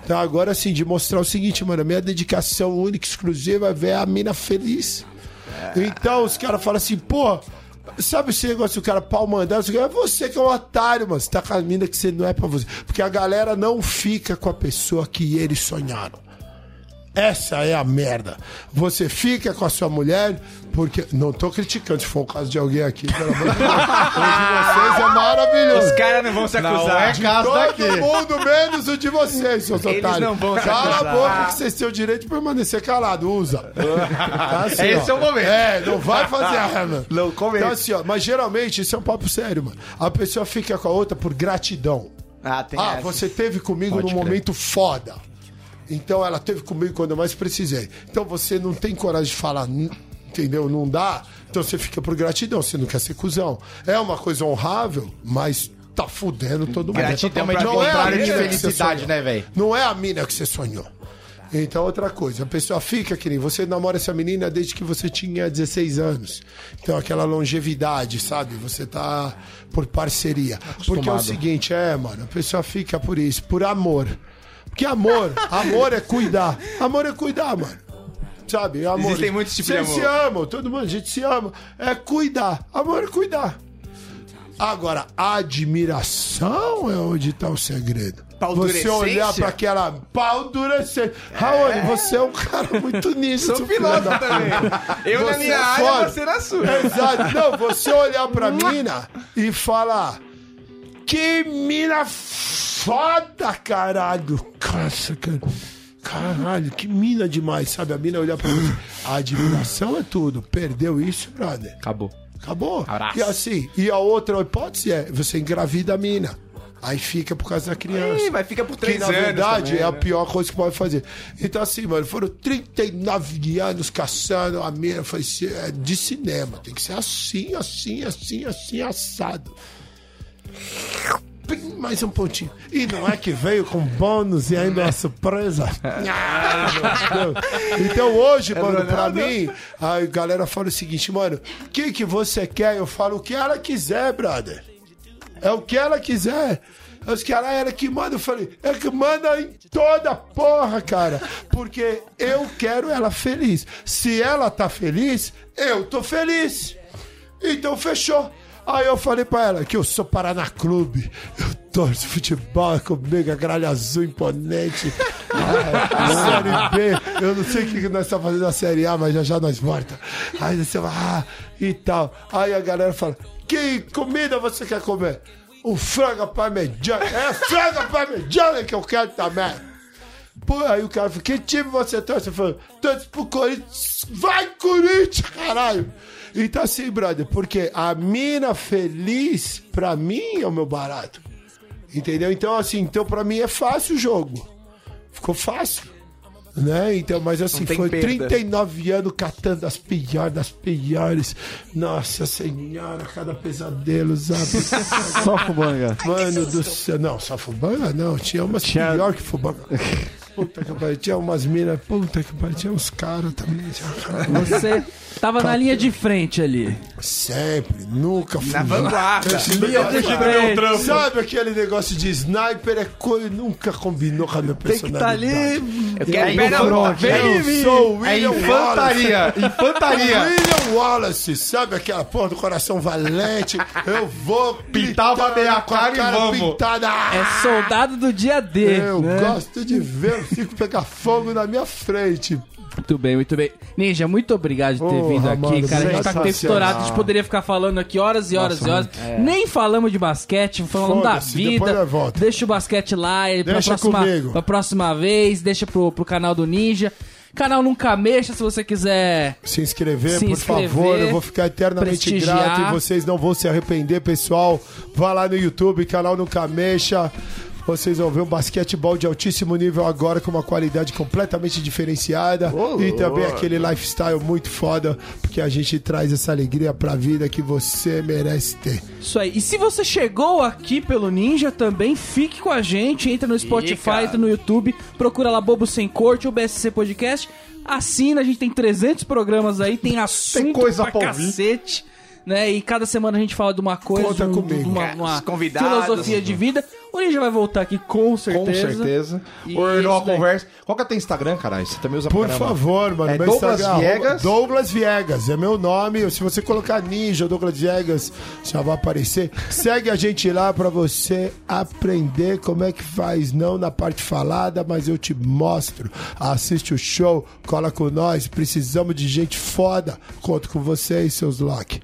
S3: Então agora assim, de mostrar o seguinte, mano, a minha dedicação única, exclusiva, é ver a mina feliz. Então os caras falam assim, pô, Sabe esse negócio, o cara pau mandado, você- é você que é um otário, mano. Você tá com a mina que você não é pra você. Porque a galera não fica com a pessoa que eles sonharam. Essa é a merda. Você fica com a sua mulher, porque. Não tô criticando, se for o caso de alguém aqui, pelo amor de Deus. O de vocês é maravilhoso.
S5: Os caras não vão se acusar.
S6: é caso
S3: Todo
S6: daqui.
S3: mundo menos o de vocês, seus
S5: Eles
S3: otários.
S5: não vão se
S3: Cala a
S5: acusar.
S3: boca que vocês têm o direito de permanecer calado. Usa. Tá assim,
S6: Esse
S3: ó.
S6: é o momento.
S3: É, não vai fazer arma.
S5: Não, comenta.
S3: Então assim, ó, mas geralmente isso é um papo sério, mano. A pessoa fica com a outra por gratidão.
S5: Ah, tem
S3: ah,
S5: essa.
S3: você teve comigo num momento foda. Então ela teve comigo quando eu mais precisei. Então você não tem coragem de falar, n- entendeu? Não dá. Então você fica por gratidão, você não quer ser cuzão. É uma coisa honrável, mas tá fudendo todo mundo.
S6: Gratidão é
S3: Não
S6: o
S3: a
S6: contrário de
S3: mina que você
S6: felicidade,
S3: sonhou.
S6: né, velho?
S3: Não é a mina que você sonhou. Então, outra coisa, a pessoa fica que nem você namora essa menina desde que você tinha 16 anos. Então, aquela longevidade, sabe? Você tá por parceria.
S5: Tá
S3: Porque é o seguinte, é, mano, a pessoa fica por isso, por amor. Porque amor, amor é cuidar. Amor é cuidar, mano. Sabe? Amor.
S5: Existem muitos tipos de
S3: Vocês se amam, todo mundo, a gente se ama. É cuidar. Amor é cuidar. Agora, admiração é onde tá o segredo. Você
S5: Paldurecência?
S3: olhar pra aquela pau duracente. Raoni, você é um cara muito nisso.
S5: Sou
S3: filho da
S5: piloto também. Eu na
S3: Você
S5: minha
S3: é
S5: área,
S3: foda.
S5: você na sua.
S3: Exato. Não, você olhar pra mina e falar. Que mina foda, caralho! Nossa, cara. Caralho, que mina demais, sabe? A mina olhar pra mim. A admiração é tudo. Perdeu isso, brother.
S2: Acabou.
S3: Acabou. E assim, e a outra hipótese é você engravida a mina. Aí fica por causa da criança.
S5: Ih, mas fica por três
S3: que, na
S5: anos
S3: verdade,
S5: também,
S3: é a
S5: né?
S3: pior coisa que pode fazer. Então, assim, mano, foram 39 anos caçando a mina. Foi ser- é de cinema. Tem que ser assim, assim, assim, assim, assado. Pim, mais um pontinho. E não é que veio com bônus e ainda é uma surpresa. então hoje,
S5: É
S3: mano, pra mim, a galera fala o seguinte, mano, o que, que você quer? Eu falo o que ela quiser, brother. É o que ela quiser. Os caras, era que manda. Eu falei, é que manda em toda porra, cara. Porque eu quero ela feliz. Se ela tá feliz, eu tô feliz. Então fechou. Aí eu falei pra ela que eu sou Paraná Clube. Eu torço futebol é comigo, a gralha azul imponente. Ah, série B. Eu não sei o que que nós estamos fazendo na Série A, mas já já nós volta. Aí você vai, ah, e tal. Aí a galera fala, que comida você quer comer? O frango parmegiana. É frango parmegiana que eu quero também. Pô, aí o cara falou, que time você torce? Eu falei, torce pro Corinthians. Vai, Corinthians, caralho! Então assim, brother, porque a mina feliz, pra mim, é o meu barato. Entendeu? Então assim, então pra mim é fácil o jogo. Ficou fácil. Né? Então, mas assim,
S5: Não tem
S3: foi
S5: perda.
S3: 39 anos catando as piores, das piores. Nossa senhora, cada pesadelo, sabe?
S4: Só fubanga.
S3: Mano do céu. Não, só fubanga não. Tinha umas pior que fubanga. Puta que pariu. Tinha umas minas. Puta que pariu. Tinha uns caras também. tinha um cara-
S1: Você tava na linha de frente ali.
S3: Sempre. Nunca fui.
S5: Na vanguarda.
S1: Linha de frente.
S3: Sabe aquele negócio de sniper é coisa nunca combinou com a minha
S1: Tem que
S3: personalidade.
S1: tá ali.
S5: Eu quero
S1: Aí,
S5: pera,
S1: pronto.
S5: vem em mim.
S3: Eu sou o
S6: É
S3: William Wallace. É
S6: infantaria. Infantaria.
S3: William Wallace, sabe aquela porra do coração valente? Eu vou
S6: Pintar uma meia
S3: com a
S6: cara e
S3: cara
S6: vamos.
S3: pintada.
S1: É soldado do dia D.
S3: Eu
S1: né?
S3: gosto de ver o Fico pegar fogo na minha frente.
S1: Muito bem, muito bem. Ninja, muito obrigado de ter
S3: Porra,
S1: vindo
S3: mano,
S1: aqui, cara. A gente tá com o tempo
S3: sensacional. É.
S1: estourado, a gente poderia ficar falando aqui horas e horas e horas. Nem falamos de basquete, falamos da
S3: Foda-se, depois
S1: vida.
S3: nós volta.
S1: Deixa o basquete lá, ele pra
S3: Deixa
S1: próxima,
S3: comigo.
S1: pra próxima vez, deixa pro, pro canal do Ninja. Canal Nunca Mexa, se você quiser.
S3: se inscrever,
S1: Se
S3: por
S1: inscrever,
S3: favor. Eu vou ficar eternamente
S1: prestigiar.
S3: grato e vocês não vão se arrepender, pessoal. Vá lá no YouTube, canal Nunca Mexa. Vocês vão ver um basquetebol de altíssimo nível agora, com uma qualidade completamente diferenciada. e também aquele lifestyle muito foda, porque a gente traz essa alegria pra vida que você merece ter.
S1: Isso aí. E se você chegou aqui pelo Ninja também, fique com a gente. Entra no Spotify, entra no YouTube, procura lá Bobo Sem Corte ou BSC Podcast. Assina, a gente tem 300 programas aí, tem assunto
S6: coisa
S1: pra,
S6: pra ouvir.
S1: cacete. Né? E cada semana a gente fala de uma coisa,
S3: Conta
S1: de um-
S3: comigo.
S1: de uma, uma
S5: É, Os convidados.
S1: filosofia de vida. O Ninja vai voltar aqui com certeza.
S2: Com certeza.
S1: E
S2: Ou não
S1: isso daí.
S2: conversa. Qual que é teu Instagram, caralho? Você também usa pra
S3: Por
S2: caramba.
S3: favor, mano.
S2: É
S3: meu
S2: Douglas
S3: Instagram, arroba
S2: Viegas.
S3: Douglas Viegas. É meu nome. Se você colocar Ninja Douglas Viegas, já vai aparecer. Segue a gente lá pra você aprender como é que faz. Não na parte falada, mas eu te mostro. Assiste o show, cola com nós. Precisamos de gente foda. Conto com vocês, seus Loki.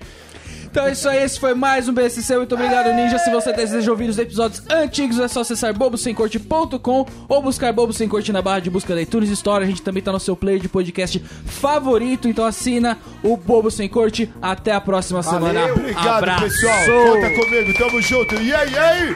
S1: Então é isso aí, esse foi mais um BSC. Muito obrigado, Ninja. Se você deseja ouvir os episódios antigos, é só acessar bobosemcorte.com ou buscar Bobo Sem Corte na barra de busca da iTunes Store. A gente também tá no seu player de podcast favorito, então assina o Bobo Sem Corte. Até a próxima semana.
S3: Obrigado,
S1: Abraço.
S3: pessoal. Conta comigo. Tamo junto. E aí, e aí?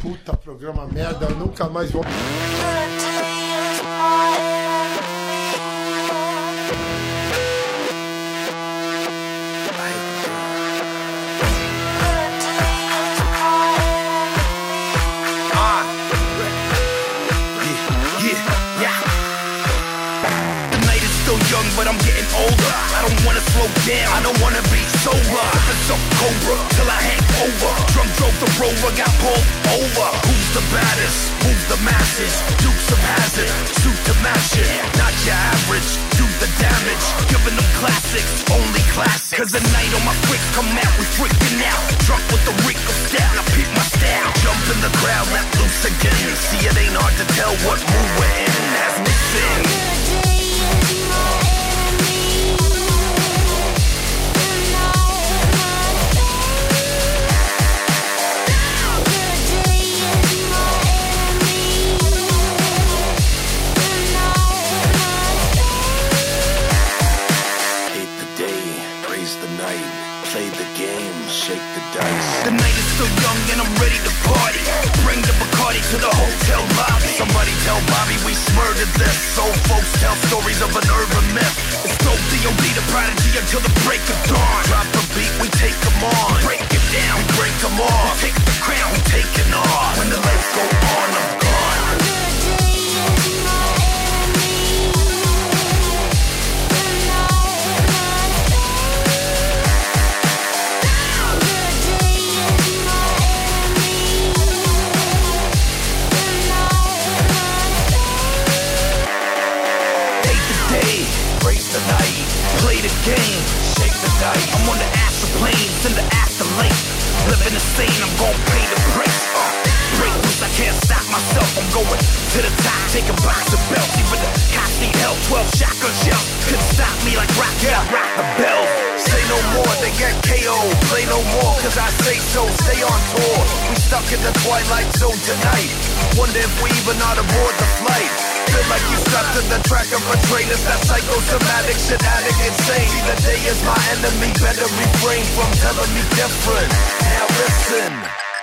S3: Puta programa merda. Eu nunca mais vou.
S7: The night is still young, but I'm getting older. I don't wanna slow down, I don't wanna be sober. Sipping some cobra till I hang over. Drunk drove the rover, got pulled over. Who's the baddest? Who's the masses? Dukes of hazard, suit to mash it. Not your average, do the damage. Giving them classics, only classics. Cause the night on my quick come out, we freaking out. Drunk with the reek of stab, I peep my style. Jump in the the crowd let loose again. They see it ain't hard to tell what mood we're in. As we sin. Hate the day, praise the night, play the game, shake the dice. The night is still young and I'm ready to party. Bring the Bacardi to the hotel lobby. Somebody tell Bobby we smurdered this. So folks tell stories of an urban myth. It's no D.O.D. the prodigy until the break of dawn. Drop the beat, we take 'em on. Break it down, we break 'em all. Take the crown, we take it all. When the lights go on, I'm gone. Hate the day, raise the night, play the game, shake the night. I'm on the planes in the afterlife. Living the same, I'm gonna pay the price. Uh, break loose, I can't stop myself. I'm going to the top, take a box of belts. Even the cops need help, 12 shotgun shells. Couldn't stop me like rock, yeah, I rock the bell. Say no more, they got KO. Play no more, cause I say so. Stay on tour. We stuck in the twilight zone tonight. Wonder if we even ought to board the flight. Feel like you strapped to the track of a train It's that psychosomatic shit addict insane See the day is my enemy Better refrain from telling me different Now listen